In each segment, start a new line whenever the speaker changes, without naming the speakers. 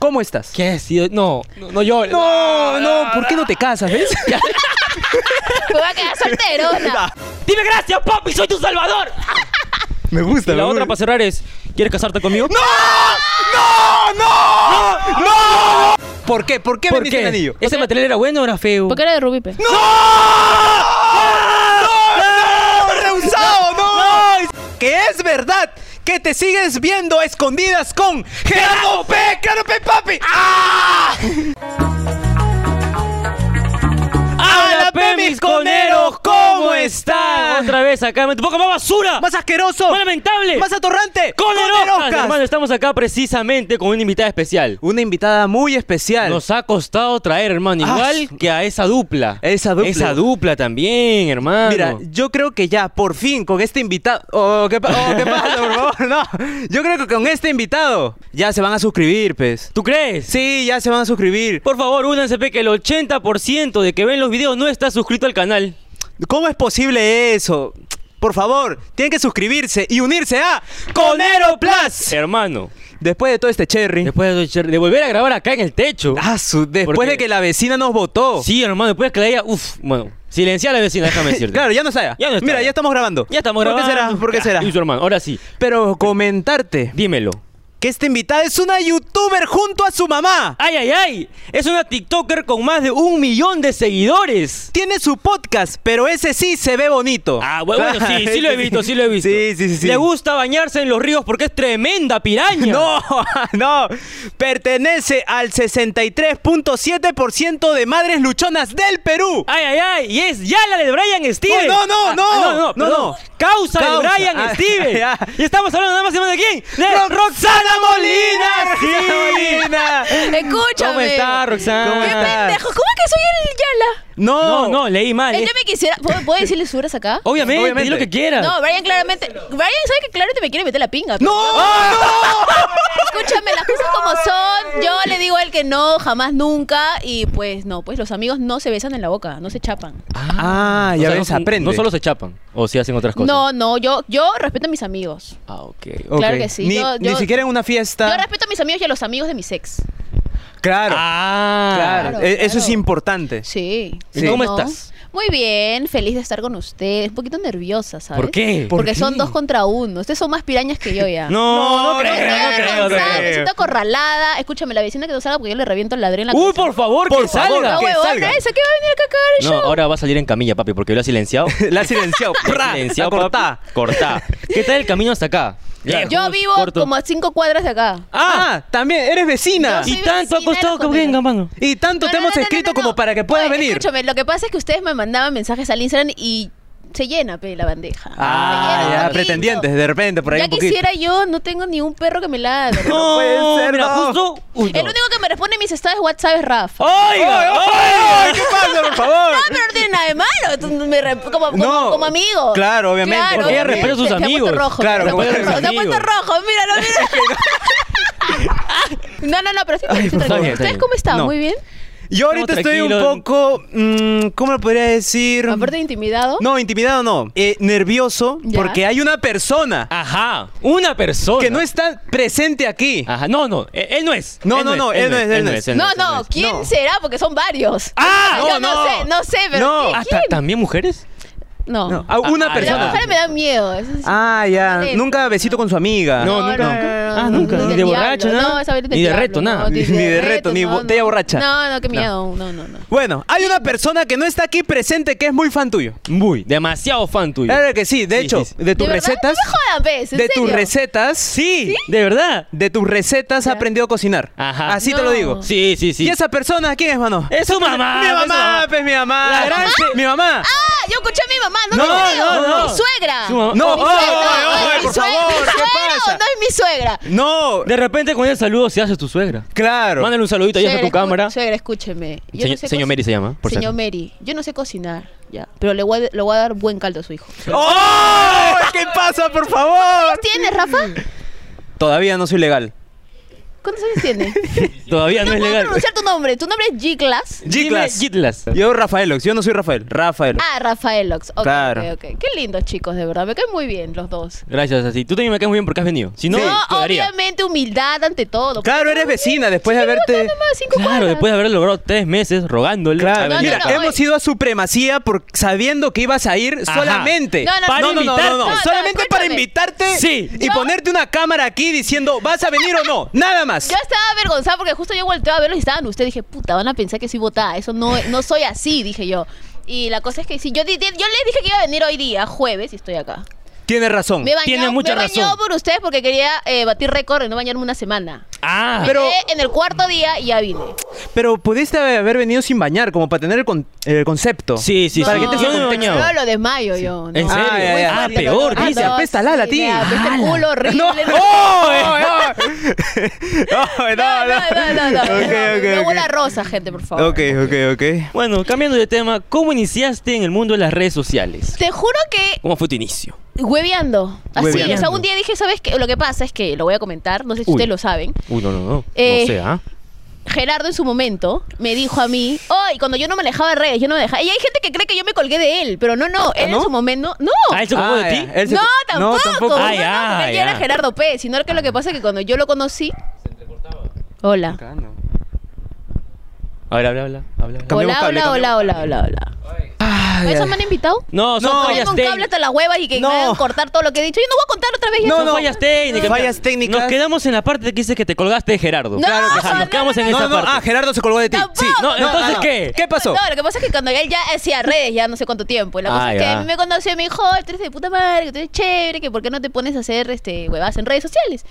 ¿Cómo estás?
¿Qué? Sí, no, no, no llores. Ah,
No, no, ¿por qué no te casas, ves?
Me voy a quedar solterona.
Dime gracias, papi, soy tu salvador. Ah,
me gusta,
Y la
me
otra
gusta.
para cerrar es, ¿quieres casarte conmigo? ¡No!
¿Por qué? ¿Por qué Eh,
¿Por
vendiste
qué?
el anillo?
¿Ese material era bueno o era feo?
¿Por qué era de Ruby? pe?
¡No, rehusado, no! Que es verdad que te sigues viendo a escondidas con Gerardo P. Gerardo P. Papi. ¡Ah! ¡Hola, P, mis coneros! ¿Cómo están?
Otra vez acá, me poco más basura.
¡Más asqueroso!
Más lamentable.
¡Más atorrante!
coneroscas.
¡Coneroscas!
Hermano, estamos acá precisamente con una invitada especial.
Una invitada muy especial.
Nos ha costado traer, hermano,
Ah,
igual que a esa dupla.
Esa dupla.
Esa dupla también, hermano.
Mira, yo creo que ya, por fin, con este invitado. Oh, ¿qué, pa- oh, ¿qué pasa, por favor? No. Yo creo que con este invitado ya se van a suscribir, pues.
¿tú crees?
Sí, ya se van a suscribir.
Por favor, únanse, pe, que el 80% de que ven los videos no está suscrito al canal.
¿Cómo es posible eso? Por favor, tienen que suscribirse y unirse a Conero Plus.
Hermano,
Después de todo este cherry.
después de, de volver a grabar acá en el techo.
Ah, su- después
Porque-
de que la vecina nos votó.
Sí, hermano, después que la ella, uff, bueno, silencia a la vecina, déjame decirte.
Claro, ya no está.
Ya no está.
Mira, ya estamos grabando.
Ya estamos grabando.
¿Por qué será? ¿Por qué será?
Y su hermano, ahora sí,
Pero comentarte
dímelo.
que esta invitada es una youtuber junto a su mamá.
¡Ay, ay, ay! Es una TikToker con más de un millón de seguidores.
Tiene su podcast, pero ese sí se ve bonito.
Ah, bueno, bueno, sí, sí lo he visto, sí lo he visto.
Sí, sí, sí, sí.
Le gusta bañarse en los ríos porque es tremenda piraña.
No, no. Pertenece al 63.7% de madres luchonas del Perú.
¡Ay, ay, ay! Y es ya la de Brian Steven.
No, no, no,
Ah,
no.
no, no,
No,
perdón.
no. Causa.
Causa, de Brian
Ah,
Steven.
ya.
Y estamos hablando nada más y nada menos de quién? De
Rox-
Roxana Molina.
Sí.
Escúchame.
¿Cómo está, Roxana?
¿Cómo
¿Qué
estás?
pendejo? ¿Cómo que soy el Yala?
No,
No, no, leí mal.
Él
eh.
no me quisiera. ¿Puedo, puedo decirle suras acá?
Obviamente, di
Obviamente.
lo que quieras.
No, Brian claramente. Brian sabe que claramente me quiere meter la pinga. pero-
No,
Escúchame, las cosas como son. Yo le digo a él que no, jamás, nunca. Y pues no, pues los amigos no se besan en la boca, no se chapan.
Ah,
O
ya
sea,
ves,
no,
aprende.
No solo se chapan, o si hacen otras cosas.
No, no, yo, yo respeto a mis amigos.
Ah, ok.
Ok.
claro que sí,
Ni,
yo-
ni
yo-
siquiera en una fiesta.
Yo respeto a mis amigos y a los amigos de mi sex.
Claro,
Ah,
claro.
Claro,
E- Eso
claro.
es importante.
Sí.
¿Y
Sí.
cómo
¿No?
estás?
Muy bien, feliz de estar con ustedes. Un poquito nerviosa, ¿sabes?
¿Por qué?
¿Por
Porque
qué?
son dos contra uno. Ustedes son más pirañas que yo ya.
No, no,
No,
creo,
Me
no,
siento
creo, no
cansada,
creo.
Me siento acorralada. Escúchame, la vecina que no salga porque yo le reviento el ladrón en la
Uy,
cabeza.
por favor,
Por
que
favor,
salga.
No,
que
huevona
salga.
esa que va a venir acá a cagar el
No,
show.
ahora va a salir en camilla, papi, porque yo la he silenciado.
La ha silenciado.
La he silenciado,
La cortá.
papi. Cortá. ¿Qué tal el camino hasta acá? Lejos,
Yo vivo
corto.
como a cinco cuadras de acá.
Ah, también, eres vecina.
Yo
Y
soy
tanto ha
vecina de
costado
los
que venga, mano.
Y tanto
No,
te
no,
hemos
no, no,
escrito
no, no.
como para que puedas
Oye,
venir.
Escúchame, lo que pasa es que ustedes me mandaban mensajes al Instagram y se llena pe, la bandeja. Se
Ah,
llena,
ya,
papito.
pretendientes, de repente, por ahí
Ya
un poquito.
quisiera yo, no tengo ni un perro que me ladre.
No,
puede ser,
mira,
no.
justo. Uy, no.
El único que me responde en mis estados de WhatsApp es
Oh,
Rafa.
¡Oiga! ¡Oiga!
¿Qué pasa, por favor?
No, Ah, pero no tiene nada de malo. tú me re- como, como,
No,
como amigo.
claro, obviamente,
porque ella respeta a sus
se- se ha puesto
amigos.
rojo,
Claro,
se ha
como-
puesto rojo, se ha puesto
amigos.
rojo. Míralo, míralo. Ah, No, no, no, pero sí, sí,
por
tranquilo.
favor. pues, Está bien, está
¿Ustedes
bien.
cómo están?
No.
¿Muy bien?
Yo ahorita
Estamos
estoy un
tranquilos.
poco, mm, ¿cómo lo podría decir?
Aparte de intimidado.
No, intimidado no. Eh, nervioso
Ya.
porque hay una persona
Ah, Ajá, una persona.
que no está presente aquí.
Ajá, no, no, e- él, él no es.
No, no, no, él no es, él no es.
No,
él
no,
es.
¿quién
No.
será? Porque son varios.
¡Ah! No,
Yo no,
no.
sé, no sé, pero
No.
¿quién?
Ah, ta- ¿También mujeres?
No.
No, a una
Ah,
Las
persona.
mujeres me dan miedo. eso sí.
Ah, ya.
Vale.
Nunca besito con su amiga.
No, nunca. Ah, nunca. Ni
del
de
diablo.
borracho, nada.
No, esa vez
Ni de reto, nada.
Ni de reto, ni bo- tía borracha.
No, no, qué miedo. No, no, no.
Bueno, hay una persona que no está aquí presente que es muy fan tuyo.
Muy. Demasiado fan tuyo.
Claro que sí, de
Sí,
hecho,
sí, sí.
de tus
¿De verdad?
recetas.
No me jodan, ¿ves? ¿En
De tus
serio?
recetas.
Sí, de verdad.
De tus recetas ha aprendido a cocinar.
Ajá.
Así te lo
No.
digo.
Sí, sí, sí.
¿Y esa persona quién es, mano?
Es su mamá.
mi
es su
mamá, pues mi mamá.
La
La
gran-
Mi mamá.
Ah, yo escuché a mi mamá, no,
No,
te creo.
no, no.
Mi suegra.
Su mamá-
Mi
No,
Mi
oh,
suegra,
oh,
no,
oh,
es mi
por
suegra,
favor,
mi
¿qué
suegra,
pasa?
No es mi suegra.
No,
De repente con el saludo se hace tu suegra.
claro.
Mándale un saludito ahí a
Suegra,
tu
escu-
cámara.
Suegra, escúcheme. Yo
Señor-
no sé
señor
co-
Meri se llama, por si
señor
acaso.
Meri, yo no sé cocinar, ya. Pero le voy a, le voy a dar buen caldo a su hijo.
¡Oh! ¿Qué pasa, por favor?
¿Tienes, Rafa?
Todavía no soy legal.
¿Cuántos años tiene?
Todavía no
No
es
puedo
legal.
pronunciar tu nombre. Tu nombre es G-Class.
G-Class.
Gitlas.
Yo Rafael Ox, yo no soy Rafael, Rafael.
Ah, Rafael Ox. Ok,
Claro.
ok, ok. Qué lindos chicos, de verdad. Me caen muy bien los dos.
Gracias, así. Tú también me caes muy bien porque has venido. Si no,
No,
quedaría.
obviamente humildad ante todo.
Claro, eres vecina después de haberte
Claro, después de haber logrado tres meses rogándole. ha
Claro,
No, no,
mira,
venido.
no,
hemos
oye.
ido a supremacía por sabiendo que ibas a ir
Ajá.
solamente
No, no, no.
para
Para
invitarte.
invitarte. No,
no,
solamente para
escúchame.
invitarte
Sí.
y
Yo-
ponerte una cámara aquí diciendo, ¿vas a venir o no? Nada más.
Yo estaba avergonzada porque justo yo volteé a verlos y estaban ustedes. Dije, puta, van a pensar que soy botada. Eso no, no soy así, dije yo. Y la cosa es que sí, yo, di- di- yo les dije que iba a venir hoy día, jueves, y estoy acá.
Tienes razón.
Me bañó,
Mm. Tiene mucha
me
razón.
bañó por ustedes porque quería eh, batir récord de no bañarme una semana.
Ah,
Pero-
Llegué en el cuarto día y ya vine.
Pero pudiste haber venido sin bañar, como para tener el, con- el concepto.
Sí, sí,
Para
sí.
que te
Yo no me he bañado.
No, lo desmayo yo. no.
¿En serio?
Ah, ya, ya.
Ah,
Muy
peor,
fuerte.
dice.
Ah, no. apesta la
sí, me
latín.
apesta el
¡Hala!
culo horrible.
No. ¡Oh! no,
No, no, no, no, no.
Ok, ok,
No
ok.
huele a rosa, gente, por favor.
Ok, ok, ok.
Bueno, cambiando de tema, ¿cómo iniciaste en el mundo de las redes sociales?
Te juro que
¿Cómo fue tu inicio?
Hueveando. Así,
Hueveando.
o sea, un día dije, ¿sabes qué? Lo que pasa es que, lo voy a comentar, no sé si
Uy.
ustedes lo saben.
Uy, no, no, no.
Eh,
no sé, ¿ah?
Gerardo en su momento me dijo a mí, hoy cuando yo no manejaba de redes, yo no manejaba. Y hay gente que cree que yo me colgué de él, pero no, no, él
¿Ah, ¿no?
en su momento, no.
Ah, él se ocupó
Ah,
de ti.
ya. él se-
no,
no,
tampoco.
tampoco.
No,
Ah, ya,
no, porque él
ya.
ya era Gerardo P, sino que lo que pasa es que cuando yo lo conocí. Hola.
A ver, habla, habla, habla. habla.
Cambiemos
Hola,
cable,
hola, hola,
cambiemos
hola, hola, hola. ¿A eso me han invitado?
No, son
No.
fallas
Tengo un cable
técnicas.
hasta las huevas y que
No.
me hagan cortar todo lo que he dicho. Yo no voy a contar otra vez. ya
No,
Son
no.
fallas técnicas.
Fallas técnicas.
Nos quedamos en la parte que dices que te colgaste de Gerardo.
No,
Claro que
Ajá,
sí.
nos quedamos en
No,
esa
no,
parte.
ah, Gerardo se colgó de ti. Sí.
Tampoco.
No, entonces, ¿qué?
¿Qué pasó?
No, lo que pasa es que cuando él ya hacía redes, ya no sé cuánto tiempo. y La cosa
Ah,
es que
ya.
a mí me conoció y me dijo, "Ay, tú eres de puta madre, que tú eres chévere, que por qué no te pones a hacer este huevadas en redes sociales.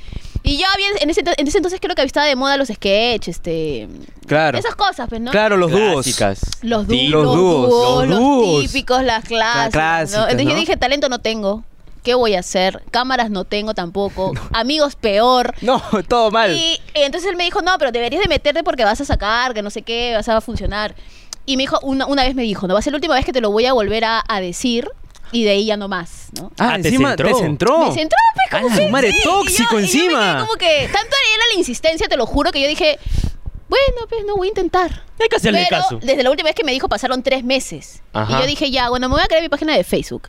Y yo había, en ese, ento- en ese entonces creo que estaba de moda los sketches, este.
Claro.
Esas cosas, pues, ¿no?
Claro, los dúos.
Clásicas.
Los,
Sí,
dúos,
los
los
dúos,
dúos,
los
los
dúos.
típicos, las clases.
clásicas,
Entonces
¿no?
yo dije, talento no tengo. ¿Qué voy a hacer? Cámaras no tengo tampoco. Amigos peor.
No, todo mal.
Y eh, entonces él me dijo, no, pero deberías de meterte porque vas a sacar, que no sé qué, vas a funcionar. Y me dijo, una, una vez me dijo, no va a ser la última vez que te lo voy a volver a, a decir y de ahí ya no más, ¿no?
Ah,
Ah, te
encima
centró.
te centró.
Me centró, pues, como
Ah,
que
su madre,
sí. Y
tóxico
yo- y yo me
encima.
quedé como que tanto era la insistencia, te lo juro, que yo dije, bueno, pues no voy a intentar.
Hay que hacerle
Pero
caso.
desde la última vez que me dijo pasaron tres meses.
Ajá.
Y yo dije, ya, bueno, me voy a crear mi página de Facebook.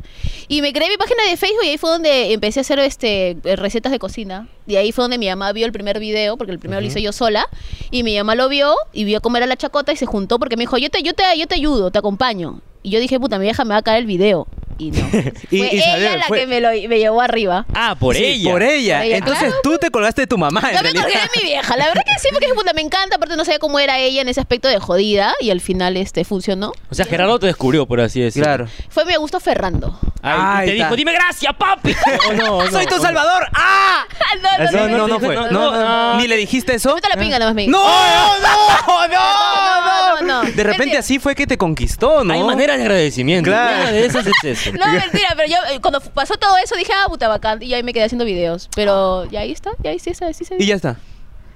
Y me creé mi página de Facebook y ahí fue donde empecé a hacer este eh, recetas de cocina. Y ahí fue donde mi mamá vio el primer video, porque el primero lo hice yo sola. Y mi mamá lo vio y vio cómo era la chacota y se juntó porque me dijo, yo te, yo te, yo te ayudo, te acompaño. Y yo dije, puta, mi vieja me va a caer el video. Y no.
Y-
fue
y
ella
salió,
la
fue-
que me, lo, me llevó arriba.
Ah, por
Sí,
ella.
Por e- ella.
Por ella,
Entonces
claro.
tú te colgaste de tu mamá. en
Yo me
realidad.
colgué de mi vieja, la verdad que sí, porque dije, puta, me encanta, aparte no sabía cómo era ella en ese aspecto de jodida y al final este funcionó.
O sea, Gerardo te descubrió, por así decirlo.
Claro.
Fue mi gusto Ferrando.
Ay,
Ahí
y te
está.
dijo, dime gracias, papi. O no, o no,
¡Soy tu
o no.
salvador! ¡Ah!
no,
No,
no,
no, no fue. No, no, no. Ni le dijiste eso.
Mete la
Ah.
pinga nada más, me
¡No! ¡No! ¡No! no,
No, no, no.
De repente
Mentira.
así fue que te conquistó, ¿no?
Hay maneras de agradecimiento.
Claro.
Una de esas es eso.
No, mentira, pero yo eh, cuando fu- pasó todo eso dije, ah, puta bacán, y ahí me quedé haciendo videos. Pero ya ahí está, ya ahí sí, sí, sí, sí.
Ah. Y ya está.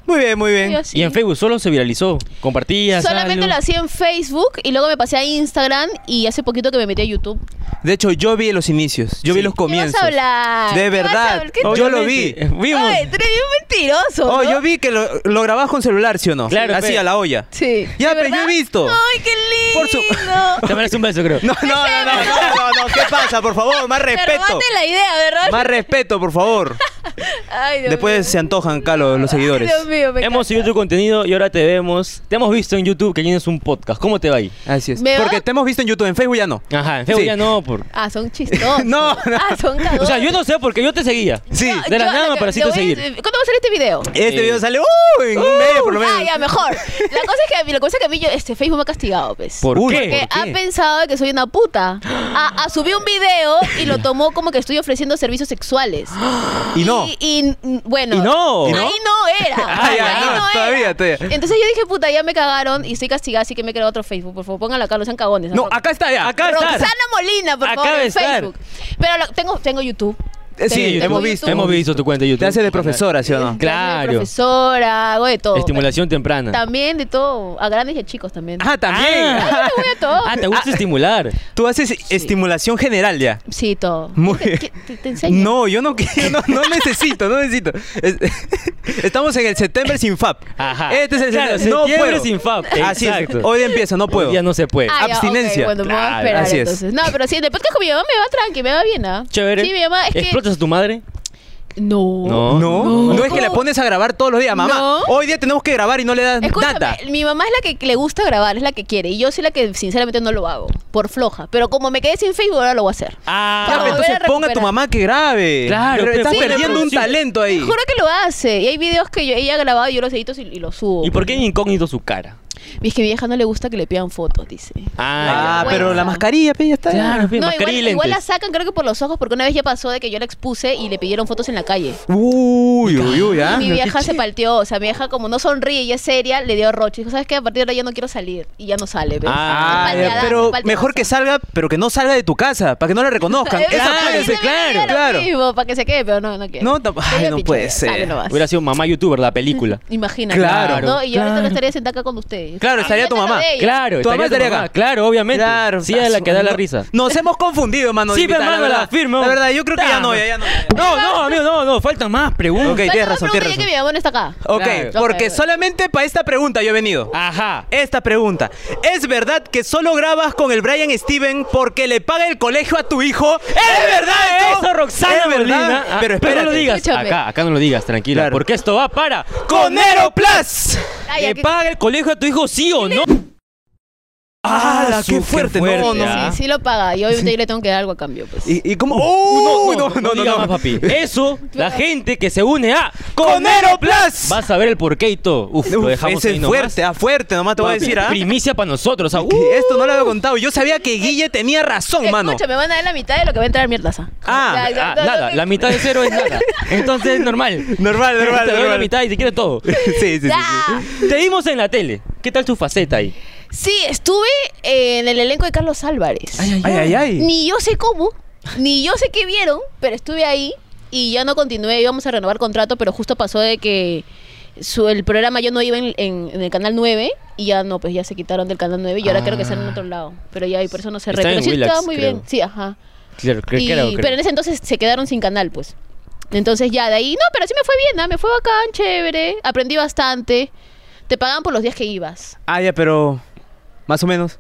Muy bien, muy bien.
Yo sí.
Y en Facebook solo se viralizó. Compartías.
Solamente
algo.
lo hacía en Facebook y luego me pasé a Instagram y hace poquito que me metí a YouTube.
De hecho, yo vi los inicios, yo vi
Sí.
los
¿Qué
¿Qué vas
comienzos.
a hablar?
De
¿Qué vas a
verdad.
hablar? ¿Qué
Oh,
te-
yo lo
Obviamente.
vi.
Vimos.
Ay, tú eres bien mentiroso.
Oh,
¿no?
yo vi que lo, lo grababas con celular, ¿sí o no?
Claro,
Así,
fe.
a la olla.
Sí.
Ya,
¿De
pero yo he
verdad?
visto.
Ay, qué lindo.
Por su-
Te merece un beso, creo.
No, no, no, no, no, no, no, ¿Qué pasa? Por favor, más
Me
respeto.
robaste la idea, ¿verdad?
Más respeto, por favor.
Ay, Dios
Después
mío.
se antojan acá los, los seguidores.
Ay, Dios mío, me
Hemos seguido tu contenido y ahora te vemos. Te hemos visto en YouTube que tienes un podcast. ¿Cómo te va ahí?
Así es.
¿Me va?
Porque te hemos visto en YouTube, en Facebook ya no.
Ajá, en Facebook
Sí.
ya no. Por...
Ah, son chistosos.
No, no.
Ah, son cagones.
O sea, yo no sé porque yo te seguía.
Sí.
Yo-
de la
yo-
nada me
lo que-
pareciste
lo voy a-
seguir.
¿Cuándo va a salir este video?
Este
Sí.
video sale uh, en un mes por lo menos.
Ah, ya, mejor. La cosa es que, a mí- lo que pasa es que a mí yo, este, Facebook me ha castigado, pues.
¿Por
Uy,
qué?
Porque
¿por
ha
qué?
pensado que soy una puta. A, a- subí un video y lo tomó como que estoy ofreciendo servicios sexuales.
Y no.
Y, y, mm, bueno.
Y no.
¿Y
Ahí
no?
no era.
Ah, ya,
ahí
no,
era.
todavía, todavía.
Entonces yo dije, puta, ya me cagaron y estoy castigada, así que me he creado otro Facebook. Por favor, pónganlo acá, no sean cagones.
No, acá está ya.
Acá está.
Roxana Molina, por
Acaba
favor,
de
en
estar.
Facebook. Pero lo- tengo, tengo YouTube.
Eh,
Te-
Sí,
te-
hemos
te-
visto.
te-
Hemos visto tu cuenta de YouTube.
Te haces de profesora, ¿sí o no?
Yo soy
Claro.
Profesora, hago de todo.
Estimulación temprana.
También de todo, a grandes y a chicos también.
Ah, también.
Ah.
Voy a todo.
Ah, te gusta estimular.
Tú haces estimulación general ya.
Sí, todo.
Muy
¿Te,
bien.
qué- te- te enseño?
No, yo no quiero, no, no necesito, no necesito. Es- Estamos en el septiembre sin FAP.
Ajá.
Este es el
Claro,
septiembre- no
septiembre
puedo. Eh,
sin FAP,
Así es.
exacto.
Hoy empiezo, no puedo.
Ya no se puede.
Ah, ya,
abstinencia.
ok, bueno, me voy a
Claro,
esperar,
así es.
entonces. No, pero sí, en el podcast con mi mamá me va tranqui, me va bien, ¿ah?
Chévere.
Sí, mi mamá es que...
¿Explotas a tu madre?
No.
No.
No, no, es que
¿Cómo?
la pones a grabar todos los días, mamá.
No.
Hoy día tenemos que grabar y no le das
Escúchame,
nada.
mi mamá es la que le gusta grabar, es la que quiere. Y yo soy la que sinceramente no lo hago, por floja. Pero como me quedé sin Facebook, ahora lo voy a hacer.
Ah,
Ya, pero
voy a
entonces ponga a tu
recuperar.
mamá que grabe.
Claro,
Pero
pero
estás
sí,
perdiendo un
producción.
talento ahí.
Te Juro que lo hace. Y hay videos que yo- ella ha grabado y yo los edito y, y los subo.
¿Y por qué en incógnito su cara?
Y es que a mi vieja no le gusta que le pidan fotos, dice.
Ah,
ya.
pero
Bueno.
la mascarilla, pe, ya está.
Claro, pe,
No,
mascarilla
igual,
y lentes.
igual la sacan, creo que por los ojos, porque una vez ya pasó de que yo la expuse y le pidieron fotos en la calle.
Uy, uy, uy, ah.
y mi
Qué
vieja se
chévere.
palteó, o sea, mi vieja como no sonríe y es seria, le dio roche. Dijo, ¿sabes qué? A partir de ahora ya no quiero salir. Y ya no sale. ¿ves?
Ah,
Palteadazo,
ya, pero
palteadazo.
mejor que salga, pero que no salga de tu casa, para que no la reconozcan.
Eso,
Esa
claro,
puede ser,
yo también
claro,
haría lo
claro.
mismo, para que se quede, pero no, no quiero.
No, tamp- ay,
Sería
no
pichula,
puede
sale
ser.
nomás.
Hubiera sido mamá youtuber la película.
Imagínate.
Claro,
¿no? Y yo ahorita
claro.
no estaría sentada acá con ustedes.
Claro, estaría tu
Hablando
mamá.
de ella.
Claro,
Tu mamá
estaría
estaría acá.
Claro, obviamente.
Claro,
Sí, es la que da la risa.
Nos hemos condido, mano.
Sí,
de
pero
invitada,
hermano, la
verdad.
firma.
La verdad, yo creo que ya
Ta.
no, ya, ya no. ya, ya.
No, no, amigo, no, no, faltan más preguntas.
Ok, tienes
Falta
razón,
una
tienes
pregunta
razón.
ya que mi mamá no está acá.
Ok,
Claro.
porque
Ok, bueno.
solamente para esta pregunta yo he venido.
Ajá.
Esta pregunta. ¿Es verdad que solo grabas con el Brian Steven porque le paga el colegio a tu hijo? ¡Es verdad eso!
Eso, Roxana
¡Es verdad!
Molina. Ah,
Pero
no lo
espérate.
digas.
Escúchame.
Acá, acá no lo digas, tranquila.
Claro.
Porque esto va para.
¡Con Aeroplus!
Ay,
¿Le
aquí-
paga el colegio a tu hijo sí o no?
¡Ah,
su,
qué
qué
fuerte!
fuerte,
No,
Sí,
no.
ah.
sí, sí lo paga. Y obviamente yo le tengo que dar algo a cambio, pues.
¿Y, y cómo? ¡Oh! No, no, no, no.
Uh, diga más, papi. Eso, la gente que se une a
¡Con Aeroplus!
Vas a ver el porqué y todo. Uf, lo
Uf,
dejamos
ese
ahí
es
nomás.
fuerte, ah, fuerte, nomás te voy a
Papi,
decir, ¿ah?
Primicia para nosotros. ah, uh.
Que Esto no lo había contado. Yo sabía que Guille tenía razón, mano.
Escucha, me van a dar la mitad de lo que va a entrar en mi taza.
Ah,
Ya, ya,
Ah,
no, no,
nada,
no.
la mitad de cero es nada. Entonces es normal.
Normal, normal,
Te doy la
normal.
mitad y te quiere todo.
Sí, sí, sí, sí.
Ya.
Te vimos en la tele. ¿Qué tal tu faceta ahí?
Sí, estuve eh, en el elenco de Carlos Álvarez.
Ay, ay, ay.
Ni yo sé cómo, ni yo sé qué vieron, pero estuve ahí y ya no continué. Íbamos a renovar contrato, pero justo pasó de que su- el programa yo no iba en, en- en el canal 9 y ya no, pues ya se quitaron del canal 9 y ahora
Ah.
creo que están en otro lado. Pero ya, y por eso no se
Están en
Pero sí,
Willax,
estaba muy
creo.
bien. Sí, ajá.
Claro, creo
Y-
que era. creo.
Pero en ese entonces se quedaron sin canal, pues. Entonces ya de ahí, no, pero sí me fue bien, ¿ah? me fue bacán, chévere, aprendí bastante. Te pagaban por los días que ibas.
Ah, ya, pero. Más o menos.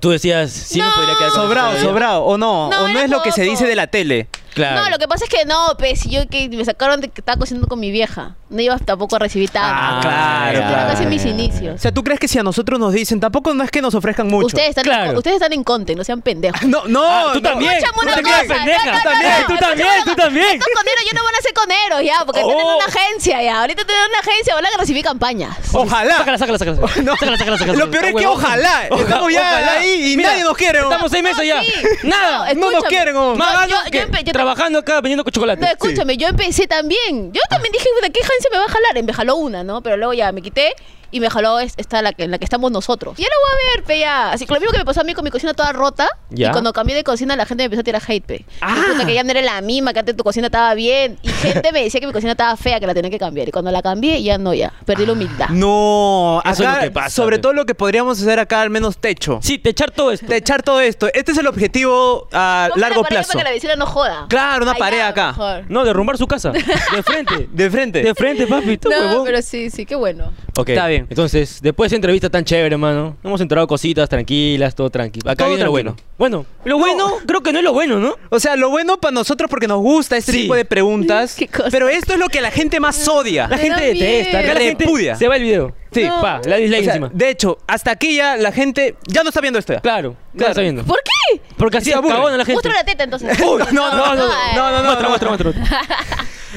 Tú decías, sí me
No.
podría quedar con
Sobrado,
esta.
sobrado. O no,
No,
o no
era
es lo que se
poco.
dice de la tele.
Claro.
No, lo que pasa es que no, pues yo que me sacaron de que estaba cocinando con mi vieja. No iba tampoco a recibir tanto.
Ah, claro,
Pero
claro.
casi mis
O
inicios.
sea, ¿tú crees que si a nosotros nos dicen, tampoco no es que nos ofrezcan mucho?
Ustedes están,
Claro.
en, ustedes están en content, no sean pendejos.
No, no,
Ah, tú
no.
también.
Escúchame
Tú
una
también,
cosa.
pendeja.
No, no, no,
También,
no.
tú
Escúchame
también, tú
una cosa.
también.
Estos coneros ya no van a ser coneros ya, porque tienen
Oh.
una agencia ya. Ahorita tienen una agencia, van a recibir campañas.
Ojalá.
Sácala, sácala, sácala.
No.
Sácala, sácala, sácala.
Lo peor es que
Huevón.
ojalá.
Oja-
Estamos ya
ojalá.
ahí y
Mira,
nadie nos quiere. ¿no?
Estamos seis meses ya.
Sí.
Nada.
No nos
escúchame.
quieren, oh.
No,
Más
yo-
gano
yo
que
empe- yo-
trabajando acá vendiendo con chocolate.
No, escúchame, yo empecé también. Yo también dije, ¿de qué agencia me va a jalar? Me jaló una, ¿no? Pero luego ya me quité y me jaló es- esta la que, en la que estamos nosotros. Y ahora voy a ver, pe, ya. Así que lo mismo que me pasó a mí con mi cocina toda rota.
Ya.
Y cuando cambié de cocina, la gente me empezó a tirar hate, pe. Y puta, que ya no era la misma, que antes tu cocina estaba bien. Y gente me decía que mi cocina estaba fea, que la tenía que cambiar. Y cuando la cambié, ya no, ya. Perdí la humildad.
No, acá,
Eso es lo que pasa,
sobre
pe.
todo lo que podríamos hacer acá, al menos techo.
Sí, te echar todo esto.
De echar todo esto. Este es el objetivo a
Ponme
largo
la pared
plazo.
Para que la vecina no joda.
Claro, una
Allá,
pared acá.
mejor.
No, derrumbar su casa. De frente.
De frente.
De frente, papi. Tú,
No,
huevón.
pero sí, sí, qué bueno.
Ok,
Está bien.
Entonces, después de esa entrevista tan chévere, hermano, hemos enterado cositas tranquilas, todo tranquilo. Acá
Todo
viene lo
tranquilo.
bueno. Bueno, lo bueno, creo que no es lo bueno, ¿no?
O sea, lo bueno para nosotros porque nos gusta este
Sí.
tipo de preguntas.
Qué cosa.
Pero esto es lo que la gente más odia.
La
Me
gente
da
detesta, acá la
miedo.
gente
Repudia.
se va el video.
Sí. No.
pa, la
O
dislike
sea,
encima.
de hecho, hasta aquí ya la gente ya no está viendo esto. ya.
Claro,
Claro.
claro, está viendo.
¿Por qué?
Porque así
Se
es
aburre.
cagona la gente.
Muestra la teta entonces.
Uy, no, no, no, no, no, no,
eh.
no,
Muestra, muestra, muestra, muestra.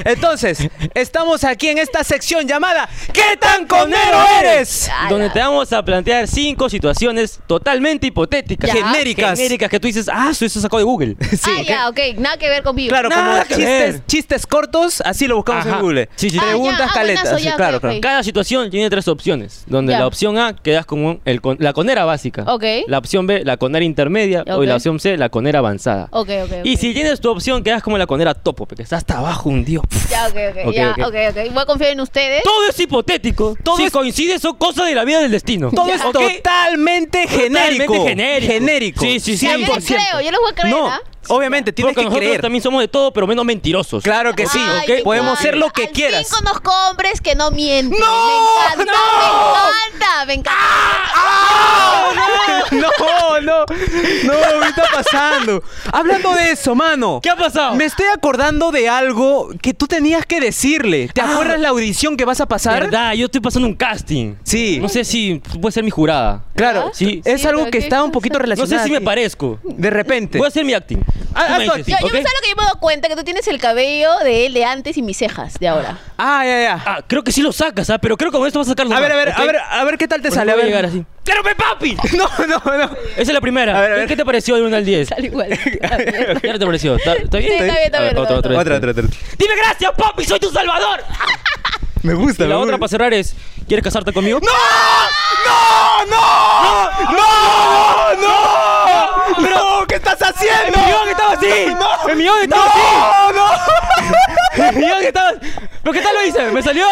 Entonces, estamos aquí en esta sección llamada ¿Qué tan conero eres?
Ala.
Donde te vamos a plantear cinco situaciones totalmente hipotéticas.
Ya.
Genéricas.
Genéricas que tú dices, ah, eso eso sacó de Google.
Sí,
ah,
¿ok?
ya, ok. Nada que ver conmigo.
Claro,
Nada
como
que
chistes,
ver.
chistes cortos, así lo buscamos
Ajá.
en Google.
Sí, sí, sí. Ah,
Preguntas
ya, ah,
caletas.
buenazo,
sí,
ya,
claro,
ok,
claro.
ok.
Cada situación tiene tres opciones, donde
Ya.
la opción A quedas como el con- la conera básica.
Ok.
La opción B, la conera intermedia. O
Ok.
la opción C, la conera avanzada.
Ok, ok. ok.
Y si tienes tu opción, quedas como la conera topo, porque estás hasta abajo hundido.
Ya, ok, ok.
Ok,
ya,
ok.
ok, ok. Voy a confiar en ustedes.
Todo es hipotético.
Todo
si
es-
coincide, son cosas de la vida del destino.
Todo es
¿Ok?
totalmente genérico.
genérico.
Genérico.
Sí, sí, sí.
Ya, yo les
100%.
creo, yo les voy a creer,
No,
¿ah?
obviamente, tienes
Porque
que
nosotros
creer.
también somos de todo, pero menos mentirosos.
Claro que sí,
Ay,
¿ok?
qué
Podemos
padre.
ser lo que
Al
quieras.
Fin conozco hombres que no mienten.
¡No!
Me encanta,
¡No!
me encanta, me encanta.
¡Ah! No, no, no, ¿qué está pasando? Hablando de eso, mano.
¿Qué ha pasado?
Me estoy acordando de algo que tú tenías que decirle. ¿Te
Ah.
acuerdas la audición que vas a pasar?
¿Verdad? Yo estoy pasando un casting.
Sí.
No sé si puede ser mi jurada.
Claro,
Sí.
es
Sí,
algo
pero
que
qué
está un poquito
cosa.
No
relacionado.
sé si me
a ti.
parezco.
De repente.
Voy a hacer mi acting.
Este. Ah,
Tú
haz
me
tu acting.
dices,
Yo, yo me
¿ok?
sé lo que yo me he dado cuenta, que tú tienes el cabello de él de antes y mis cejas de ahora.
Ah, ya, ya.
Ah, creo que sí lo sacas, ¿ah? Pero creo que con esto vas a sacarlo.
a ver, a ver,
¿ok?
a ver, a ver qué tal te
Porque
sale.
voy a
ver.
llegar así.
¡Claro, pe papi! No, no, no.
Esa es la primera.
A ver, a ver.
¿Qué te pareció de 1 al 10?
Tal igual.
¿Qué no te pareció? ¿Está, está bien?
Sí, está bien, está
A ver,
bien,
otra,
está bien.
otra, otra. Dime gracias, papi, soy tu salvador.
Me gusta.
Y la otra para cerrar es, ¿quieres casarte conmigo?
¡No! ¡No! ¡No! ¡No! ¡No! ¡No! ¿Qué estás haciendo?
¡El millón estaba así!
¡No!
¡El millón estaba
¡No! ¡No!
Y yo que estaba- ¿Pero qué tal lo hice? ¿Me salió?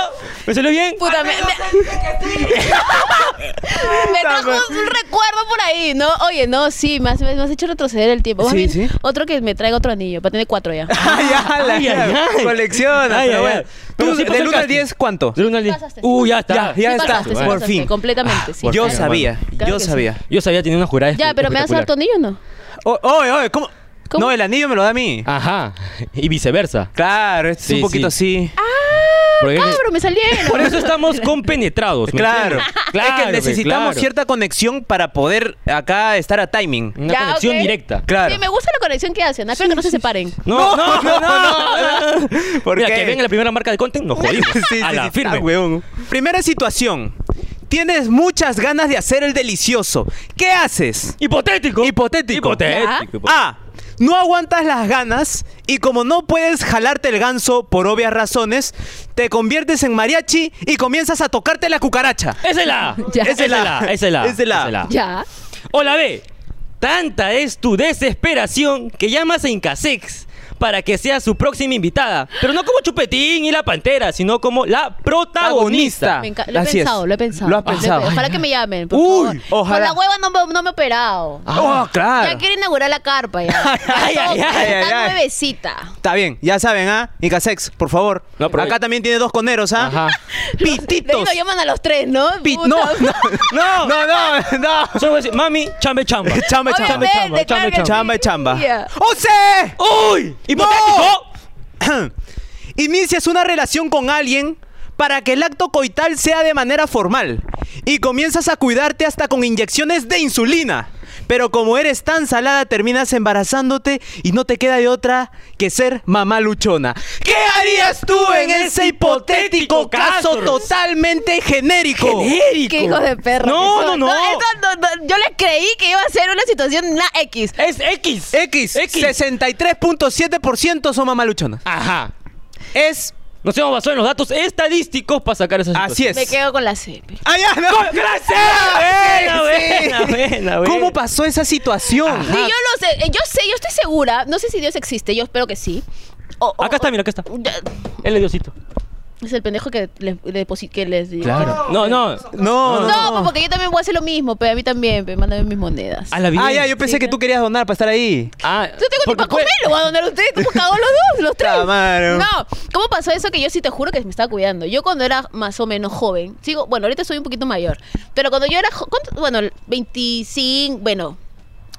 ¿Me salió bien?
Puta, me, me, me trajo un recuerdo por ahí, ¿no? Oye, no, sí, me has, me has hecho retroceder el tiempo. Más
Sí,
bien,
sí.
Otro que me traiga otro anillo, para tener cuatro ya.
¡Ay, ala,
Ay,
ya!
ay, ay.
Colecciona,
Ay,
pero
ay,
bueno.
ay.
Tú,
Pero sí pasó
del
el
1 al
casting.
10, ¿cuánto?
Del uno al diez.
Pasaste.
Uh, ya está.
Ya, ya
Sí
está.
pasaste, sí
por
pasaste,
fin.
Completamente, sí.
por
Yo
fin,
sabía,
Claro
yo
que sí.
sabía. Oh,
Yo sabía, tenía una jurada.
Ya, pero me vas a dar tu
espectacular.
anillo o no?
O- Oye, oye, eh, ¿cómo?
¿Cómo?
No, el anillo me lo da a mí.
Ajá. Y viceversa.
Claro, este es
Sí,
un poquito así. Eh,
Porque-
Cabro, me salieron.
Por eso estamos compenetrados. ¿me
Claro.
entiendes?
es que necesitamos
claro.
cierta conexión para poder acá estar a timing.
Una
Ya,
conexión
ok.
directa.
Claro.
Sí, me gusta la conexión que hacen. Espero que no se separen.
No, no, no,
no,
no.
¿Por
Mira,
qué?
que venga la primera marca de content, nos jodimos.
Sí,
a
sí, Ah,
la
sí,
firme.
está, huevón. Primera situación. Tienes muchas ganas de hacer el delicioso. ¿Qué haces?
Hipotético.
Hipotético. Ah,
Hipotético.
A. No aguantas las ganas y como no puedes jalarte el ganso por obvias razones, te conviertes en mariachi y comienzas a tocarte la cucaracha.
Esa es la A.
Ya.
Esa es la A. Esa es la A.
Esa es la A.
Ya.
O la B. Tanta es tu desesperación que llamas a Incasex para que sea su próxima invitada. Pero no como Chupetín y la Pantera, sino como la protagonista.
Me enca- lo he
Así es.
pensado, lo he pensado.
Lo has pensado.
he pe- Ojalá que me llamen. por
Uy,
favor.
ojalá.
Con la hueva no me, no me he operado.
Oh, claro.
Ya quiero inaugurar la carpa ya.
Ay, ay, ay,
ay,
Está
ay.
nuevecita.
Está bien, ya saben, ¿ah? Incasex, por favor.
No, pero-
Acá también tiene dos coneros, ¿ah?
Ajá.
De ahí
Pititos.
nos llaman a los tres, ¿no?
Pit-
Puta.
no, no, no, no, no, no.
Solo voy a decir, mami, chambe chamba.
Chamba,
Obviamente,
chamba, chamba,
claro
chamba,
que sí.
chamba, chamba.
Ya.
¡Once!
¡Uy! ¡Hipotético!
Inicias una relación con alguien para que el acto coital sea de manera formal y comienzas a cuidarte hasta con inyecciones de insulina. Pero como eres tan salada, terminas embarazándote y no te queda de otra que ser mamá luchona. ¿Qué harías tú en ese hipotético caso totalmente genérico?
Genérico.
Qué hijos de perro.
No,
que
no,
son.
no.
eso no- no, Yo les creí que iba a ser una situación una X.
Es X.
X,
X.
63.7% son mamaluchonas.
Ajá.
Es.
Nos hemos basado en los datos estadísticos para sacar esas
Así es.
Me quedo con la C.
¡Ah, ya! No.
Buena,
¡Gracias!
buena, buena, buena.
¿Cómo pasó esa situación?
Ah.
Sí, yo lo sé, eh, yo sé, yo estoy segura. No sé si Dios existe, yo espero que sí. O- o-
Acá está, mira, acá está.
o- ya-
El diosito.
Es el pendejo que le- le deposi- que les digo.
No, no.
No, no.
No, pues porque yo también voy a hacer lo mismo, pero a mí también, pero mándame mis monedas.
A la vida.
Ah, ya, yo pensé que tú querías donar para estar ahí.
Ah,
Yo tengo tiempo
porque Ah,
para comer, lo voy a donar a ustedes, tú cagó los dos, los tres.
Ta madre.
No, ¿cómo pasó eso que yo sí te juro que me estaba cuidando? Yo cuando era más o menos joven, sigo, bueno, ahorita soy un poquito mayor, pero cuando yo era, jo- ¿cuánto? bueno, 25, bueno,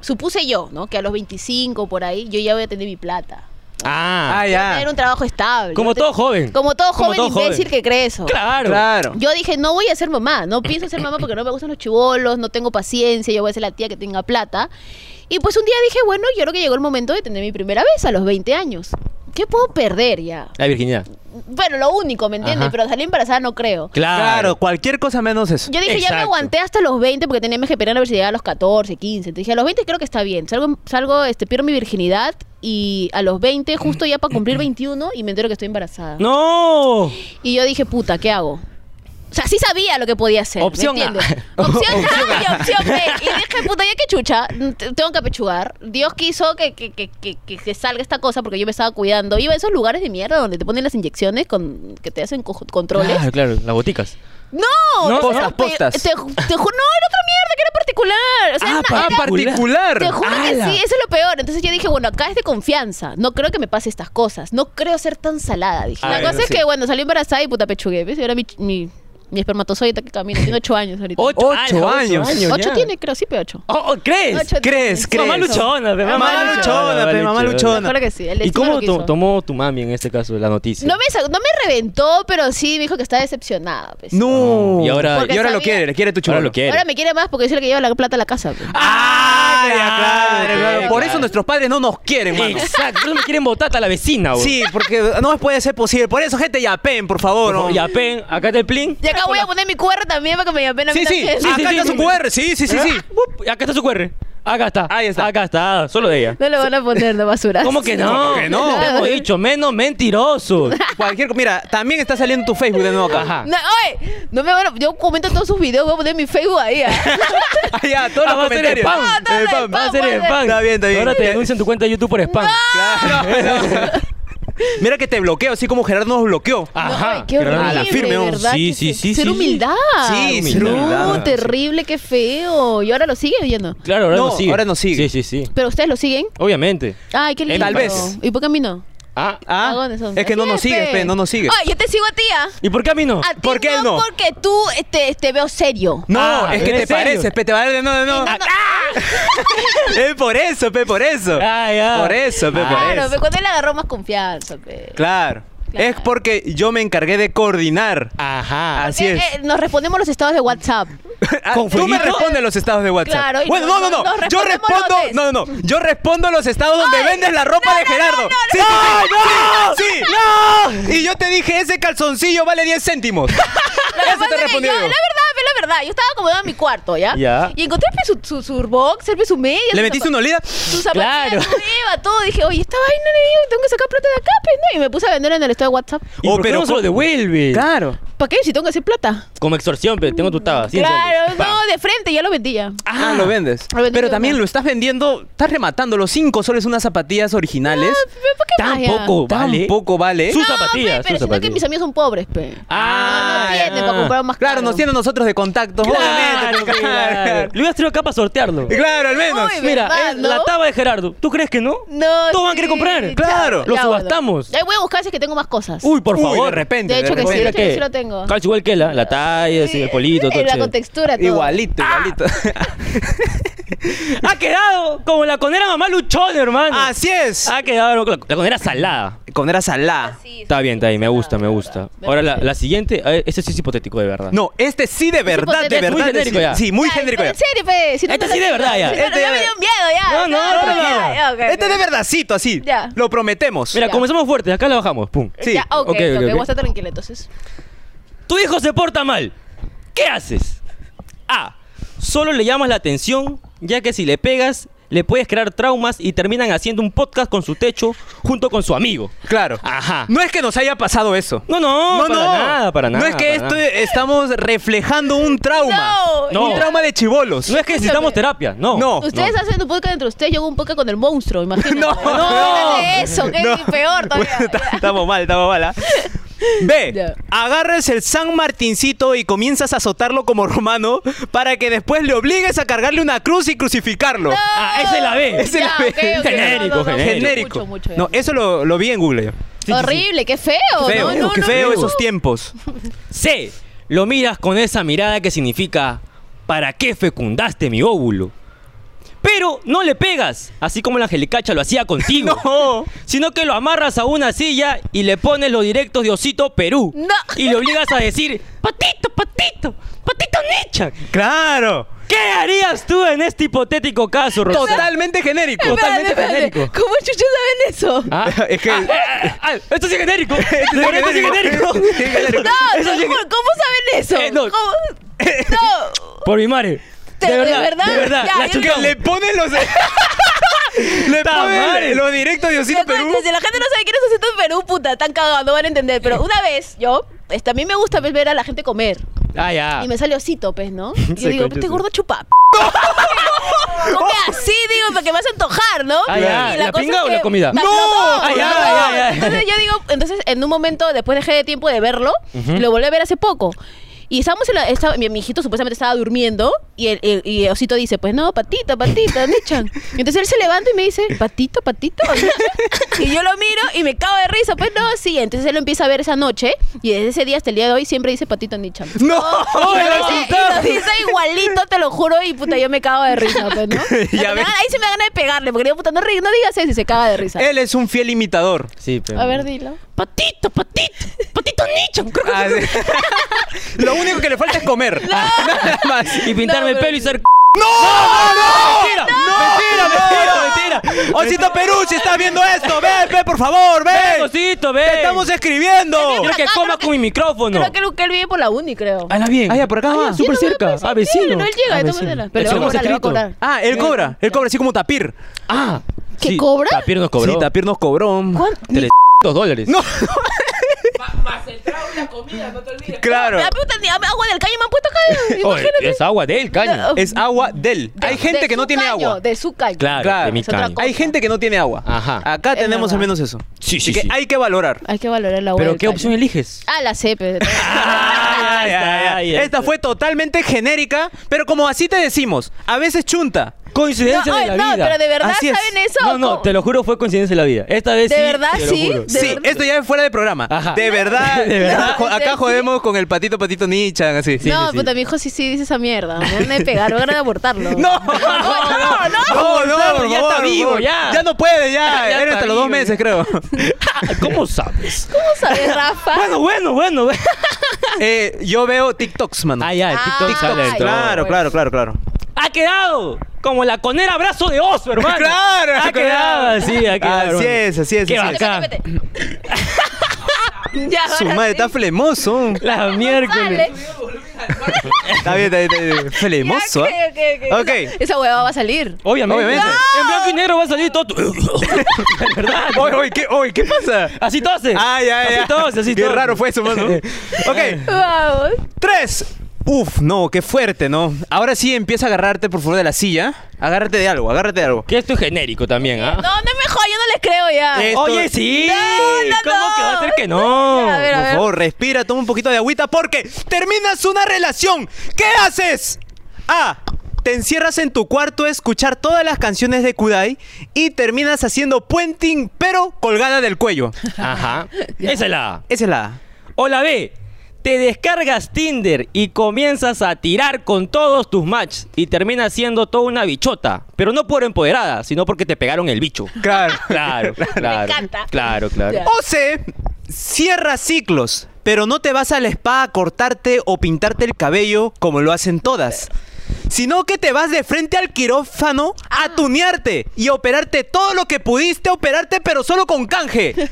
supuse yo, ¿no? Que a los 25 por ahí yo ya voy a tener mi plata.
Ah,
Ah,
Voy a
ya.
tener un trabajo estable.
Como
Yo te-
todo joven.
Como todo
Como
joven
todo
imbécil
joven.
que cree eso.
claro.
Claro.
Yo dije, no voy a ser mamá, no pienso ser mamá porque no me gustan los chivolos, no tengo paciencia, yo voy a ser la tía que tenga plata. Y pues un día dije, bueno, yo creo que llegó el momento de tener mi primera vez a los 20 años. ¿Qué puedo perder ya?
La virginidad.
Bueno, lo único, ¿me entiendes?
Ajá.
Pero salir embarazada no creo.
Claro.
Claro.
cualquier cosa menos eso.
Yo dije, ya me
Exacto.
aguanté hasta los 20 porque tenía que esperar a ver si llegaba a los 14, 15. Entonces dije, a los 20 creo que está bien. Salgo, salgo este, pierdo mi virginidad y a los 20, justo ya para cumplir 21, y me entero que estoy embarazada.
¡No!
Y yo dije, puta, ¿qué hago? O sea, sí sabía lo que podía hacer. ¿me
Opción A.
entiendes? Opción A y opción B. Y dije, puta, ya que chucha, t- tengo que apechugar. Dios quiso que, que, que, que, que- que salga esta cosa porque yo me estaba cuidando. Iba a esos lugares de mierda donde te ponen las inyecciones con, que te hacen co- controles.
Claro, claro, las boticas.
¡No!
No,
no,
postas,
no, pe-
postas.
Te, ju- te ju- no, era otra mierda que era particular. O sea,
Ah,
era-
pa-
era-
particular.
te juro que
¡Hala!
sí, eso es lo peor. Entonces yo dije, bueno, acá es de confianza. No creo que me pase estas cosas. No creo ser tan salada, dije.
Ah,
La
bueno,
cosa es
sí.
que, bueno, salí embarazada y puta pechugué. ¿ves? Y Era mi, mi, mi espermatozoide que camina. Tiene ocho años ahorita.
Ocho,
Ocho
ala, ocho
años.
Ocho
ya.
tiene, creo, sí, pe ocho.
Oh, oh, ¿Crees?
Ocho
¿Crees? ¿Crees?
Mamá luchona, pe,
Mamá luchona, pe, mamá luchona.
Claro que sí. el
¿Y
destino
cómo
lo quiso.
to- tomó tu mami en este caso la noticia?
No me, sa- no me reventó, pero sí me dijo que estaba decepcionada. pues.
No.
Y ahora-
y ahora lo
Porque
quiere, le quiere tu cholo.
Ahora lo quiere.
Ahora me quiere más porque yo soy la que lleva la plata a la casa. pues.
Ah, ya,
claro,
claro, claro.
claro.
Por eso nuestros padres no nos quieren, mano.
Exacto, no me quieren botar a la vecina, bro.
Sí, porque no puede ser posible. Por eso, gente, ya pen, por favor. ¿no?
Y apen, acá está el plin.
Y acá voy a poner mi QR también para que me llame pena. a mí
Sí, sí,
también.
sí,
acá
sí,
está
sí,
su
sí.
QR. Sí, sí, sí, sí.
Up, Ah, Acá está su QR. Acá está.
Ahí está.
Acá está, solo de ella.
No lo van a poner de basura.
¿Cómo que no?
¿Cómo que no?
Te hemos dicho, menos mentiroso.
Cualquier, co- mira, también está saliendo tu Facebook de nuevo acá.
Ajá.
No, oye, no me van a- yo comento todos sus videos, voy a poner mi Facebook ahí. ¿ah?
Ah, ya, todos
Ah,
los
va a ser
comentarios.
spam.
Ah, todo
El
el
spam.
Va a ser
Vamos,
spam.
Está bien, está bien.
Ahora te denuncian tu cuenta de YouTube por spam.
Claro, Ah, no. Mira que te bloqueo, así como Gerardo nos bloqueó.
Ajá.
No, ay, qué horrible,
a la firme, ¿no?
¿verdad?
Sí,
Que
sí,
se-
sí,
Ser
sí.
humildad.
Sí,
ser humildad.
No, terrible, qué feo. Y ahora lo sigue viendo.
Claro, ahora
No,
nos sigue.
ahora nos sigue.
Sí, sí, sí.
Pero ustedes lo siguen.
Obviamente.
Ay, qué
Eh,
lindo.
tal vez.
¿Y por qué a mí no?
Ah,
Ah,
Cagones son.
es que no
Así
nos sigue, pe, no nos sigue.
Ay, yo te sigo a ti, ¿ah?
¿y por qué a mí no?
A ti
¿Por qué no?
Porque tú eh, te, te veo serio.
No,
Ah,
es que
¿en
te
serio?
pareces, pe, te parece. No, no, no. Es por eso, pe, por eso.
Ah, ya.
Por eso, pe, por
Claro,
eso.
pero cuando él agarró más confianza. pe.
Claro.
Claro.
Es porque yo me encargué de coordinar.
Ajá.
Así
Eh,
es.
eh, nos respondemos los estados de WhatsApp.
Ah,
¿Con
Tú me
fueguito?
respondes los estados de WhatsApp.
Claro, y
bueno,
nos-
no, no, no.
nos
Yo
respondemos
respondo.
los
No, no, no. Yo respondo los estados donde
Ay,
vendes la ropa
no,
de
no,
Gerardo.
no, no,
sí,
no,
sí, sí, sí, sí. Y yo te dije, ese calzoncillo vale 10 céntimos.
Lo que
Eso
pasa
te
es que
respondió
yo,
yo.
La verdad, ve la verdad. Yo estaba acomodada en mi cuarto, ¿ya?
Ya.
Y encontré pues, su, su, su boxer, pues, su media.
¿Le metiste una olida?
Su zapatillas,
Claro.
su Eva, todo. Dije, oye, esta vaina, le tengo que sacar plata de acá, pues, ¿no? Y me puse a vender en el estado de WhatsApp.
¿Y
Oh,
por qué
pero
no se lo
¿cómo?
devuelve?
Claro.
¿Para qué? Si tengo que hacer plata.
Como extorsión, pero tengo tu taba. cien
claro,
soles.
no,
Pa.
de frente, ya lo vendía.
Ah, lo vendes.
Lo vendí
Pero
yo
también
mismo.
lo estás vendiendo, estás rematando los 5 soles unas zapatillas originales.
¿Por Ah, qué más ya?
Tampoco vale.
Tampoco vale.
Sus
No,
zapatillas.
pe, pero
sus
sino que
zapatillas.
mis amigos son pobres, pe.
Ah,
no tienen
ya.
para comprar más
Claro,
caro.
nos tienen nosotros de contacto,
Claro,
obviamente.
claro.
Claro.
Lo hubieras traído acá para sortearlo.
Claro, al menos.
Uy,
Mira,
¿verdad,
es
no?
la taba de Gerardo. ¿Tú crees que no?
No,
Todos van a
sí.
querer comprar.
Claro,
lo
ya,
subastamos.
Bueno. Ahí voy a buscar si es que tengo más cosas.
Uy, por
Uy,
favor.
de repente.
De hecho que sí,
repente.
de
Mira
hecho que
que-
sí lo tengo.
Calza igual que la, la talla, así, el polito, todo.
Y la
chévere.
contextura, todo.
Igualito, igualito.
Ha quedado como la conera mamá luchona, hermano.
Así es.
Ha quedado la, la conera salada.
Con era salá.
Ah, Sí, sí,
Está bien, está bien, me gusta, me gusta.
Me
Ahora la,
parece.
la siguiente, a ver, este sí es hipotético de verdad.
No, este sí de verdad, de
hipotético, es muy
verdad. de-
genérico ya.
Sí, muy
Ya,
genérico ya.
En serio, pe. Si no
Este
me
sí de
lo-
verdad, ya.
Si no,
Este
ya
ya-
me dio miedo ya.
No, no,
Ya,
tranquila.
ya, ok,
Este
ok.
de verdadcito, así.
Ya.
Lo prometemos.
Mira,
Ya.
comenzamos fuerte, acá la bajamos, pum.
Sí,
Ya,
ok,
ok, ok,
ok, ok.
voy a estar tranquila entonces.
Tu hijo se porta mal. ¿Qué haces? A. Solo le llamas la atención, ya que si le pegas, le puedes crear traumas y terminan haciendo un podcast con su techo junto con su amigo.
Claro.
Ajá.
No es que nos haya pasado eso.
No, no, para nada, para nada.
No es que
para
esto
nada.
estamos reflejando un trauma.
No,
No.
Un trauma de chivolos.
No es que necesitamos terapia, no.
No.
Ustedes hacen un podcast entre ustedes, yo hago un podcast con el monstruo, imagínate.
No,
no.
Imagínate Eso, que es peor todavía.
Estamos mal, estamos mal. ¿ah? B.
Ya.
Agarras el San Martincito y comienzas a azotarlo como romano para que después le obligues a cargarle una cruz y crucificarlo.
Ah, esa es la B.
Esa es la
Ya,
B.
ok, ok,
Genérico,
no, no, no,
Genérico.
mucho, mucho, ya.
no, eso lo, lo vi en Google.
sí, sí.
Horrible, qué feo.
Feo,
no, no,
qué
no,
feo
no.
esos tiempos.
C. Lo miras con esa mirada que significa ¿Para qué fecundaste mi óvulo? P. Pero no le pegas, así como la angelicacha lo hacía contigo. Sino que lo amarras a una silla y le pones los directos de Osito Perú.
No.
Y le obligas a decir, patito, patito, patito Necha.
¡Claro!
¿Qué harías tú en este hipotético caso, Rosa?
Totalmente genérico.
Totalmente genérico.
¿Cómo chuchos saben eso?
Ah,
Es que-
ah, ah, esto sí es genérico. esto sí es genérico.
Esto sí es genérico.
No,
Eso
te
sí es
juro, ¿cómo saben eso?
Eh, no.
¿Cómo? No.
Por mi madre.
¿De- de verdad?
de verdad.
Ya,
la
yo-
chutamos.
Que le ponen los. le
madre!
ponen los directos de Osito
Ya, pues,
Perú.
Si la gente no sabe quién es Osito en Perú, puta, están cagados, no van a entender. Pero una vez, yo, este, a mí me gusta pues, ver a la gente comer.
Ah, ya.
Y me sale Osito, pues, ¿no? Y
Sí,
yo digo,
concha
este
su-
gordo chupa. p-". Come así, digo, porque me vas a antojar, ¿no?
Ah, ya.
Y
¿La
cosa
pinga
es
o
que-
la comida?
¡No!
Ah, ya,
no.
ya, ya, ya.
Entonces yo digo, entonces en un momento, después dejé de tiempo de verlo, lo volví a ver hace poco. Y estábamos en la. estaba- mi, mi hijito supuestamente estaba durmiendo y el, el- y Osito dice: Pues no, patita, patita, Nechan. Y entonces él se levanta y me dice: Patito, patito. y yo lo miro y me cago de risa. Pues no, sí. Entonces él lo empieza a ver esa noche y desde ese día hasta el día de hoy siempre dice: Patito, Nichan.
¡No!
Y
¡Ay,
lo
la
dice-
puta!
y lo dice igualito, te lo juro, y puta, yo me cago de risa, pues, ¿no?
Ya
Me
ves.
da- ahí se me da ganas de pegarle, porque digo, puta, no, ri- no digas eso y se caga de risa.
Él es un fiel imitador.
Sí, pero...
A ver, dilo.
Patito, patito, patito Nicho.
Ah, sí. Lo único que le falta es comer. Nada más.
Y pintarme
No,
el
pero-
pelo y ser...
¡No!
¡Mentira! ¡Mentira, mentira, mentira!
Osito Perú, si estás viendo esto, ven, ven, por favor,
¡Ven,
ven.
Osito, ven!
Te estamos escribiendo.
Quiero que
acá,
comas
creo que-
con mi micrófono.
Creo que él, que él vive por la uni, creo.
Ah, la bien.
Ah, ya, por acá
Ah,
va.
ya,
Sí,
Súper
no me
cerca.
parece
Ah,
que
vecino.
no, él llega,
Ah,
de todas
vecino.
maneras, pero
Eso
le va a
hemos
cobrar, le va a
escrito.
cobrar.
Ah, él cobra, él cobra así como Tapir.
Ah.
¿Que
sí,
cobra?
Tapir nos cobró.
Sí, Tapir nos cobró.
¿Cuánto?
300 dólares.
No,
Más el trago y la comida, no te olvides.
claro.
Me da puta, ni agua del caño me han puesto acá.
Oye,
Imagínate.
es agua del caño.
No,
Es agua del.
De-
Hay
de
gente que
su
no tiene
caño,
agua.
De su caño.
Claro,
Claro.
de mi
Es otra
caño.
cosa.
Hay gente que no tiene agua.
Ajá.
Acá
Es
tenemos al
verdad.
menos eso.
Sí, sí,
Así que
sí.
hay que valorar.
Hay que valorar el agua.
¿Pero
del
qué
caño.
opción eliges?
Ah, la C, pero.
Ah, ya, ya, ya.
Esta fue totalmente genérica, pero como así te decimos, a veces chunta.
Coincidencia
No,
de la
no,
vida.
pero de verdad
Así es.
saben eso.
No, no,
¿Cómo?
te lo juro, fue coincidencia de la vida. Esta vez
¿De
sí.
verdad
te lo
sí?
juro.
¿De
sí,
verdad?
esto ya es fuera de programa.
Ajá.
De verdad.
De verdad.
acá jo-
Sí,
Acá
sí.
jodemos con el patito patito Nichan, así.
Sí,
no,
sí, sí.
puta, mi hijo sí, sí dice esa mierda. Me van a pegar, me van a abortarlo.
No,
no, no.
no, no, por
Ya está
favor,
vivo,
por favor.
ya.
Ya no puede, ya.
Ya
Era
está
hasta los dos
vivo,
meses,
ya.
creo.
¿Cómo sabes?
¿Cómo sabes, Rafa?
Bueno, bueno, bueno.
Eh, yo veo TikToks, mano.
Ah, ya, el TikTok
Ah,
sale de
ay,
todo.
Claro,
bueno.
claro, claro, claro.
Ha quedado como la conera abrazo de oso, hermano.
Claro,
ha quedado
claro.
así, ha quedado.
Así
hermano.
es, así es.
Qué
así es.
bacán.
Vete, vete, vete. ya,
Su
ahora
madre
sí.
está flemoso.
La
Sale.
miércoles.
Está bien, está bien, está bien. Flemoso.
Ya,
¿ah?
ok, ok, ok.
Ok.
Esa hueva va a salir.
Obviamente.
Obviamente.
En blanco y negro va a salir todo. Es verdad.
¿ah? Oye, oye, ¿qué, oye, ¿qué pasa?
Así tose.
Ay, ay, ay.
Así tose, así
Qué
tose.
raro fue eso, mano. ok,
Vamos.
tres. Uf, no, qué fuerte, ¿no? Ahora sí empieza a agarrarte, por favor, de la silla. Agárrate de algo, agárrate de algo.
Que esto es genérico también,
No,
¿ah?
no me jodas, yo no les creo ya.
Eh, esto-
Oye, sí.
No, no,
¿Cómo
no.
que va a ser que no?
A ver, a
Por
ver.
favor, respira, toma un poquito de agüita porque terminas una relación. ¿Qué haces? A. Te encierras en tu cuarto a escuchar todas las canciones de Kudai y terminas haciendo puenting, pero colgada del cuello.
Ajá. Esa es la A.
Esa es la A.
O la B. Te descargas Tinder y comienzas a tirar con todos tus matches y terminas siendo toda una bichota. Pero no por empoderada, sino porque te pegaron el bicho.
Claro.
Claro, claro.
encanta.
Claro, claro.
Ya.
O C. Cierra ciclos, pero no te vas a la spa a cortarte o pintarte el cabello como lo hacen todas. Sino que te vas de frente al quirófano a
Ah.
tunearte y a operarte todo lo que pudiste operarte, pero solo con canje. ¿Qué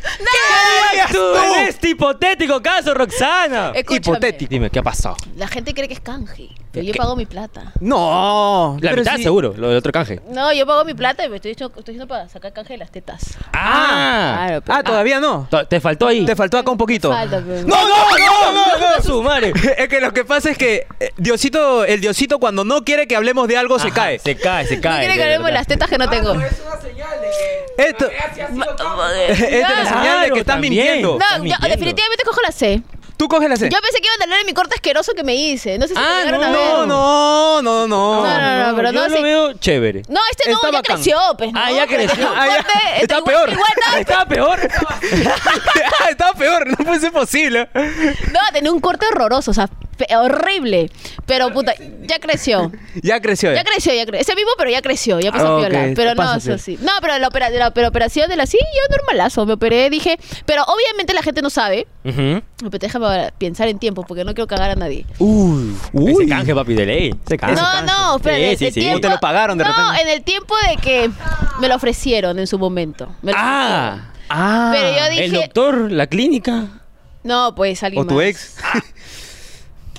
harías
Tú en este hipotético caso, Roxana.
Escúchame.
hipotético.
Dime, ¿qué ha pasado?
La gente cree que es canje, pero
¿Qué?
yo pago mi plata.
No.
La
pero
mitad
sí.
seguro, lo del otro canje.
No, yo pago mi plata y me estoy diciendo, estoy diciendo para sacar canje de las tetas.
Ah,
Claro, pues. pero-
Ah, todavía no.
To- te faltó ahí.
Te faltó acá un poquito.
Falta, pero-
No, no, no, no, no.
Su madre.
Es que lo que pasa es que eh, Diosito, el Diosito cuando no quiere que hablemos de algo se
Ajá,
cae.
Se cae, se cae.
no quiere que
de
hablemos de
verdad.
las tetas que no tengo.
Ah, no, es una señal de que.
Esto-
la gracia ha sido todo.
Esta es la
Claro,
señal de que estás
también.
Oh, mintiendo.
Estás
No, yo
mintiendo.
definitivamente cojo la C.
Tú coges la C.
Yo pensé que iban a hablar de mi corte asqueroso que me hice. No sé si
Ah,
me llegaron a ver.
No, no, no, no.
No, no, pero
yo
no,
lo
sí.
veo chévere.
No, este no,
Está
ya
bacán.
creció, pues. ¿no?
Ah, ya creció.
Mi
Ah, ya.
corte está
Está
igual-
peor.
igual no.
Estaba peor.
Ah, Estaba peor, no puede ser posible.
No, tenía un corte horroroso, o sea, pe- horrible. Pero puta, ya creció.
Ya creció.
Ya creció, ya creció. Ese mismo, pero ya creció, ya pasó
Eh. Ah, ok,
piola. Pero no,
pasa
eso
piola.
sí. No, pero la, opera- la- pero operación de la sí, yo normalazo. Me operé, dije. Pero obviamente la gente no sabe.
Ujú.
Pero déjame pensar en tiempo, porque no quiero cagar a nadie.
Uy,
Ese
uy.
canje, papi, de ley. Ese
Ah,
canje.
no, no, pero
Sí,
en el
sí, sí.
tiempo-
¿O te lo pagaron de
no,
repente?
en el tiempo de que me lo ofrecieron en su momento. Me lo ofrecieron.
Ah,
Ah.
Pero yo dije-
el doctor, la clínica.
No, pues alguien
O tu
más.
ex.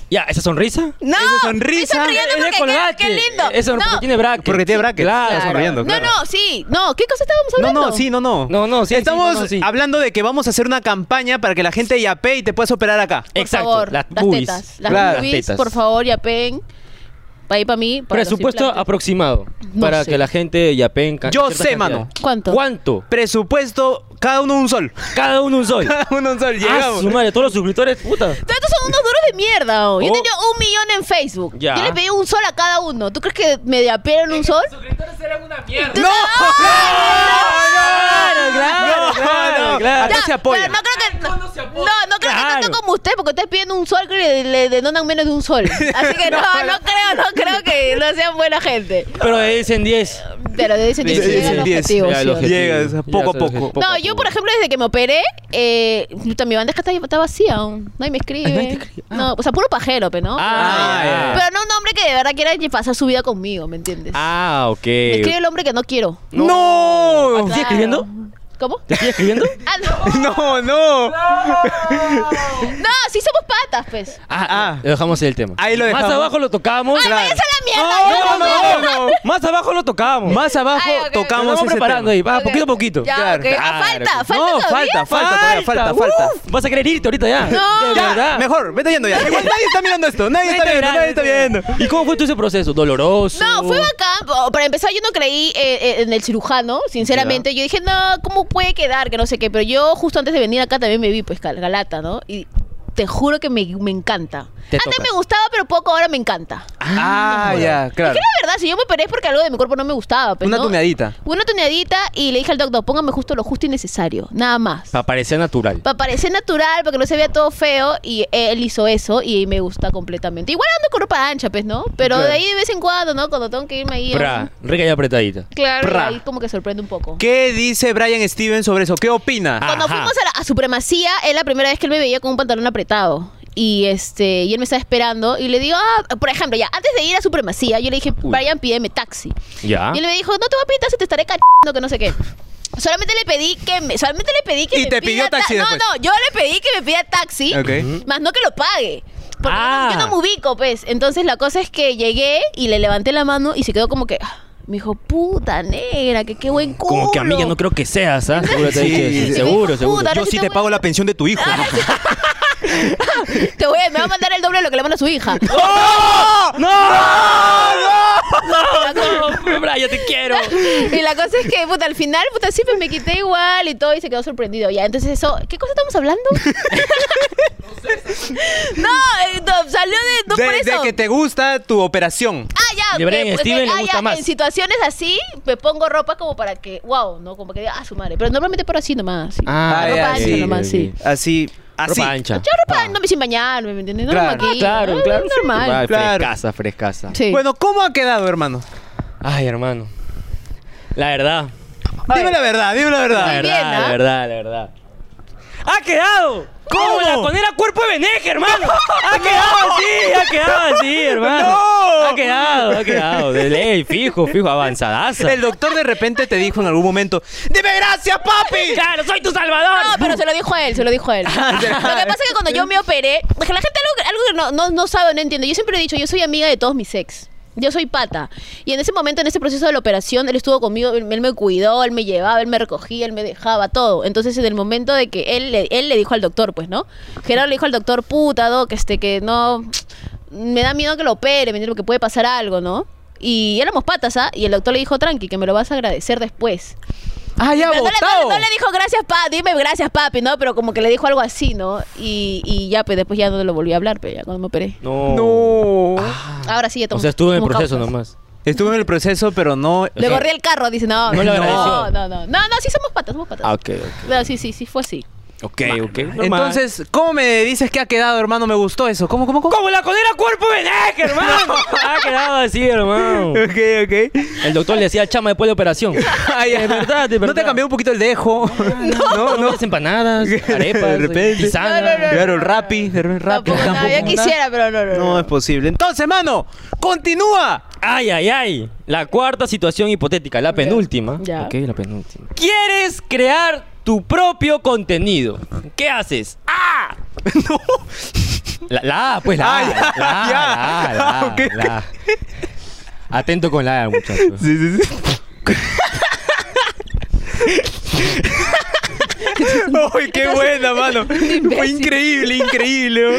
Ya, esa sonrisa.
No,
Esa sonrisa.
estoy sonriendo
Es de
porque qué-
colgate.
qué lindo.
Eso
No.
porque tiene bracket.
Porque tiene bracket.
Claro.
Está sonriendo,
no,
claro.
no, sí, no, ¿qué cosa estábamos
No,
hablando?
no, sí, no, no.
No, no, sí, sí,
Estamos
no, no, sí.
hablando de que vamos a hacer una campaña para que la gente yapee y te puedas operar acá.
Por
Exacto,
favor,
las
las,
boobies.
tetas, las
Claro, las
boobies,
tetas.
por favor, ya peguen. Para ir para mí, para los
Presupuesto
implantes.
aproximado
No
para
sé.
que la gente yapee en ca-
Yo
cierta
sé,
cantidad.
mano.
¿Cuánto?
¿Cuánto?
Presupuesto, cada uno un sol.
Cada uno un sol.
Cada uno un sol,
Ah,
llegamos.
su madre, todos los suscriptores, puta.
Pero estos son unos duros de mierda. oh. Yo
Oh.
tenía un millón en Facebook.
Ya.
Yo le pedí un sol a cada uno. ¿Tú crees que me diapearon un sol? ¡ah!
Los suscriptores eran una mierda.
¡No! ¡Claro,
claro, claro, claro.
Acá
Ya,
se apoya.
Pero no creo que. No,
Ay, no se apoya.
no, no creo
Claro.
que tanto como usted, porque ustedes piden un sol que le, le denonan menos de un sol. Así que no, no, creo, no creo que no sean buena gente.
Pero de 10 en 10.
Pero de ese
De
tipo
diez
llegan
en
los
diez,
objetivos.
ya,
¿sí
el
o no?
objetivo. Llegas poco a
Llegas
poco.
poco
No,
a
yo
poco.
por ejemplo desde que me operé, eh, puta, mi banda está, está vacía aún. Nadie me escribe.
Nadie te escribe. Ah.
No, o sea, puro pajero, pero no.
Ah, ya, ya.
Pero no un hombre que de verdad quiera pasar su vida conmigo, ¿me entiendes?
Ah, ok.
Me escribe el hombre que no quiero. Ah,
¡No!
¿Te estoy escribiendo?
¿Cómo?
¿Te estoy escribiendo?
Ah, no.
No, no.
no, sí somos patas, pues.
Ah,
Lo dejamos Ah, el tema.
Ahí lo
Más
dejamos.
abajo lo tocamos.
Ay, váyanse a la mierda.
No, no, no, no.
Más abajo lo tocábamos.
Más abajo
Ay, ok, ok.
Nos
tocamos
estamos
ese tema.
preparando ahí. Va,
Ok.
poquito a poquito.
Ya,
Claro.
ok. Ah,
Claro.
falta, falta
No,
todavía.
falta, falta, todavía, falta, falta.
uf. Vas a querer irte ahorita ya.
No.
De
Ya,
verdad.
ah. mejor, vete yendo ya. Igual nadie está mirando esto, nadie está viendo, nadie está viendo.
¿Y cómo fue todo ese proceso? ¿Doloroso?
No, fue bacán. O- Para empezar, yo no creí eh, eh, en el cirujano, sinceramente. Yo dije, no, ¿cómo puede quedar? Que no sé qué. Pero yo, justo antes de venir acá, también me vi, pues, gal- Galata, ¿no? Y te juro que me, me encanta.
Te
Antes
tocas.
me gustaba, pero poco, ahora me encanta.
Ah, ya, claro.
Es que la verdad, si yo me operé es porque algo de mi cuerpo no me gustaba. Pues,
Una
¿no?
tuneadita.
Una tuneadita y le dije al doctor, póngame justo lo justo y necesario. Nada más.
Para parecer natural.
Para parecer natural, porque no se vea todo feo. Y él hizo eso y me gusta completamente. Igual ando con ropa ancha, pues, ¿no? Pero
Claro.
de ahí de vez en cuando, ¿no? Cuando tengo que irme ahí. a
Pra, rica y apretadita.
Claro,
Pra.
ahí como que sorprende un poco.
¿Qué dice Brian Steven sobre eso? ¿Qué opina?
Ah.
Cuando
Ajá.
fuimos a, la, a Supremacía, es la primera vez que él me veía con un pantalón apretado. Y este, y él me estaba esperando y le digo, ah, por ejemplo, ya, antes de ir a Supremacía, yo le dije,
Uy.
Brian, pídeme taxi.
Ah.
Ya.
Y él me dijo, no te voy a pedir taxi, te estaré cachando que no sé qué. Solamente le pedí que me, solamente le pedí que
Y
me
te pidió
pida ta-
taxi
No,
después.
no, yo le pedí que me pida taxi,
Ok.
más no que lo pague. Porque
Ah.
yo no me ubico, pues. Entonces la cosa es que llegué y le levanté la mano y se quedó como que. ah, Me dijo, puta negra, que qué buen culo.
Como que amiga no creo que seas, ¿ah? Seguro, te
Sí,
dije,
sí, sí.
seguro,
Puta,
seguro.
ahora
Yo
sí Ah,
sí
te
te
voy a-
pago la pensión de tu hijo.
Te voy a, me va a mandar el doble de lo que le manda a su hija.
No, no, Brian, te quiero.
y la cosa es que, puta, al final, puta, sí, pues me quité igual y todo y se quedó sorprendido. Ya, entonces eso, ¿qué cosa estamos hablando? no, eh, no, salió de, no
de,
por
de
eso.
que te gusta tu operación.
Ah, ya,
De Brian
que, pues,
Steven
que-
le
ah,
gusta
ya,
más.
En situaciones así, me pongo ropa como para que, wow, ¿no? Como que diga, ah, su madre. Pero normalmente por así nomás. sí.
Ah,
ropa
ya,
ancha
sí,
nomás,
ok,
sí.
ok.
Así, así.
Ropa ancha. Ah,
Yo ropa no me sin bañarme, ¿me entiendes? No me
Claro.
maquillo,
Claro,
eh,
claro. sí,
Normal.
va,
Claro.
Frescasa, frescasa.
Sí.
Bueno, ¿cómo ha quedado, hermano?
Ay, hermano. La verdad.
Dime la verdad, dime la
La
verdad.
Muy bien,
verdad,
¿ah?
la verdad, la verdad. ¡Ha quedado!
¿Cómo?
Como la conera cuerpo de Veneje, hermano. Ha quedado así, ha quedado así, hermano.
No.
Ha quedado, ha quedado. De ley, fijo, fijo, avanzadaza.
El doctor de repente te dijo en algún momento, dime gracias, papi.
¡Claro, soy tu salvador!
No, pero se lo dijo a él, se lo dijo a él. lo que pasa es que cuando yo me operé, es que la gente algo, algo que no, no, no sabe, no entiende. Yo siempre he dicho, yo soy amiga de todos mis ex. Yo soy pata. Y en ese momento, en ese proceso de la operación, él estuvo conmigo, él, él me cuidó, él me llevaba, él me recogía, él me dejaba, todo. Entonces, en el momento de que él, le- él le dijo al doctor, pues, ¿no? Gerardo le dijo al doctor, puta, doc, este, que no. Me da miedo que lo opere, ¿me entiendes? Porque puede pasar algo, ¿no? Y éramos patas, ¿ah? Y el doctor le dijo, tranqui, que me lo vas a agradecer después.
Ah, ya,
Pero no, le, no
votado.
le- no le dijo gracias, papi, dime gracias, papi, ¿no? Pero como que le dijo algo así, ¿no? Y, y ya, pues después ya no lo volví a hablar, pero ya cuando me operé.
No.
No.
Ahora sí, ya
O
tomo-
sea, estuvo en el
tomo
proceso
causas.
nomás.
Estuve en el proceso, pero no.
Le corrí el carro, dice, no,
No
no,
le
no,
agradeció.
no, no, no, no, sí somos patas, somos patas.
Ah, ok, ok.
No, sí, sí, sí, fue así.
Ok, ok. Entonces,
Entonces, ¿cómo me dices que ha quedado, hermano? Me gustó eso. ¿Cómo, cómo, cómo?
como la condena cuerpo veneje, hermano.
Ah,
ha quedado así, hermano.
Ok, ok.
El doctor le hacía chama después de operación.
Ay,
Es verdad, es
¿No te
verdad.
cambió un poquito el dejo?
No, no. empanadas, arepas,
De repente.
pizzana.
No, no, no.
Claro, el rapi, de repente rapi.
Tampoco, nada, yo
Tampoco
quisiera, pero no, no,
nada.
no.
No es posible. Entonces, mano, continúa.
Ay, ay, ay. La cuarta situación hipotética, la penúltima.
Ya.
Ok, la penúltima. ¿Quieres crear tu propio contenido? ¿Qué haces? ¡Ah! no. La, la A, pues la
Ah,
A.
ya,
la A,
ya.
la A, la A,
Ok, ok.
la A. Atento con la A, muchachos.
Sí, sí, sí. Uy, qué buena, mano. Fue increíble, increíble.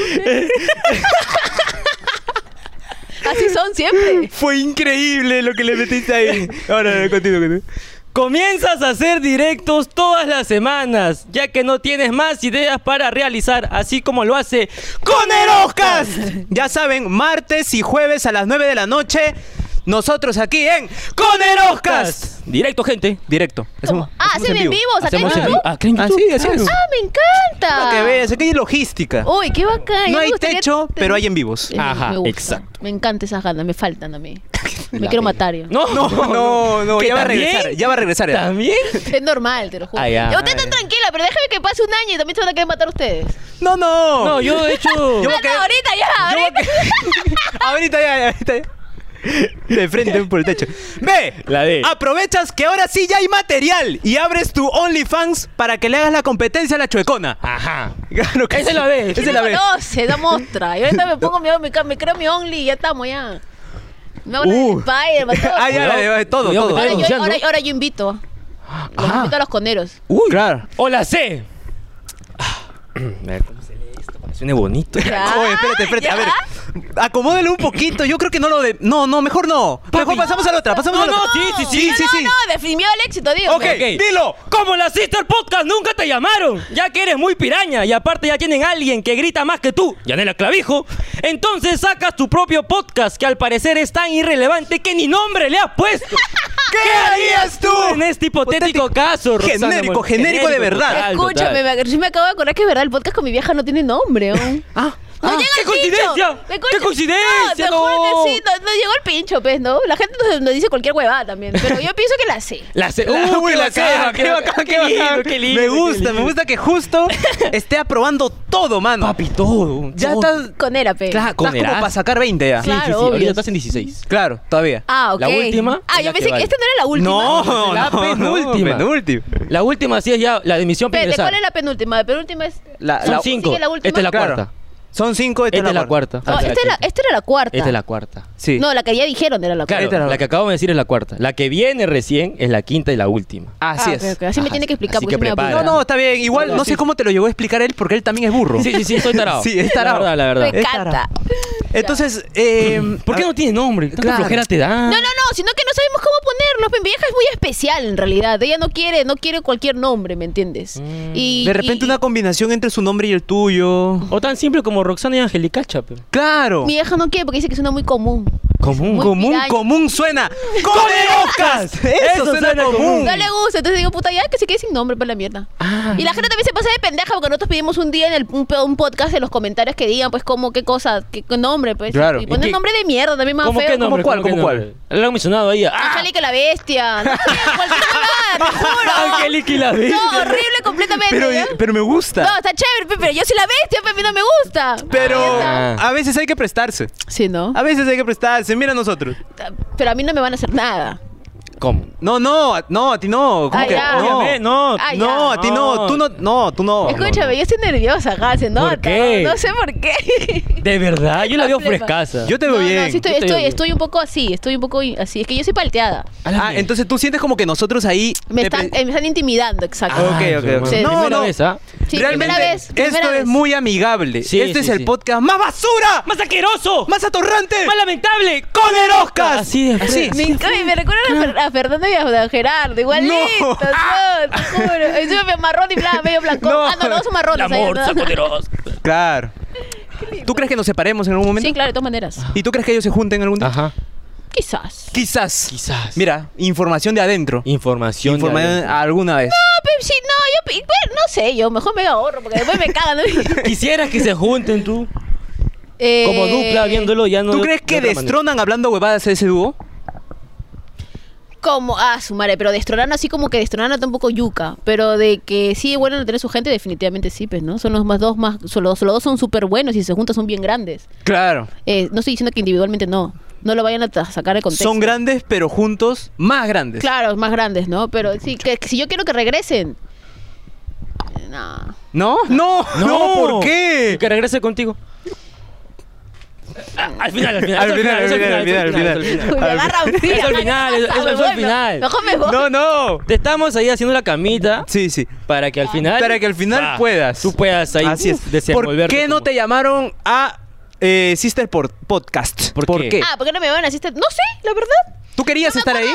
Así son siempre.
Fue increíble lo que le metiste ahí. Ahora, continúa, continúa.
Comienzas a hacer directos todas las semanas, ya que no tienes más ideas para realizar, así como lo hace
con Eroscas. Ya saben, martes y jueves a las 9 de la noche, nosotros aquí en Con Eroscas.
Cast. Directo, gente.
Directo. Hacemos-
Ah,
hacemos
¿hacen en vivo? ¿Sacan
Hacemos
en
en
vivo?
vivo.
Ah, ¿creen
Ah,
YouTube?
sí, así es.
¡Ah, me encanta!
Para que veas, aquí hay logística.
Uy, qué bacán.
No
ya me
hay
gustaría
techo,
tener-
pero hay en vivos.
Eh,
Ajá,
me gusta.
exacto.
Me encantan esas ganas, me faltan a mí. Me
La
quiero
pena.
matar yo.
No,
No, no, no,
¿Que
ya va a
también?
regresar, ya va a regresar. ya.
¿También?
Es normal, te lo juro.
Ah,
Ay, ay,
yo usted
ay.
tan tranquila, pero déjame que pase un año y también se van a querer matar ustedes.
No, no.
No, yo de hecho...
Yo voy a
No,
quedar-
no, ahorita ya,
yo voy a
ahorita.
quedar- ahorita ya, ahorita ya. De frente por el techo. Ve,
La D.
aprovechas que ahora sí ya hay material y abres tu OnlyFans para que le hagas la competencia a la chuecona.
Ajá.
Claro que
Esa es
sí.
la B.
Esa
¿Quién
es la
No,
B.
no, se da mostra. Yo ahorita me pongo mi, mi, me creo mi only y ya estamos ya. Me van a
Uh.
Spider-Man, todo.
Ah, ya, la de- todo,
Cuidado que
todo.
está
ahora, yo,
denunciando.
ahora- ahora yo invito. Los
Ah.
invito a los coneros.
Uy, claro.
O la C. Ah, A ver, ¿cómo se lee esto? Para que suene bonito.
Ya,
Oye, espérate, espérate.
ya.
A ver, acomódelo un poquito. Yo creo que no lo de. No, no, mejor no. Mejor
Papi.
pasamos a la otra. Pasamos
No,
a la
no,
otra.
sí, sí, sí,
sí,
no,
sí.
no, definió el éxito, digo.
Ok, dilo.
Como la Sister Podcast nunca te llamaron, ya que eres muy piraña y aparte ya tienen a alguien que grita más que tú, Yanela Clavijo, entonces sacas tu propio podcast que al parecer es tan irrelevante que ni nombre le has puesto.
¿Qué harías tú?
En este hipotético
Oh, Hipotético.
caso, Roxana
Genérico,
Mol-
genérico de verdad.
total,
Escúchame,
total.
me, sí me acabo de acordar que es verdad, el podcast con mi vieja no tiene nombre. aún.
Ah,
No llega
¡Qué
el pincho.
coincidencia!
Me
¡Qué coincidencia!
No, te juro
no!
que sí, no, no llegó el pincho, pues, ¿no? La gente nos, nos dice cualquier huevada también, pero yo pienso que la sé.
La se-
Uh,
Uy,
qué
la
bacán,
cara,
qué bacán, qué bacán. Me gusta, me gusta que justo esté aprobando todo, mano.
Papi, todo.
Ya
todo.
estás.
Con era, pe.
Claro,
con
estás como
el as.
para sacar 20 ya.
Sí, sí, sí.
Claro, obvio.
Ahorita estás en 16.
Claro, todavía.
Ah, ok.
La última
Ah,
es la
yo
que
pensé que
vale.
esta no era la última.
No,
La
no,
penúltima.
No, penúltima.
La última sí es ya la de misión
Espérate,
Pérez.
¿cuál es la penúltima? La penúltima es.
La-
Son
la-
cinco.
¿Sigue la última?
Esta es la
Claro.
cuarta.
Son cinco, esta,
Esta es la cuarta.
No,
Ah,
esta,
la
era,
quinta.
esta era la cuarta.
Esta es la cuarta.
Sí.
No, la que ya dijeron era la
Claro,
cuarta.
Esta es la-
la que acabo de decir es la cuarta. La que viene recién es la quinta y la última.
Así
Ah,
es.
ok, ok. Así me
Ajá,
tiene que explicar
así
porque
que
me
prepara.
No, no, está bien. Igual no sé cómo te lo llegó a explicar él porque él también es burro.
Sí, sí, sí, soy tarado.
Sí, es tarado.
La verdad, la
Me
verdad.
Es
encanta.
tarado. Entonces, eh,
¿Por qué no tiene nombre? Tanta
Claro.
flojera te da.
No, no, no, sino que no sabemos cómo ponernos. Mi vieja es muy especial en realidad. Ella no quiere, no quiere cualquier nombre, ¿me entiendes? Y,
de repente
y-
una combinación entre su nombre y el tuyo.
O tan simple como Roxana y Angelical Chape.
Claro.
Mi vieja no quiere porque dice que suena muy común.
Común.
Muy
común,
piraña.
común suena. ¡Comeroscas! Eso, suena, común.
No le gusta, entonces digo, puta, ya que se quede sin nombre para la mierda.
Ah.
Y la gente también se pasa de pendeja porque nosotros pedimos un día en el, un, un podcast en los comentarios que digan, pues, cómo, qué cosa, qué, qué nombre, pues.
Claro.
Y
¿Y
ponen
qué-
nombre de mierda también más
¿Cómo
feo.
qué
como
nombre?
cuál,
¿Cómo
cómo
cuál? Lo han mencionado ahí. ¡Ah!
Angélica la bestia. No, cualquier mamada, te juro.
Angélica y la Virgen.
No, horrible completamente.
Pero,
¿ya?
pero me gusta.
No, está chévere, pe- pero yo soy la bestia, Pepe, no me gusta.
pero
Ah.
a veces hay que prestarse.
Sí, ¿no?
A veces hay que prestarse. Mira a nosotros.
Ah, Pero a mí no me van a hacer nada.
¿Cómo?
No, no, a- no, a ti no. ¿Cómo
Ah,
que?
ya.
No,
Óyeme, no,
Ah, ya.
no, a ti no. Tú no, no, tú no.
Escúchame, yo estoy nerviosa acá, se nota.
qué?
No sé por qué.
De verdad, yo la veo
Flepa.
frescasa.
Yo te
No,
veo
no,
bien.
sí estoy,
yo te veo
estoy,
bien.
estoy un poco así, estoy un poco in- así. Es que yo soy palteada.
Ah, entonces tú sientes como que nosotros ahí.
Me
te
están,
pre-
eh, me están intimidando, exacto.
Ah, ok, ok, ok.
Sí.
No,
Primera
no.
vez, ¿ah?
Sí,
Realmente,
primera vez, primera
esto
vez.
es muy amigable.
Sí,
este
sí,
es el
sí.
podcast más basura,
¡Más asqueroso!
más atorrante,
¡Más lamentable!
con el Oscar.
Así de
Así.
Me, enc- ay, me recuerdan a, Fer- a Fernando y a a Gerardo, igualito, no. te juro. Encima me- marrón y blanco, medio blanco.
No.
Ah, no, no, son marrones.
La
ahí, ¿no?
morsa poderosa.
Claro. ¿Tú crees que nos separemos en algún momento? Ah.
Sí, claro, de todas maneras.
¿Y tú crees que ellos se junten algún día?
Ajá.
Quizás.
Quizás.
Quizás.
Mira, información de adentro.
Información. de
Información
alguien.
alguna vez.
No, pero sí, no, yo pi- bueno, no sé, yo mejor me ahorro porque después me cagan.
Quisieras que se junten tú,
Eh,
como dupla, viéndolo ya no.
¿Tú
de-
crees
de
que
otra manera.
destronan hablando huevadas a ese dúo?
Como, ah, su madre, pero destronar no así como que destronar no tampoco yuca, pero de que sí, bueno, no tener su gente, definitivamente sí, pues, ¿no? Son los más dos más, solo, los dos son súper buenos y se juntan son bien grandes.
Claro.
Eh, no estoy diciendo que individualmente no, no lo vayan a tra- sacar de contexto.
Son grandes, pero juntos más grandes.
Claro, más grandes, ¿no? Pero sí, que, que si yo quiero que regresen. eh, No.
¿No? No, no,
No,
¿por qué?
Que regrese contigo. Ah, Al final, al final.
Al
eso
final,
eso
al final, al final,
eso
al final.
Uy, me agarra un tiro,
Eso al
¿qué
final,
pasa,
eso- eso
güey?
fue al
Bueno,
final.
Mejor me voy.
No, no.
Te estamos ahí haciendo la camita
Sí, sí.
para que al final.
Para que al final
Ah,
puedas.
Tú puedas ahí
Así es.
uf,
¿Por
desenvolverte
qué no
como-
te llamaron a eh, Sister por Podcast?
¿Por qué?
Ah, ¿por qué no me van a asistir? No sé, la verdad.
¿Tú querías
No me
estar ahí?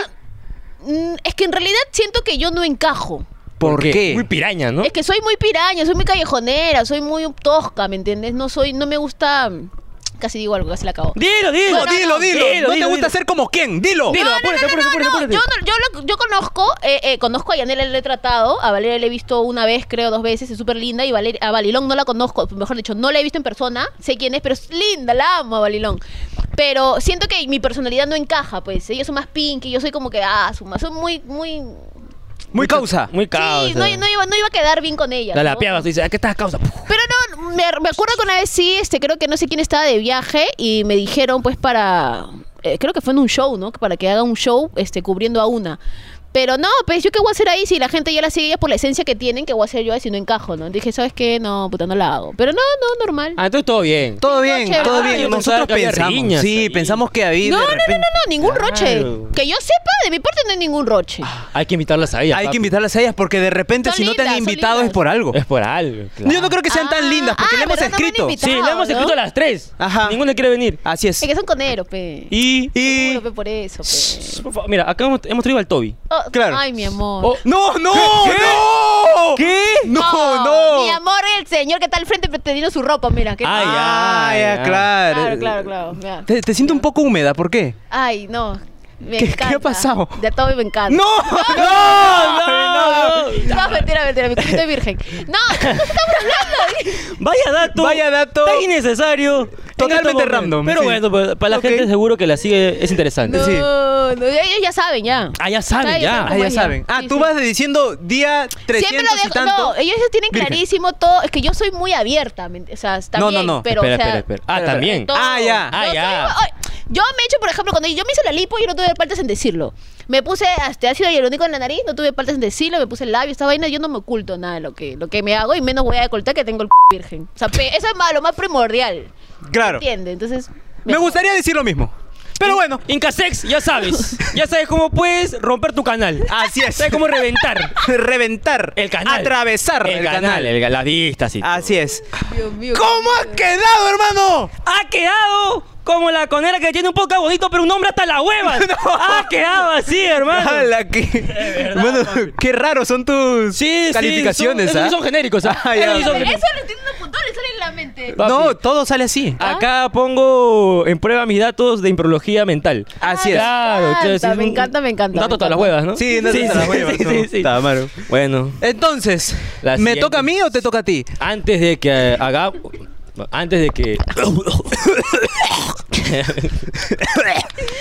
acuerdo. Mm, Es que en realidad siento que yo no encajo.
¿Por
Porque
qué?
Muy piraña, ¿no?
Es que soy muy piraña, soy muy callejonera, soy muy tosca, ¿me entiendes? No soy, no me gusta. mm, Casi digo algo, casi la acabo.
Dilo, dilo,
No, no,
dilo,
no.
dilo. ¿No te gusta ser como quién? Dilo.
Dilo,
no,
apúrate,
no, no,
apúrate,
no,
apúrate,
no,
apúrate.
Yo, no- yo, lo- yo conozco, eh, eh, conozco a Yanela, le he tratado, a Valeria le he visto una vez, creo, dos veces, es súper linda, y Valer- a Balilón no la conozco, mejor dicho, no la he visto en persona, sé quién es, pero es linda, la amo a Balilón. Pero siento que mi personalidad no encaja, pues, ellos son más pink, y yo soy como que, ah, suma, son muy, muy...
Muy causa.
Muy causa.
Sí, no, no iba, no iba a quedar bien con ella.
La
¿no?
lapeabas, tú dices, "Ah, ¿qué estás causa? Puf.
Pero no, me, me acuerdo que una vez sí, este, creo que no sé quién estaba de viaje y me dijeron pues para, eh, creo que fue en un show, ¿no? Que Para que haga un show este, cubriendo a una. Pero no, pues yo qué voy a hacer ahí si la gente ya la sigue ya por la esencia que tienen, que voy a hacer yo ahí si no encajo, ¿no? Dije, ¿sabes qué? No, puta, no la hago. Pero no, no, normal.
Ah, entonces todo bien.
Todo bien,
chévere.
todo
Ah,
bien.
yo
Nosotros
pensaba que había
pensamos.
riñas
sí,
ahí.
pensamos que había.
no,
de
no, no, no,
repente-
no, ningún
Claro. Ah,
roche. Que yo sepa, de mi parte no hay ningún roche.
Hay que invitarlas a ellas.
Hay que
papi.
invitarlas a ellas porque de repente
Son
si no te han
lindas, son
invitado es
lindas.
por algo.
Es por algo. claro.
Yo no creo que sean tan
Ah,
lindas porque
ah,
le hemos
¿verdad? No me han
escrito.
invitado.
Sí, le hemos
¿no?
escrito a las tres.
Ajá.
Ninguna quiere venir.
Así es.
Es que son coneros, pe.
Y.
Y...
Juro, pe, por eso, pe.
Por favor, mira, acá hemos, hemos traído al Toby.
Oh,
Claro.
Ay, mi amor.
Oh,
¡No, no! ¡No!
¿Qué?
¡No,
Oh,
no!
Mi amor, el señor que está al frente pretendiendo su ropa, mira. Que
Ay,
Ah,
ay,
ya,
ay.
claro.
claro, claro, claro. mira.
Te, te siento un poco húmeda, ¿por qué?
Ay, no. Me
¿Qué- qué
encanta.
ha pasado?
De a todo me encanta.
¡No! ¡No! ¡No!
No, mentira, mentira, mi culito es virgen. No, no estamos hablando.
Vaya dato.
Vaya dato.
Tan innecesario. en
Totalmente
estos momentos.
random,
Pero
sí.
bueno, pa- para la
Ok.
gente seguro que la sigue es interesante.
No,
Sí.
no, ya- ellos ya saben, ya.
Ah, ya saben,
Claro, ya
ya.
saben.
Ah, ya saben. Ah,
Sí,
tú
sí.
vas diciendo día 300
Siempre lo dejo.
y tanto.
No, ellos ya tienen
virgen.
clarísimo todo. Es que yo soy muy abierta. ¿me ent- O sea, está
No,
bien,
no, no.
pero.
espera,
o sea,
espera, espera. Ah,
espera,
también.
todo.
Ah, ya.
Ah,
Yo
ya.
soy- ay, yo me he hecho, por ejemplo, cuando yo me hice la lipo, yo no tuve partes en decirlo. Me puse este ácido hialurónico en la nariz, no tuve partes en decirlo, me puse el labio, esta vaina, yo no me oculto nada de lo que, lo que me hago y menos voy a decoltar que tengo el c- virgen. O sea, pe- eso es más, lo más primordial.
Claro.
¿Entiendes? Entonces.
Me gustaría decir lo mismo. Pero bueno,
Incasex, ya sabes. Ya sabes cómo puedes romper tu canal. Ah,
así es.
Sabes cómo reventar
Reventar.
el canal.
Atravesar el, canal. Ah.
el ga- las vistas y todo.
Así es.
Dios mío.
¿Cómo ha quedado, hermano?
Ha quedado como la conera que tiene un poco bonito, pero un hombre hasta la hueva. Ha quedado así, hermano.
¡Hala! Qué, bueno, qué raros son tus
Sí, sí,
calificaciones,
son- esos
¿ah?
sí son genéricos, ¿ah?
Ah, ya.
Esos sí
Eso
son genéricos.
lo entiendo un montón, le sale en la mente.
Papi.
No, todo sale así.
Acá pongo en prueba mis datos de imprología mental.
Así es.
Claro,
encanta,
entonces,
me encanta, me encanta,
Datos
me
hasta las
encanta.
huevas, ¿no?
Sí, no te la huevas,
sí,
¿no?
sí, sí.
Está, Maru.
Bueno,
Entonces,
La
¿me
siguiente.
toca a mí o te toca a ti?
antes de que eh, haga. Antes de que.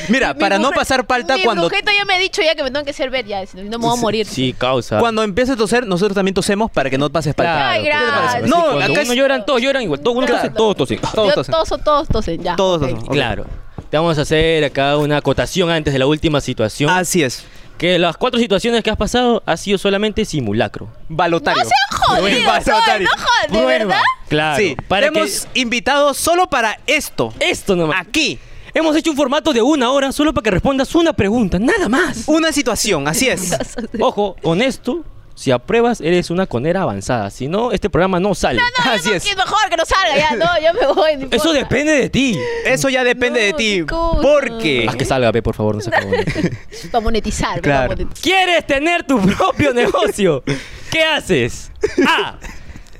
Mira, para no pasar palta
mi
cuando
brujeta ya me ha dicho ya que me tengo que ser ver ya, si no no me voy a morir.
Sí, causa.
cuando empiece a toser, nosotros también tosemos para que no pases palta.
Ay, gracias.
No,
No,
acá
acá
es-
uno lloran, todos lloran igual. Todos, uno
Claro.
tose, todos tosen.
todos
Yo
tosen.
toso, todos tosen, ya.
Todos
ok.
tosen. Ok.
Claro. Te vamos a hacer acá una acotación antes de la última situación.
Así es.
Que las cuatro situaciones que has pasado ha sido solamente simulacro.
No
Balotario.
sean jodidos,
Prueba.
oye, no jodas, ¿de
Prueba.
verdad?
Claro.
Sí,
para
te hemos invitado solo para esto.
que esto nomás.
Aquí.
Hemos hecho un formato de una hora solo para que respondas una pregunta, nada más.
Una situación, así es.
Ojo, honesto, si apruebas eres una conera avanzada, si no este programa no sale.
No,
Así
no,
es.
que mejor que no salga ya, no, yo me voy. no
Eso
importa.
depende de ti.
Eso ya depende
No,
de ti.
qué cosa. Ah,
Porque.
Haz que salga, pe, por favor, no se
Para monetizar,
Claro.
para monetizar.
¿Quieres tener tu propio negocio? ¿Qué haces? A.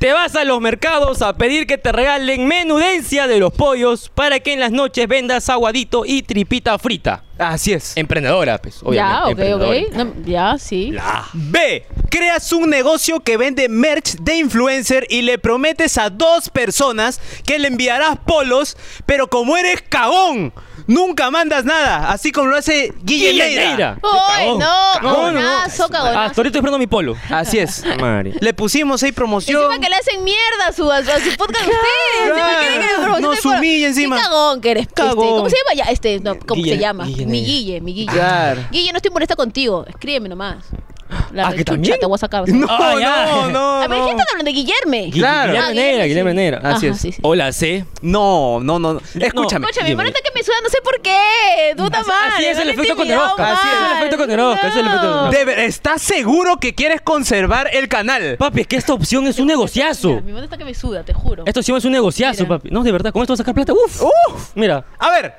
Te vas a los mercados a pedir que te regalen menudencia de los pollos para que en las noches vendas aguadito y tripita frita.
Así es.
Emprendedora, pues,
Ya, ok,
obviamente.
ok.
emprendedora.
No, ya, sí.
La.
B. Creas un negocio que vende merch de influencer y le prometes a dos personas que le enviarás polos, pero como eres cagón, nunca mandas nada, así como lo hace Guille
Guille
Neira.
Neira.
¡Ay,
Cagón,
no!
cagón,
¡Cagonazo,
Ah,
cagonazo!
hasta ahorita estoy esperando mi polo.
Así es.
Madre.
Le pusimos ahí promoción.
Encima que le hacen mierda a su, a su- a su podcast ustedes.
claro.
Encima quieren que lo promocionen
Nos
por-
humilla encima.
Qué cagón que eres. este,
Cagón.
¿Cómo se llama ya? Este, no, ¿cómo
Guille,
se llama?
Guille,
mi
nena.
Guille, mi Guille.
Claro.
Guille, no estoy molesta contigo. Escríbeme nomás. La
Ah, ¿que
rechucha
también?
te voy a sacar.
No,
Ah, ya.
no, no,
a ver, ¿qué
no.
están hablando de Guillerme?
Guille-
Claro.
Guillermo
Ah,
Neira, Guillermo
Guillermo, sí.
Neira.
Así Ajá, es. sí, sí.
Hola, C.
No, no, no. Escúchame.
Escúchame,
Guille-
por que me suda, no sé por qué. Duda más.
Así es el efecto Conderoca. Así es el efecto Conderoca, es el efecto Conderoca.
De ver- ¿Estás seguro que quieres conservar el canal?
Papi, es que esta opción es un negociazo.
Mi está que me suda, te juro.
Esta opción es un negociazo,
Mira.
papi. No, de verdad, con esto vas a sacar plata. Uf.
¡Uf!
Mira.
A ver,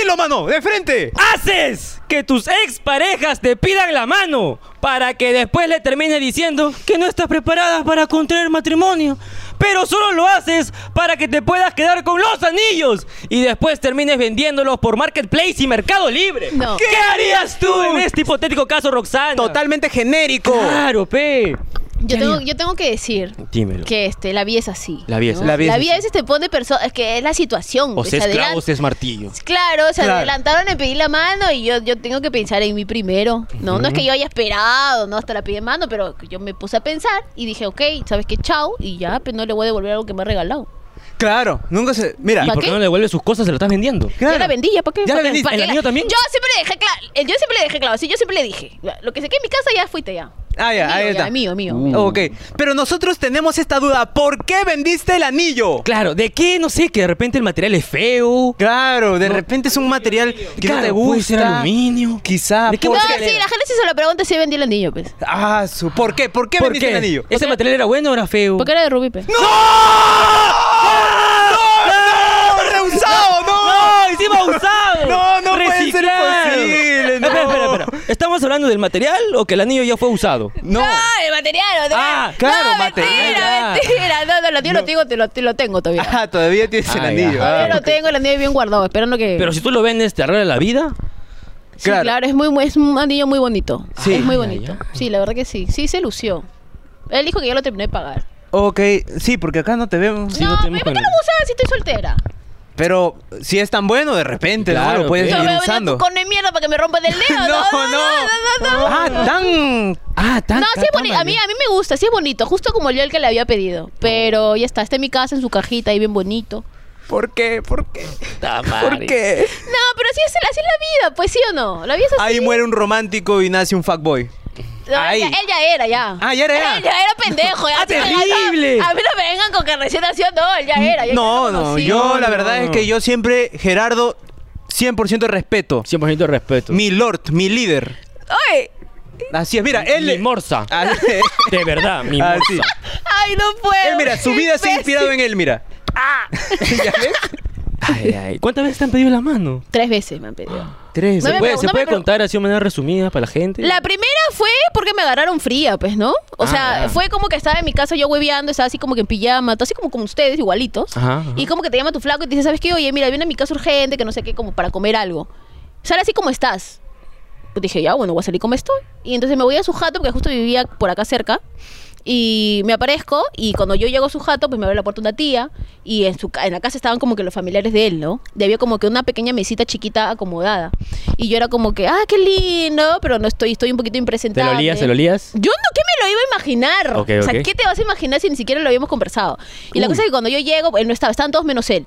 dilo, mano, de frente.
haces que tus exparejas te pidan la mano para que después le termines diciendo que no estás preparada para contraer matrimonio. Pero solo lo haces para que te puedas quedar con los anillos y después termines vendiéndolos por Marketplace y Mercado Libre.
No.
¿Qué harías tú en este hipotético caso, Roxana?
Totalmente genérico.
Claro, pe.
Yo tengo, yo tengo que decir
Dímelo.
que este, la vida es así.
La vida es-
¿no?
la vida es
La vida a
así.
veces te pone personas. Es que es la situación.
O
pues,
sea, es
adelan-
clavo, o sea, es martillo.
Claro, se
Claro.
adelantaron en pedir la mano y yo, yo tengo que pensar en mí primero. No, no es que yo haya esperado, no, hasta la pide mano, pero yo me puse a pensar y dije, ok, ¿sabes qué? Chao, y ya, pues no le voy a devolver algo que me ha regalado.
Claro, nunca se. Mira,
¿Y
¿Para
por qué
qué?
no le devuelves sus cosas? Se las estás vendiendo.
Claro.
Ya la vendí, ¿ya para qué?
Ya la
¿Para qué?
vendiste.
¿Para
¿El
qué?
anillo también?
Yo siempre le dejé claro, eh, yo siempre le dejé claro, sí, yo siempre le dije, lo que se quede en mi casa ya fuiste ya.
Ah, ya,
Mío,
ahí está.
ya, mío, mío,
Uh.
mío.
ok. Pero nosotros tenemos esta duda. ¿Por qué vendiste el anillo?
Claro, ¿de qué? No sé, que de repente el material es feo.
Claro, de repente es un material que no
Claro,
te gusta.
puede ser aluminio.
Quizá.
¿De qué
por-
No,
música
sí,
era?
la gente sí se lo pregunta si vendí el anillo, pues.
Ah, su- ¿por qué? ¿Por qué
¿Por
vendiste
qué?
el anillo?
¿Ese material era bueno o era feo?
Porque era de Rubí, pues.
¡No! ¡No! ¡No! ¡Rehusado! ¡No!
¡No! ¡Encima usado!
No, no puede ser
Reciclado.
posible, no.
Espera, espera, espera. ¿Estamos hablando del material o que el anillo ya fue usado?
No.
Ah, el material, material.
Ah,
claro,
no,
material.
Mentira, mentira. No, no, lo, yo lo tengo, te lo, te lo tengo todavía.
Ah, todavía tienes el
Ah,
anillo.
ya.
ah.
Yo lo tengo el anillo bien guardado, esperando que.
Pero si tú lo vendes, ¿te arregla la vida?
sí,
claro.
claro. es muy bu- es un anillo muy bonito.
Sí.
Es muy
Ay,
bonito.
ay, ay.
Sí, la verdad que sí. Sí se lució. Él dijo que yo lo terminé de pagar.
Ok, sí, porque acá no te vemos.
Sí, no
no, pero
tenemos
¿por qué
con
no
él.
lo usas si estoy soltera?
Pero si es tan bueno, de repente, ¿no?
Claro,
Lo puedes
pues.
Yo
ir
voy a venir
Eh, usando.
tu cono de mierda para que me rompan el dedo.
No, no.
no, no, no.
Ah, tan. Oh.
Ah, tan.
No, sí
tan-
es bonito.
tan-
A mí, a mí me gusta, sí es bonito. Justo como yo el que le había pedido. Pero ya está, está en mi casa, en su cajita, ahí bien bonito.
¿Por qué? ¿Por qué?
Puta madre.
¿Por qué?
No, pero sí es, así es la vida, pues sí o no. La vida es así.
Ahí muere un romántico y nace un fuckboy.
No,
Ahí.
Él, ya, él ya era, ya.
Ah, ya era, ya.
Él ya era pendejo. ya.
Ah, terrible.
A mí no me vengan con que recién nació, no, él ya era. yo
No,
ya lo
no,
conocí.
yo la
No,
verdad es
no.
que yo siempre, Gerardo, 100% respeto.
100% de respeto.
Mi lord, mi líder.
¡Ay!
Así es, mira, él.
Mi morsa.
Ah,
De verdad, mi
Ah,
morsa.
Así.
¡Ay, no puedo!
Él, mira, su
qué
vida se ha
imbécil. Ah.
inspirado en él, mira. ¿Ya ves?
Ay, ay. ¿Cuántas veces te han pedido la mano?
Tres veces me han pedido.
Tres.
No
¿Se
me
puede,
pregun-
se
no me
puede
pregun-
contar así de manera resumida para la gente?
La primera fue porque me agarraron fría, pues, ¿no? O
Ah,
sea,
ya.
fue como que estaba en mi casa yo hueveando, estaba así como que en pijama, todo así como como ustedes, igualitos.
Ajá, ajá.
Y como que te llama tu flaco y te dice, ¿sabes qué? Oye, mira, viene a mi casa urgente, que no sé qué, como para comer algo. Sale así como estás. Pues dije, ya, bueno, voy a salir como estoy. Y entonces me voy a su jato, porque justo vivía por acá cerca. Y me aparezco, y cuando yo llego a su jato, pues me abre la puerta una tía. Y en, su, ca- en la casa estaban como que los familiares de él, ¿no? Y había como que una pequeña mesita chiquita acomodada. Y yo era como que, ah, qué lindo, pero no estoy, estoy un poquito ¿eh?
¿Te lo
impresentable.
olías? ¿Te lo olías?
Yo no, ¿qué me lo iba a imaginar?
Ok,
O sea,
ok.
¿qué te vas a imaginar si ni siquiera lo habíamos conversado? Y la
Uy.
cosa es que cuando yo llego, él no estaba, estaban todos menos él.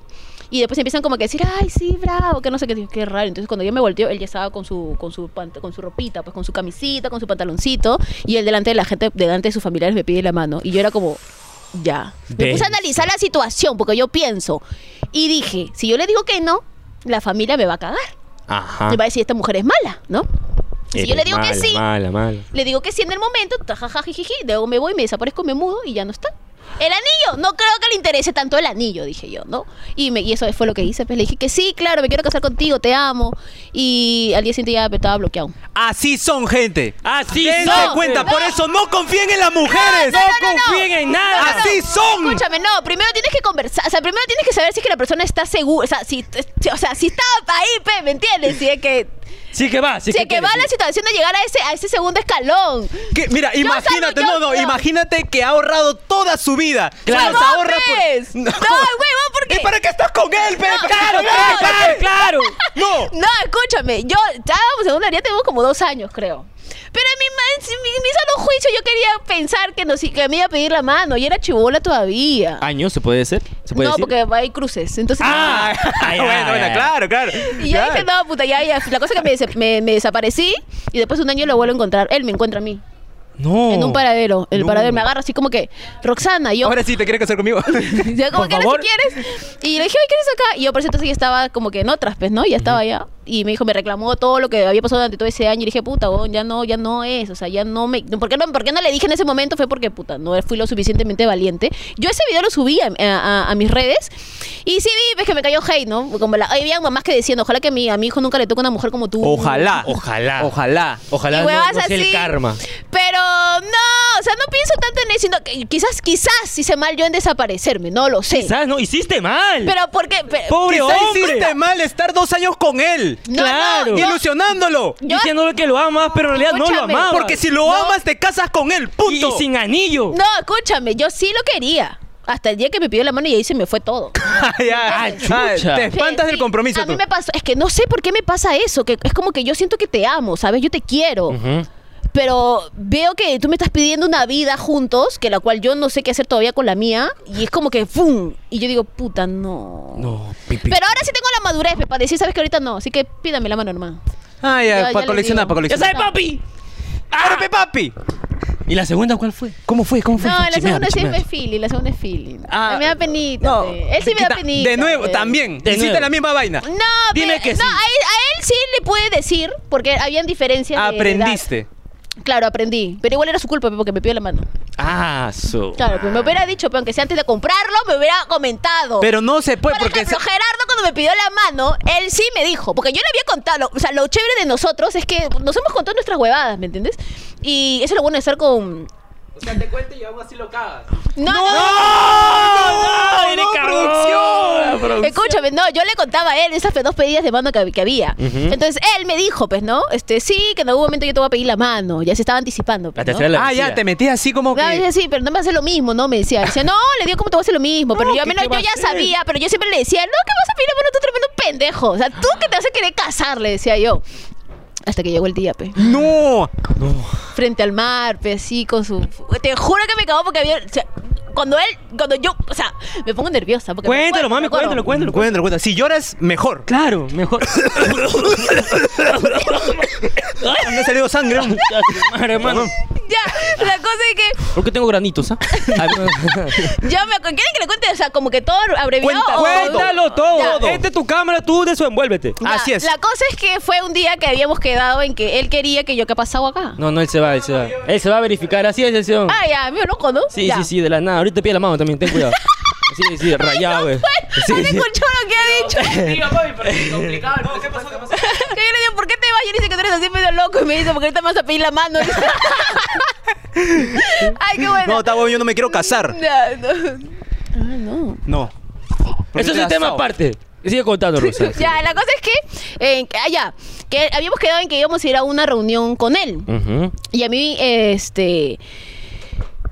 Y después empiezan como que a decir, ay, sí, bravo, que no sé qué, digo, qué raro. Entonces cuando yo me volteo, él ya estaba con su, con su, pant- con su ropita, pues con su camisita, con su pantaloncito, y él delante de la gente, delante de sus familiares me pide la mano. Y yo era como, ya. Me
Denso.
puse a analizar la situación, porque yo pienso. Y dije, si yo le digo que no, la familia me va a cagar.
Ajá.
Me va a decir, esta mujer es mala, ¿no? Si
Ah. Eres
yo le digo que
mala,
sí,
Mala, mala.
le digo que sí en el momento, tajajajijiji, luego me voy, me desaparezco, me mudo y ya no está. El anillo, no creo que le interese tanto el anillo, dije yo, ¿no? Y, me, y eso fue lo que hice. Pues le dije que sí, claro, me quiero casar contigo, te amo. Y al día siguiente ya estaba bloqueado.
Así son, gente.
Ah,
Así
Dense
son.
cuenta, por eso no confíen en las mujeres.
No, confíen en nada.
Así son.
Escúchame, no, primero tienes que conversar, o sea, primero tienes que saber si es que la persona está segura, o sea, si, si- o sea, si está ahí, pe, ¿me entiendes? Si es que,
Sí que va, sí,
si es que va
quiere,
la
sí.
situación de llegar a ese, a ese segundo escalón.
Que- mira,
Yo
imagínate,
salgo,
no,
yo
no,
creo.
imagínate que ha ahorrado toda su vida.
Claro.
Los ahorra
¡Huevones! No, huevón, porque-
¿Y para qué estás con él, pe?
No,
Claro, claro,
no, no.
claro, claro.
No.
No, escúchame, yo ya vamos segunda ya tengo como dos años, creo. Pero en mi, man- en mi, en mi sano juicio yo quería pensar que, nos, que me iba a pedir la mano y era chibola todavía.
Años se puede ser, Ah, se puede
no,
decir?
porque hay cruces, entonces...
Ah, ya,
bueno,
ya,
bueno,
ya.
claro, claro.
Y yo
claro.
dije, no, puta, ya, ya. La cosa que me, des- me- me desaparecí y después un año lo vuelvo a encontrar. Él me encuentra a mí.
No.
En un paradero. El
No.
paradero me agarra así como que, Roxana, y yo.
Ahora sí, ¿te quieres casar conmigo?
yo
por
como que "Ahora
favor".
sí quieres. Y le dije, ay, ¿quieres acá? Y yo por eso entonces ya estaba como que en otras, pues, ¿no? Ya estaba allá. Y me dijo, me reclamó todo lo que había pasado durante todo ese año. Y dije, puta, weón, ya no, ya no es. O sea, ya no me. ¿Por qué no, por qué no le dije en ese momento? Fue porque, puta, no fui lo suficientemente valiente. Yo ese video lo subí a, a- a- a mis redes. Y sí vi, ves que me cayó hate, ¿no? Como la, había mamás que decían, ojalá que mi, a mi hijo nunca le toque una mujer como tú.
Ojalá.
Ojalá.
Ojalá.
Ojalá
Y
no,
huevas
no sea el
así.
karma.
Pero no, o sea, no pienso tanto en eso, sino que quizás, quizás hice mal yo en desaparecerme, no lo sé.
¿Sabes? No, hiciste mal.
Pero porque. pe-
Pobre
Quizá
hombre.
hiciste mal estar dos años con él.
No,
claro.
no, yo-
Ilusionándolo.
Yo-
Diciéndole que lo amas, pero en realidad no lo
Escúchame.
amabas.
Porque si lo
No.
amas, te casas con él.
Y,
Punto.
y sin anillo.
no, escúchame, yo sí lo quería. Hasta el día que me pidió la mano y ahí se me fue todo.
Ya,
Ah,
ya,
chucha.
Te espantas
Sí,
del
sí,
compromiso
A
tú.
mí me pasó. Es que no sé por qué me pasa eso. Que es como que yo siento que te amo, ¿sabes? Yo te quiero.
Ujú.
Pero veo que tú me estás pidiendo una vida juntos, que la cual yo no sé qué hacer todavía con la mía. Y es como que ¡fum! Y yo digo, puta, no.
Oh,
No, pipi.
Pero ahora sí tengo la madurez pe, para decir, sabes que ahorita no, así que pídame la mano normal.
Ah,
Yo-
ya,
yo
para
le
coleccionar,
digo.
para
¡Ya
coleccionar. Ah,
sabes, papi!
¡Ahora, pe, papi!
¿Y la segunda cuál fue? Ah, ¿Cómo fue? ¿Cómo
No,
fue?
la
Chimea,
segunda sí
chimea.
es feeling, la segunda es feeling.
Ah,
A mí me da penita.
no,
pe. Él sí me da
quita-
penita. pues.
De nuevo,
pe.
también.
De
Hiciste
nuevo.
la misma vaina.
No,
Dime
pe-
que
no,
sí.
a, él, a él sí le puede decir, porque habían diferencias. de- de edad.
Aprendiste.
claro, aprendí. Pero igual era su culpa pe, porque me pidió la mano.
Ah, su.
Claro, pues me hubiera dicho, pero aunque sea antes de comprarlo, me hubiera comentado.
Pero no se puede
Por
porque...
ejemplo, Gerardo cuando me pidió la mano, él sí me dijo, porque yo le había contado, lo- o sea, lo chévere de nosotros es que nos hemos contado nuestras huevadas, ¿me entiendes? Y eso es lo bueno de estar con...
O sea, te cuento y aún así lo cagas.
No,
Ah, ¡No!
¡No,
¡Eres
no,
cabrón!
producción!
Produ-
Escúchame, no, yo le contaba a él esas fe- dos pedidas de mano que, que había. Entonces él me dijo, pues, ¿no? Este, sí, que en algún momento yo te voy a pedir la mano. Ya se estaba anticipando.
La
Pues, ¿no?
tercera la
Ah, ya,
vencida.
te metí así como
Claro,
que...
decía, sí, pero no me hace lo mismo, ¿no? Me decía, decía, no, le digo cómo te voy a hacer lo mismo, pero
No,
yo al
¿qué
menos
te
yo
va a
ya
hacer?
sabía, pero yo siempre le decía, no, que vas a pedir la mano tú tremendo pendejo, o sea, tú que te vas a querer casar, le decía yo. Hasta que llegó el día, pe.
No.
Frente al mar, pe, así, con su... Te juro que me cagó porque había... o sea, cuando él, cuando yo, o sea, me pongo nerviosa. Porque me
Cuéntalo,
acuerdo, me
mami,
acuerdo.
cuéntalo, cuéntalo.
Cuéntalo, cuéntalo. Si lloras, mejor.
Claro, mejor.
Me ha salido sangre.
hermano.
Ya, la cosa es que
¿Por qué tengo granitos, ah?
Ya me acu- ¿Quieren que le cuente? O sea, como que todo abreviado.
Cuenta,
o-
Cuéntalo
Ya.
todo. Este es tu cámara, tú desenvuélvete.
Ya,
Así es.
La cosa es que fue un día que habíamos quedado en que él quería que yo que pasado acá.
No, no, él se va, él se va. Él se va a verificar, así es, el señor.
Ah, ya, mío loco, ¿no?
Sí,
Ya.
sí, sí, de la nada. Ahorita pide la mano también, ten cuidado. Sí, sí, rayado, güey.
Bueno,
Sí,
no te
sí.
Pues, escuchó lo que ha dicho.
Digo, papi, pero es complicado. No, ¿qué pasó? ¿Qué pasó?
Que yo le digo, ¿por qué te vas? Yo le dije que tú eres así medio loco. Y me dice, porque ahorita me vas a pedir la mano. Ay, qué bueno.
No, está bueno, yo no me quiero casar.
Ya, no. Ay, no.
No. ¿Por qué
Eso es
te
un
has
tema
asado?
aparte. Sigue contando, Rosa.
Ya, la cosa es que, eh, que- ah, ya, que habíamos quedado en que íbamos a ir a una reunión con él.
Ujú.
Y a mí, este.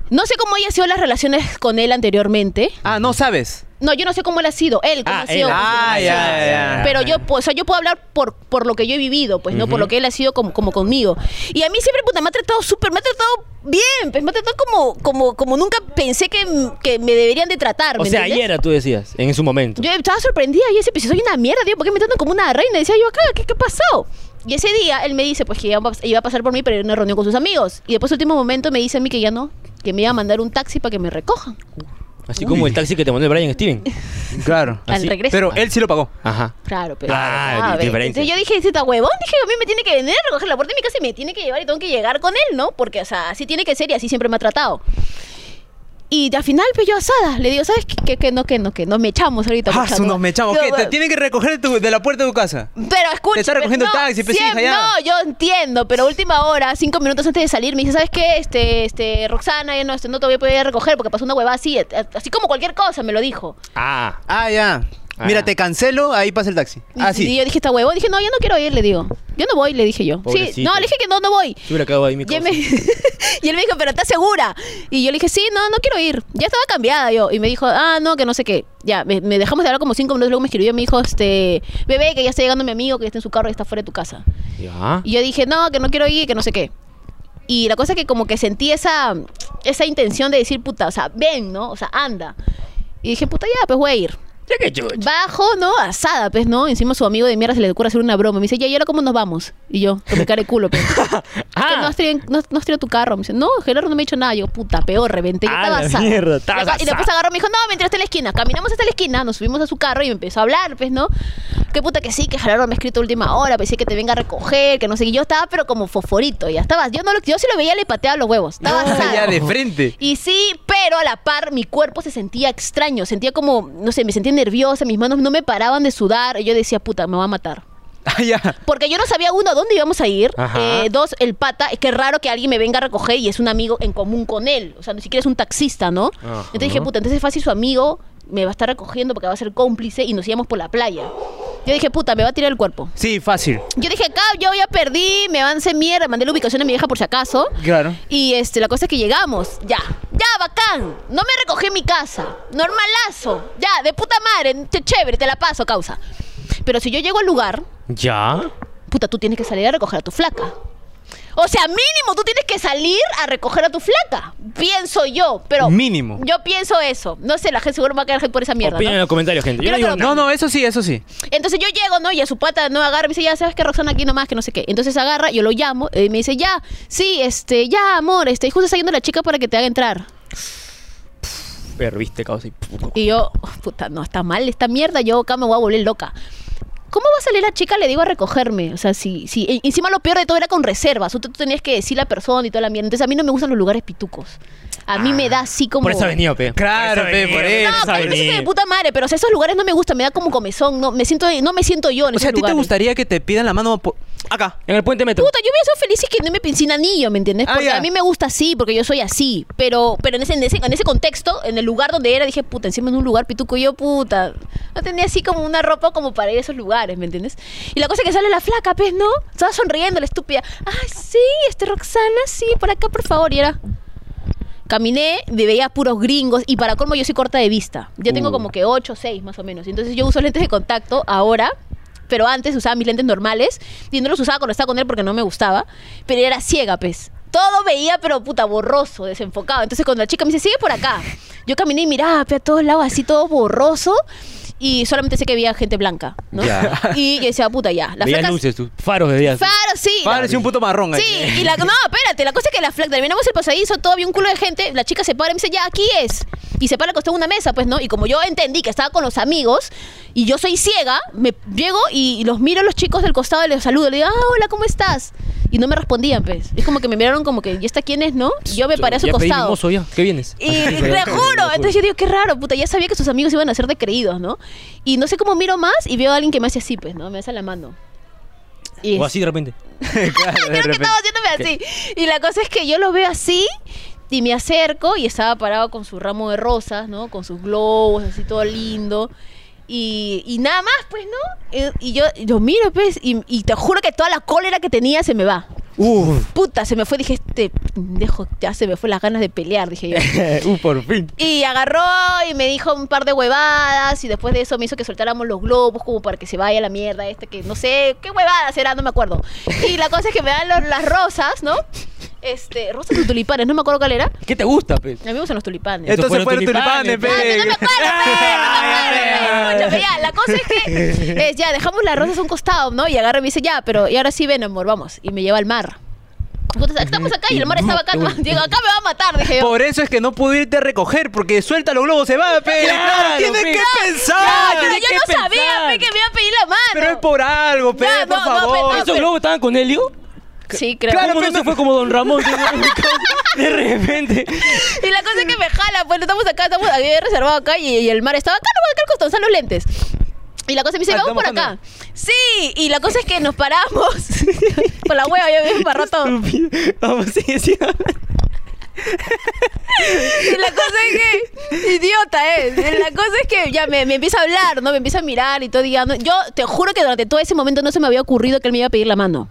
No sé cómo haya sido las relaciones con él anteriormente.
Ah, no sabes.
No, yo no sé cómo él ha sido. Él, cómo
Ah,
ha sido.
él.
con sus
Ah, ya,
relaciones.
ya, ya.
Pero yo, pues, o sea, yo puedo hablar por, por lo que yo he vivido, pues, no por lo que él ha sido como, como conmigo. Y a mí siempre, puta, me ha tratado súper, me ha tratado bien, pues, me ha tratado como, como, como nunca pensé que, que me deberían de tratar.
O
¿me
sea,
entiendes?
ayer tú decías, en su momento.
Yo estaba sorprendida y ese pues soy una mierda, tío, ¿por qué me tratan como una reina? Decía yo acá, ¿qué, qué pasó? Y ese día él me dice pues que iba a, pas- iba a pasar por mí para ir a una reunión con sus amigos. Y después último momento me dice a mí que ya no, que me iba a mandar un taxi para que me recojan
Así como el taxi que te mandó el Brian Steven.
Claro.
Ah, sí,
al regreso.
Pero él sí lo pagó.
Ajá.
Claro, pero...
Ah, di-
a ver.
diferencia.
Entonces yo dije, ese está huevón, dije, a mí me tiene que venir a recoger la puerta de mi casa y me tiene que llevar y tengo que llegar con él, ¿no? Porque, o sea, así tiene que ser y así siempre me ha tratado. Y al final, pues yo asada, le digo, ¿sabes qué? Que, que no, que no, que no, me echamos ahorita.
Ah,
pucha,
su-
no.
nos me echamos.
Yo, pues,
¿Qué? Te
bueno,
tienen que recoger tu- de la puerta de tu casa.
Pero escucha.
Te está recogiendo
pero
el taxi, pues,
siempre-
hija, ya.
No, yo entiendo, pero última hora, cinco minutos antes de salir, me dice, ¿sabes qué? Este, este, Roxana, ya no, este, no te voy a poder ir a recoger porque pasó una huevada así, et- et- así como cualquier cosa, me lo dijo.
Ah.
Ah, ya.
Ah.
Mira, te cancelo, ahí pasa el taxi.
Y,
Ah,
y
sí.
yo dije, está huevo, dije, no, yo no quiero ir, le digo. Yo no voy, le dije yo. Sí,
Pobrecito.
no, le dije que no, no voy.
Yo hubiera quedado ahí mi
Y él,
causa.
me, y él me dijo, pero ¿estás segura? Y yo le dije, sí, no, no quiero ir. Ya estaba cambiada yo. Y me dijo, ah, no, que no sé qué. Ya, me, me dejamos de hablar como cinco minutos. Luego me escribió y me dijo, este, bebé, que ya está llegando mi amigo, que está en su carro y está fuera de tu casa.
Ya.
Y yo dije, no, que no quiero ir, que no sé qué. Y la cosa es que como que sentí esa, esa intención de decir, puta, o sea, ven, ¿no? O sea, anda. Y dije, puta, ya, pues voy a ir.
Ya que chucha.
Bajo, ¿no? Asada, pues, ¿no? Encima su amigo de mierda se le ocurre hacer una broma. Me dice, ya, ¿y ahora cómo nos vamos? Y yo, con mi cara de culo, pues. Que no
Ah.
has, traído, no, no has traído tu carro. Me dice, no, Gerardo no me ha dicho nada. Yo, puta, peor, reventé. Yo
A
estaba
la
asada.
mierda,
Y
estabas
después- Y después
asada.
agarró, me dijo, no, me entraste en la esquina. Caminamos hasta la esquina, nos subimos a su carro y me empezó a hablar, pues, ¿no? Que puta que sí, que Gerardo me ha escrito a última hora, pensé que te venga a recoger, que no sé qué. Yo estaba, pero como fosforito, ya estaba. Yo, no lo, yo si lo veía, le pateaba los huevos. Estaba asada.
ya de frente.
Y sí, pero a la par mi cuerpo se sentía extraño, sentía como, no sé, me sentía nerviosa, mis manos no me paraban de sudar, y yo decía, puta, me va a matar.
Ah, ya.
Porque yo no sabía, uno, dónde íbamos a ir.
Ajá.
Eh, dos, el pata. Es que es raro que alguien me venga a recoger y es un amigo en común con él. O sea, ni siquiera es un taxista, ¿no?
Ajá.
Entonces dije, puta, entonces es fácil su amigo me va a estar recogiendo porque va a ser cómplice y nos íbamos por la playa. Yo dije, puta, me va a tirar el cuerpo.
Sí, fácil.
Yo dije, acá yo ya perdí, me van a hacer mierda, mandé la ubicación a mi vieja por si acaso.
Claro.
Y este, la cosa es que llegamos, ya, ya, bacán. No me recogí en mi casa, normalazo, ya, de puta madre, te chévere, te la paso, causa. Pero si yo llego al lugar,
Ya.
puta, tú tienes que salir a recoger a tu flaca. O sea, mínimo, tú tienes que salir a recoger a tu flaca. Pienso yo, pero...
Mínimo.
Yo pienso eso. No sé, la gente seguro me va a caer por esa mierda.
Opinen en
¿no?
los comentarios, gente. Yo
Mira
no digo
que
No,
lo-
no, eso sí, eso sí.
Entonces yo llego, ¿no? Y a su pata no agarra, me dice, ya sabes que Roxana aquí nomás, que no sé qué. Entonces agarra, yo lo llamo, eh, y me dice, ya, sí, este, ya, amor, este, y justo está yendo la chica para que te haga entrar.
nada. Pero viste, causa. y-
Y yo, puta, no, está mal esta mierda, yo acá me voy a volver loca. ¿Cómo va a salir la chica? Le digo a recogerme. O sea, si, si, e- encima lo peor de todo era con reservas. Tú, tú tenías que decir la persona y toda la mierda. Entonces a mí no me gustan los lugares pitucos. A mí
Ah,
me da así como.
Por eso ha venido, pe.
Claro,
ha
pe,
venido,
por
pe,
eso.
No,
ha
pero eso es
venido.
de puta madre, pero o sea, esos lugares no me gustan, me da como comezón, no me siento, no me siento yo en
O sea, ¿a ti
esos
te
lugares.
gustaría que te pidan la mano por- acá?
En el puente metro.
Puta, yo hubiera sido feliz si es que no me pin- sin anillo, ¿me entiendes?
Ah,
Porque
ya.
a mí me gusta así, porque yo soy así. Pero, pero en, ese, en, ese, en ese contexto, en el lugar donde era, dije, puta, encima en un lugar pituco, yo, puta. No tenía así como una ropa como para ir a esos lugares, ¿me entiendes? Y la cosa es que sale la flaca, pues, ¿no? Estaba sonriendo, la estúpida. Ay, sí, este Roxana, sí, por acá, por favor. Y era. Caminé, me veía puros gringos y para colmo yo soy corta de vista. Yo tengo
Uh.
como que 8 o 6 más o menos. Entonces yo uso lentes de contacto ahora, pero antes usaba mis lentes normales y no los usaba cuando estaba con él porque no me gustaba, pero era ciega, pues. Todo veía, pero puta, borroso, desenfocado. Entonces cuando la chica me dice, sigue por acá. Yo caminé y miraba pe, a todos lados así, todo borroso y solamente sé que veía gente blanca, ¿no?
Ya.
Y yo decía, puta, ya. La
Veías
flaca-
luces, tú. Faros veías.
Faro, sí. la-
Pareció un puto marrón ahí.
Sí, y la, no, espérate, la cosa es que la flaca, terminamos el pasadizo, todo había un culo de gente, la chica se para y me dice, ya, aquí es. Y se para al costado de una mesa, pues, ¿no? Y como yo entendí que estaba con los amigos y yo soy ciega, me llego y los miro a los chicos del costado y les saludo, le digo, ah, hola, ¿cómo estás? Y no me respondían, pues. Es como que me miraron como que, ¿y esta quién es, no? Y Yo me paré a su
Ya pedí mi
costado.
mozo ya. ¿Qué vienes?
Y te juro, entonces yo digo, qué raro, puta, ya sabía que sus amigos iban a ser decreídos, ¿no? Y no sé cómo miro más y veo a alguien que me hace así, pues, ¿no? Me hace la mano. Y
O así de repente.
Claro, de
Creo que
repente.
estaba haciéndome así. Y la cosa es que yo lo veo así y me acerco y estaba parado con su ramo de rosas, ¿no? Con sus globos, así todo lindo. Y, y nada más, pues, ¿no? Eh, Y, yo lo miro, pues, y, y te juro que toda la cólera que tenía se me va.
Uh,
Uf,
Puta, se me fue. Dije, este pendejo, ya se me fue las ganas de pelear, dije yo.
Uh, por fin.
Y agarró y me dijo un par de huevadas y después de eso me hizo que soltáramos los globos como para que se vaya la mierda este que no sé qué huevadas era, no me acuerdo. Y la cosa es que me dan los- las rosas, ¿no? Este, rosas o tulipanes, no me acuerdo cuál era. A
¿Qué te gusta, pe?
mí me gustan los tulipanes.
Estos
entonces fueron
fueron
tulipanes,
tulipanes,
Ah,
pe.
no, no me acuerdo,
Ay, ay, ay.
pe, no me acuerdo, pe. Escúchame, ya, la cosa es que eh, ya dejamos las rosas a un costado, ¿no? Y agarra y me dice, ya, pero y ahora sí ven, amor, vamos. Y me lleva al mar. Entonces, estamos acá y el mar estaba acá. Digo, acá me va a matar, dije yo.
Por eso es que no pude irte a recoger, porque suelta los globos, se va, pe.
Claro,
tienes
pe.
que
Ah,
pensar.
pero yo
que
no sabía
pensar.
pe, que me iba a pedir la mano.
Pero es por algo, pe,
Ya,
por
no, no,
favor.
pe, no.
¿Esos globos estaban con Helio?
Sí, creo.
Claro,
¿Cómo
pero
no
no-
se fue como Don Ramón? de repente.
Y la cosa es que me jala, pues estamos acá, estamos aquí reservado acá y, y el mar estaba acá, no voy acá al costado, están los lentes. Y la cosa me dice,
Ah,
vamos por
estamos
acá. Sí, y la cosa es que nos paramos. Por la hueva, yo me embarró todo.
Estúpido. Vamos, sigue, sigue.
Y la cosa es que, idiota, ¿eh? Y La cosa es que ya me, me empieza a hablar, ¿no? Me empieza a mirar y todo. y ya no- yo te juro que durante todo ese momento no se me había ocurrido que él me iba a pedir la mano.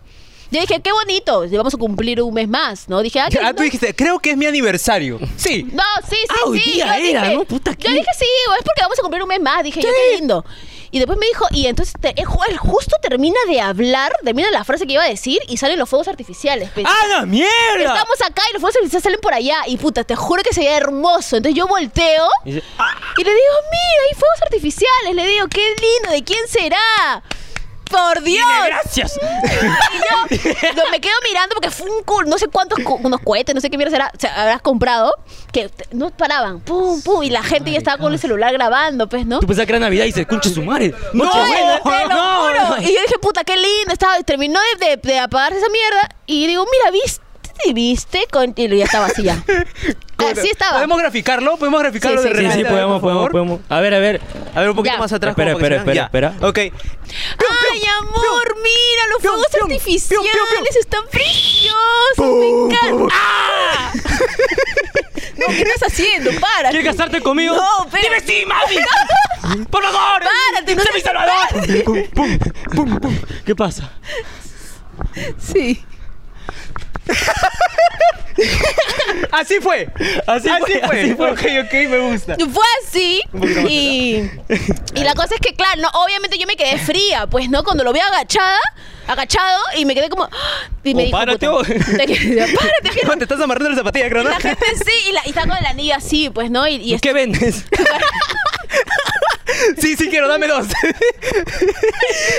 Yo dije, qué bonito, vamos a cumplir un mes más, ¿no? Dije, ah, qué
Ah, tú
lindo.
dijiste, creo que es mi aniversario. Sí.
No, sí, sí,
Ah, hoy
sí.
día
yo
era,
dije,
¿no? Puta,
yo
qué-
dije sí, o es porque vamos a cumplir un mes más. Dije, yo qué lindo. Y después me dijo, y entonces te- él ju- él justo termina de hablar, termina la frase que iba a decir y salen los fuegos artificiales. pe.
¡Ah, la mierda!
Estamos acá y los fuegos artificiales salen por allá. Y puta, te juro que se veía hermoso. Entonces yo volteo
Y dice, ah,
y le digo, mira, hay fuegos artificiales. Le digo, qué lindo, ¿de quién será? ¡Por Dios!
gracias.
Y yo no, me quedo mirando porque fue un cool, no sé cuántos, co- unos cohetes, no sé qué mierda será, o sea, habrás comprado, que te- no paraban, pum, pum, y la gente ya estaba con el celular grabando, pues, ¿no?
Tú pensás que era Navidad y dices, concha su madre.
No,
noche buena.
te lo juro. Y yo dije, puta, qué lindo. Estaba, terminó de, de- de apagarse esa mierda. Y digo, mira, viste, viste. Con, y ya estaba así ya. Así Ah, estaba.
¿Podemos graficarlo? ¿Podemos graficarlo de
Sí, sí, sí.
Sí,
repente?
sí,
A ver,
podemos,
por favor.
podemos, podemos. A ver, a ver.
A ver, un poquito
Ya.
más atrás.
Espera,
como para que
espera,
se vean.
espera,
Ya.
espera.
Ok.
Ay, amor, mira, los
pium,
fuegos
pium,
artificiales
pium, pium, pium.
están preciosos. me encanta. ¡Ah! no, ¿qué estás haciendo? Para.
¿Quieres casarte conmigo?
No, pero.
¡Dime sí, mami! ¡Por favor!
Párate, no
¡Sé
seas
mi salvador! Pum, pum, pum, pum. ¿Qué pasa?
Sí.
Así fue.
Así fue, así fue.
Ok, ok, me gusta.
Fue así. Y, y la cosa es que, claro, no, obviamente yo me quedé fría, pues, ¿no? Cuando lo vi agachada, agachado, y me quedé como. ¡ah! Y me
O
dijo,
Oh, párate,
puta,
o-
te quedé- párate, que-
Te estás amarrando la zapatilla, creo,
y
¿no?
La gente sí, y, la, y está con el anillo así, pues, ¿no? Y, y
¿Y
está-
qué vendes?
Sí, sí quiero, dame dos.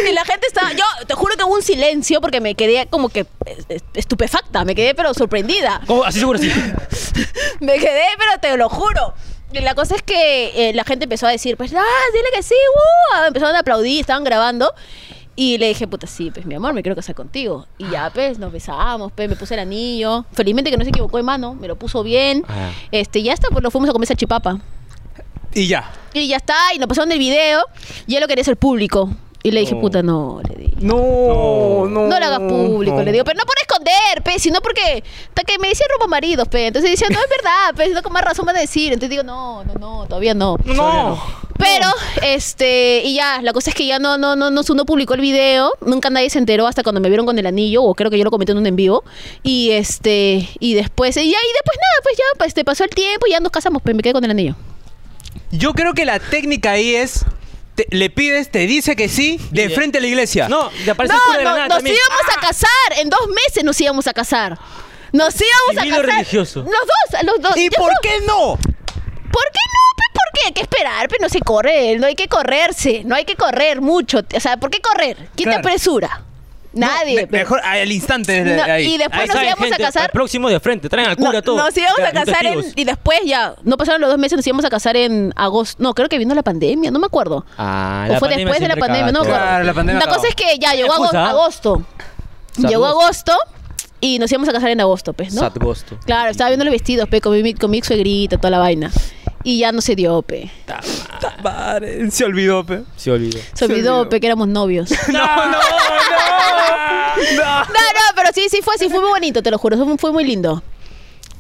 Y la gente estaba. Yo te juro que hubo un silencio porque me quedé como que eh, eh, estupefacta, me quedé pero sorprendida.
¿Cómo? Así seguro sí.
Me quedé, pero te lo juro. Y la cosa es que eh, la gente empezó a decir, pues, ah, dile que sí, uh", empezaron a aplaudir, estaban grabando. Y le dije, puta, sí, pues mi amor, me quiero casar contigo. Y ya, pues, nos besamos, pues, me puse el anillo. Felizmente que no se equivocó de mano, me lo puso bien.
Ah.
Este, y ya está, pues nos fuimos a comer esa chipapa.
Y ya.
Y ya está, y nos pasaron el video. Y él lo quería hacer público. Y le dije,
Oh.
puta, no, le dije.
No,
No.
no.
No lo hagas público, le digo, pero no por esconder, pe, sino porque hasta que me dicen robo maridos, pe. Entonces dice, no es verdad, pe, sino con más razón van a decir. Entonces digo, no, no, no, todavía no.
No.
Pero, este, y ya, la cosa es que ya no, no, no, no, se- no publicó el video, nunca nadie se enteró hasta cuando me vieron con el anillo, o creo que yo lo comenté en un en vivo. Y este, y después, y ahí después nada, pues ya, pues, este, pasó el tiempo y ya nos casamos, pe, me quedé con el anillo.
Yo creo que la técnica ahí es. te- le pides, te dice que sí, de
ya.
frente a la iglesia.
No, te aparece
no,
el cura de la
no,
nada
nos
también. Ah.
íbamos a casar. En dos meses nos íbamos a casar. Nos íbamos
Civil o
a casar.
religioso.
Los dos, los dos.
¿Y
Yo
por
no-
qué no?
¿Por qué no? Pues, ¿Por qué? Hay que esperar, pero no se corre. No hay que correrse. No hay que correr mucho. O sea, ¿por qué correr? ¿Quién te
Claro.
apresura? Nadie.
Me-
pero-
mejor al instante. desde
No,
ahí.
y después
Ahí
nos
saben.
Traen
íbamos a
Ah, gente,
casar.
al próximo de frente, traen al
No,
cura todo.
Nos íbamos
Ya,
a casar en-
testigos.
y después ya, no pasaron los dos meses, nos íbamos a casar en agosto. No, creo que vino la pandemia, no me acuerdo.
Ah,
o fue después de la
siempre
pandemia,
caga
no me
todo.
acuerdo.
Claro, la pandemia
La
acabó.
cosa es que ya llegó agosto.
Excusa.
agosto.
Sad
Llegó
gusto.
agosto y nos íbamos a casar en agosto, pues, ¿no?
Ah, Sad gusto.
Claro, estaba viendo los vestidos, pe, con mi, con mi suegrita, toda la vaina. Y ya no se dio, pues. pe.
Madre, se olvidó, pe.
Se olvidó.
Se
Se
olvidó,
olvidó.
pe, que éramos novios. no,
No, no, no. no.
no, pero sí, sí fue así, fue muy bonito, te lo juro, fue, fue muy lindo.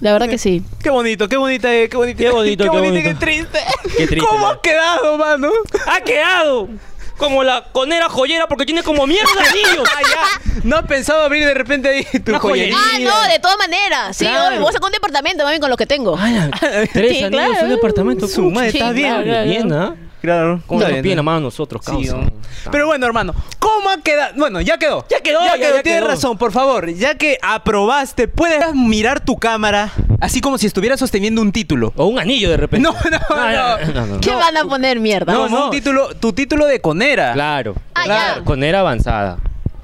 La verdad que sí.
Qué bonito, qué bonita, eh, qué bonita.
Qué bonito,
qué,
qué
bonita,
bonito.
qué triste.
Qué triste,
¿Cómo
¿no?
has quedado, mano?
¡Ha quedado! Como la conera joyera porque tiene como mierda de anillos.
Ah, ya. No has pensado abrir de repente ahí tu
Una
joyería.
joyería.
Ah, no, de todas maneras. Sí,
Claro.
obvio, voy a sacar un departamento, mami, con lo que tengo.
Tres
Sí,
anillos,
claro.
un departamento.
Su
pucha.
madre, está
Sí,
bien.
claro, claro.
Bien, ¿ah?
Claro.
¿Cómo
Está
nos
bien,
piden
¿no?
la mano a nosotros,
Sí,
causa?
¿no? Pero bueno, hermano, ¿cómo ha quedado? Bueno, ya quedó.
Ya quedó,
ya
ya-
quedó.
ya
Tienes
quedó.
razón, por favor. Ya que aprobaste, puedes mirar tu cámara así como si estuvieras sosteniendo un título.
O un anillo de repente.
No, no,
Ah,
no.
no, no.
¿Qué van a poner mierda?
No,
No, no.
Un título, tu título de conera.
Claro.
Ah,
claro.
ya.
Conera avanzada.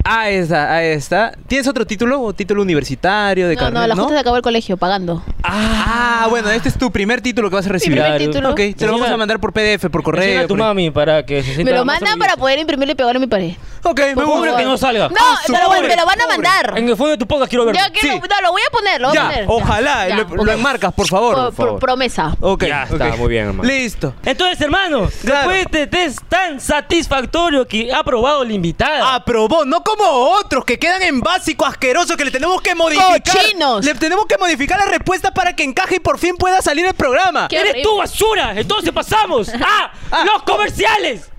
Ah, está, ahí está. ¿Tienes otro título? ¿O título universitario de
No,
carrera?
no, la justa se acabó el colegio pagando.
Ah, bueno, este es tu primer título que vas a recibir.
primer
Claro.
título.
Ok, te lo vamos
Enseña-
a mandar por PDF, por
Enseña
correo.
a tu
por-
mami para que se sienta
Me lo
más
mandan para
orgullosa.
poder imprimirlo y pegarlo en mi pared.
Ok, me
Juro
Por
gusta.
favor.
que no salga.
No,
Ah, su
me, lo,
pobre,
me lo van a
pobre.
mandar.
En el fondo de tu podcast quiero verlo.
Ya que
Sí.
lo, no, lo voy a poner, lo voy a
Ya,
poner. Ya,
ojalá.
ya,
lo,
ok.
lo enmarcas, por favor.
Pro-
Por favor.
pro- promesa.
Ok,
Ya está,
ok.
muy bien, hermano.
Listo.
Entonces, hermanos,
Claro.
después de este test tan satisfactorio que ha probado la invitada.
Aprobó, no como otros que quedan en básico asqueroso que le tenemos que modificar.
¡Cochinos!
Le tenemos que modificar la respuesta para que encaje y por fin pueda salir el programa.
Qué
¡Eres
horrible.
tú, basura! Entonces pasamos a
Ah.
los comerciales.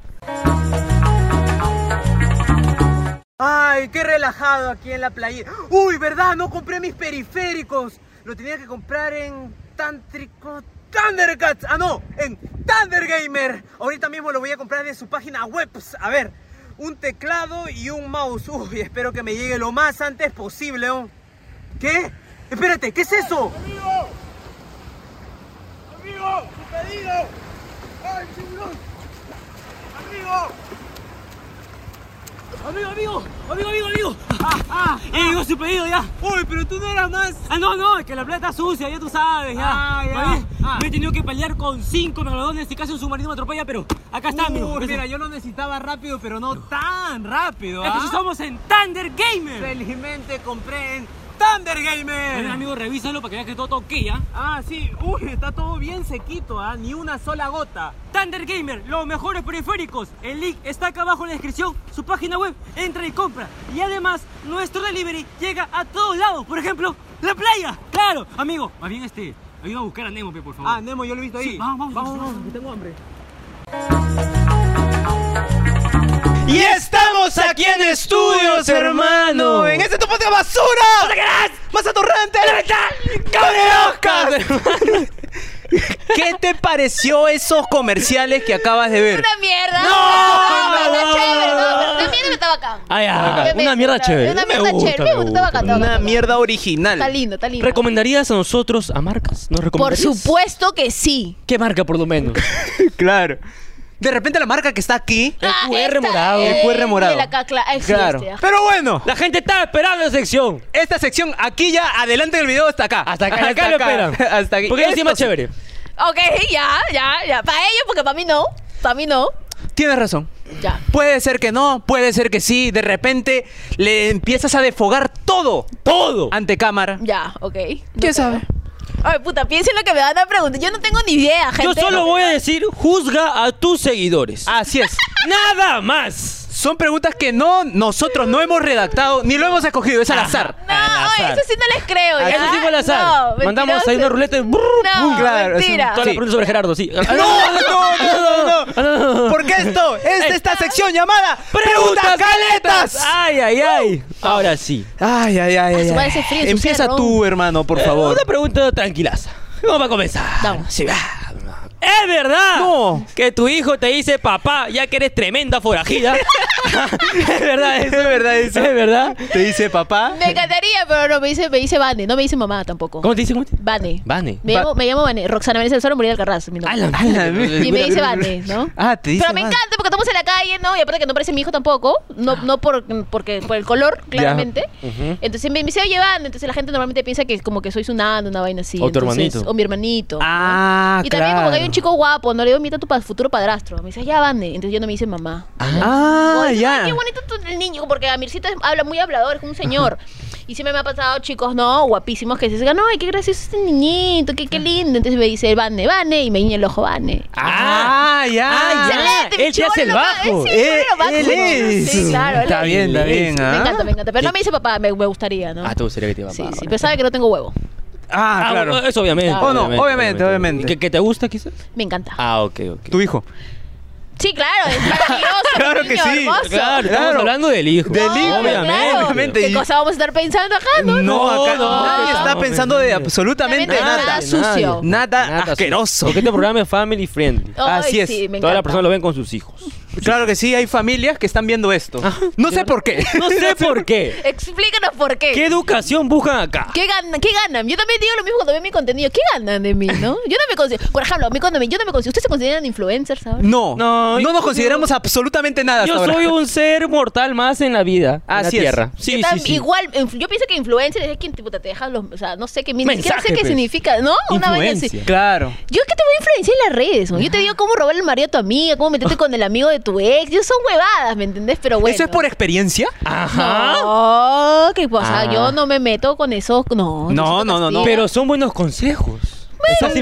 Ay, qué relajado aquí en la playa. Uy, verdad, no compré mis periféricos. Lo tenía que comprar en Tántrico Thundercats. Ah, no, en Thundergamer. Ahorita mismo lo voy a comprar de su página web. A ver, un teclado y un mouse. Uy, espero que me llegue lo más antes posible. ¿oh? ¿Qué? Espérate, ¿qué es eso?
¡Amigo! ¡Tu pedido! ¡Ay, tiburón! ¡Amigo!
Amigo, amigo, amigo, amigo, amigo. Eh, llegó su pedido ya.
Uy, pero tú no eras más.
Ah, no, no, es que la plata está sucia, ya tú sabes, ya.
Ah, ya.
Oye,
Ah.
Me he tenido que pelear con cinco megalodones y casi un submarino me atropella, pero acá está, amigo.
Uy,
Gracias.
mira, yo lo necesitaba rápido, pero no tan rápido.
Es que
¿ah?
sí somos en Thunder Gamer.
Felizmente compré en Thundergamer.
Ven, amigo, revísalo para que veas que todo toque, ¿ya?
Ah, sí, uy, está todo bien sequito, ¿ah? ni una sola gota.
Thunder Gamer, los mejores periféricos. El link está acá abajo en la descripción, su página web, entra y compra. Y además, nuestro delivery llega a todos lados. Por ejemplo, la playa. Claro, amigo, más bien este, ayuda a buscar a Nemo, pe, por favor.
Ah, Nemo, yo lo he visto ahí.
Sí, vamos, vamos, vamos, vamos, que
tengo hambre. Y estamos aquí en estudios, hermano. En este tu podcast basura. ¿Dónde querás? Más atorrante. ¡Cabre Oscar! ¿Qué te pareció esos comerciales que acabas de ver?
Una mierda.
¡No!
Una mierda chévere, no, una mierda estaba acá.
Ah, ya, acá. Una mierda chévere.
Una
Me
mierda
gusta,
chévere. Me
me
gusta, estaba
gusta.
acá, estaba acá,
Una
estaba acá.
mierda original.
Está lindo, está lindo.
¿Recomendarías a nosotros a marcas? ¿Nos
Por
recomendarías?
supuesto que sí.
¿Qué marca, por lo menos?
claro. De repente la marca que está aquí.
El
Ah,
QR
esta
morado.
es
El QR morado.
de la cacla. Ah, sí,
Claro.
este, ajá.
Pero bueno,
La gente está esperando la sección.
esta sección aquí ya, adelante del video, hasta acá.
Hasta acá, hasta acá lo esperan.
Hasta aquí.
Porque es
Esto
más
sí.
chévere.
Ok, ya, ya, ya. Para ellos, porque para mí no. Para mí no.
Tienes razón.
Ya.
Puede ser que no, puede ser que sí. De repente le empiezas a desfogar todo
Todo.
ante cámara.
Ya, ok.
¿Quién sabe?
Ay, puta, piensen lo que me van a preguntar. Yo no tengo ni idea,
Yo
gente.
solo voy a decir, juzga a tus seguidores.
Así es.
Nada más.
Son preguntas que no, nosotros no hemos redactado ni lo hemos escogido, es al azar.
No,
Al
oye,
azar.
eso sí no les creo,
Ah,
¿ya?
Eso sí fue al azar.
No,
Mandamos ahí una
mentirosos.
ruleta y brrr,
No,
claro, es un-
mentira.
Todas las
Sí.
preguntas sobre Gerardo, sí.
No, no, no, no, no. Porque esto es de esta sección llamada Preguntas Caletas.
¡Ay, ay, ay! Ahora sí.
Ay, ay, ay, ay.
su
ay.
madre Ah, se fríe, su
Empieza
cerro.
tú, hermano, por favor.
Una pregunta tranquilaza. Vamos a comenzar.
Vamos.
Sí, va. ¿Es verdad
No.
que tu hijo te dice papá ya que eres tremenda forajida? es verdad eso.
Es verdad eso.
Es verdad.
Te dice papá.
Me encantaría, pero no me dice, me dice Vane, no me dice mamá tampoco.
¿Cómo te dice? ¿Cómo te
Vane.
Vane.
Me,
Va-
llamo, me llamo Vane. Roxana Vanessa del Sol, Muriel Alcarraz. mi nombre.
Alan.
Y me dice Vane, ¿no?
Ah, te dice
Pero me
Vane. Ah.
encanta porque estamos en la calle, ¿no? Y aparte que no parece mi hijo tampoco. No, no por, porque, por el color, claramente.
Ujú.
Entonces me, me sigo llevando. Entonces la gente normalmente piensa que como que soy su nano, una vaina así.
O tu
Entonces,
hermanito.
O mi hermanito. ¿no?
Ah,
Y también como que hay
claro.
un chico guapo, no le digo, invita a tu pa- futuro padrastro. Me dice, ya, Vane. Entonces yo no me dice mamá.
Ah,
Ay,
ya.
Qué bonito tu- el niño, porque Amircito es- habla muy hablador, es como un señor. Y siempre me ha pasado chicos, no, guapísimos, que se dicen, no, ay, qué gracioso este niñito, qué, qué lindo. Entonces me dice, Vane, Vane, y me guiña el ojo, Vane.
Ah, ya.
Ah,
Excelente, mi
él te hace el
chivolo,
bajo.
él sí,
Eh,
bueno, bajo.
él
Sí,
es.
claro, él
Está
es.
bien, está bien.
Me
¿ah?
encanta, me encanta. Pero no me dice papá, me, me gustaría, ¿no?
Ah, tú sería que te iba a
Sí,
pagar.
sí, pero sabe que no tengo huevo.
Ah,
Ah,
claro.
Eso obviamente.
Oh, no, obviamente, obviamente.
¿Que, que te gusta quizás?
Me encanta.
Ah, ok, ok.
Tu hijo.
Sí, claro, es maravilloso.
Claro
mi
que
niño
sí,
hermoso.
Claro, estamos
Claro.
hablando del hijo.
Del
No,
hijo,
claro.
obviamente.
obviamente.
¿Qué
Y-
cosa vamos a estar pensando acá? No,
No, acá
no,
nadie
no.
está pensando de absolutamente
Obviamente
nada.
nada sucio.
Nada asqueroso.
Porque este programa es family friendly.
Ay,
así es.
sí, me
Todas
encanta.
las personas lo ven con sus hijos.
Claro que sí, hay familias que están viendo esto.
Ajá.
No sé por qué.
No sé por qué.
Explícanos por qué.
¿Qué educación buscan acá?
¿Qué ganan? ¿Qué ganan? Yo también digo lo mismo cuando veo mi contenido. ¿Qué ganan de mí, no? Yo no me considero... Por ejemplo, a mí cuando me... Yo no me considero... ¿Ustedes se consideran influencers ahora?
No,
No,
no,
yo-
nos consideramos absolutamente nada. hasta
Yo
ahora.
soy un ser mortal más en la vida. en
Así
la
es.
tierra.
Yo
Sí,
tam-
sí, sí.
Igual, influ- yo pienso que influencer es quien tipo, te deja los... O sea, no sé qué... Ni siquiera sé
Mensaje,
qué
pues.
significa, ¿no? vaina así.
Influencia.
Claro.
Yo es que te voy a influenciar en las redes, ¿no? Yo te digo cómo robar el marido a tu amiga, cómo meterte con el amigo de tu tu ex. Yo son huevadas, ¿me entendés? Pero bueno.
¿Eso es por experiencia?
Ajá.
No, ¿qué pasa?
Ah.
Yo no me meto con eso. No,
No,
eso
no, no, no.
castiga.
Pero son buenos consejos. Estás
Ca-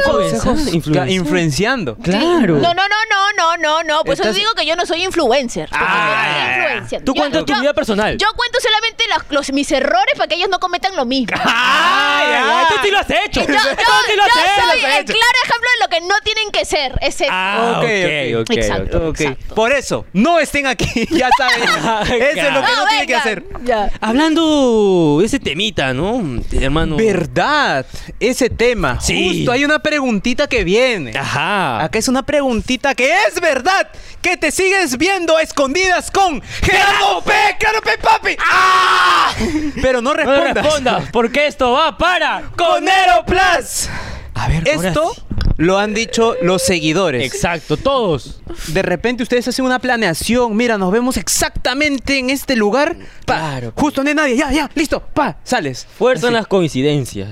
influenciando.
Influenciando.
Claro.
No, no, no, no, no, no, no. Por eso
Estás-
te digo que yo no soy influencer. porque
Ah,
yo no soy
ya, ya.
influencer.
Tú
Yo-
cuentas tu
yo-
vida personal.
Yo cuento solamente los, los- mis errores para que ellos no cometan lo mismo.
¡Ay,
Ah,
ay!
ya.
¡Tú sí lo has hecho!
Yo,
¡Tú
yo-
sí lo has
yo
hecho!
soy el claro ejemplo de lo que no tienen que ser. Es eso.
Ah,
Ok,
ok, ok.
Exacto.
ok.
Exacto.
Por eso, no estén aquí, ya saben.
Ah,
Eso es lo que no, tiene que
vengan.
hacer.
Ya.
Hablando ese temita, ¿no? Hermano.
¿Verdad? Ese tema.
Sí. Ah.
Justo hay una preguntita que viene.
Ajá.
Acá es una preguntita que es verdad. Que te sigues viendo a escondidas con Gerardo P. Gerardo P. Papi. ¡Ah! Pero no
Ah. No
respondas.
respondas, porque esto va para
Con Aeroplas.
A ver,
Esto lo han dicho los seguidores.
Exacto, todos.
De repente ustedes hacen una planeación. Mira, nos vemos exactamente en este lugar. Pa,
Claro.
Justo no hay nadie. Ya, ya, listo. Pa, sales.
Fuerza en
Así.
las coincidencias.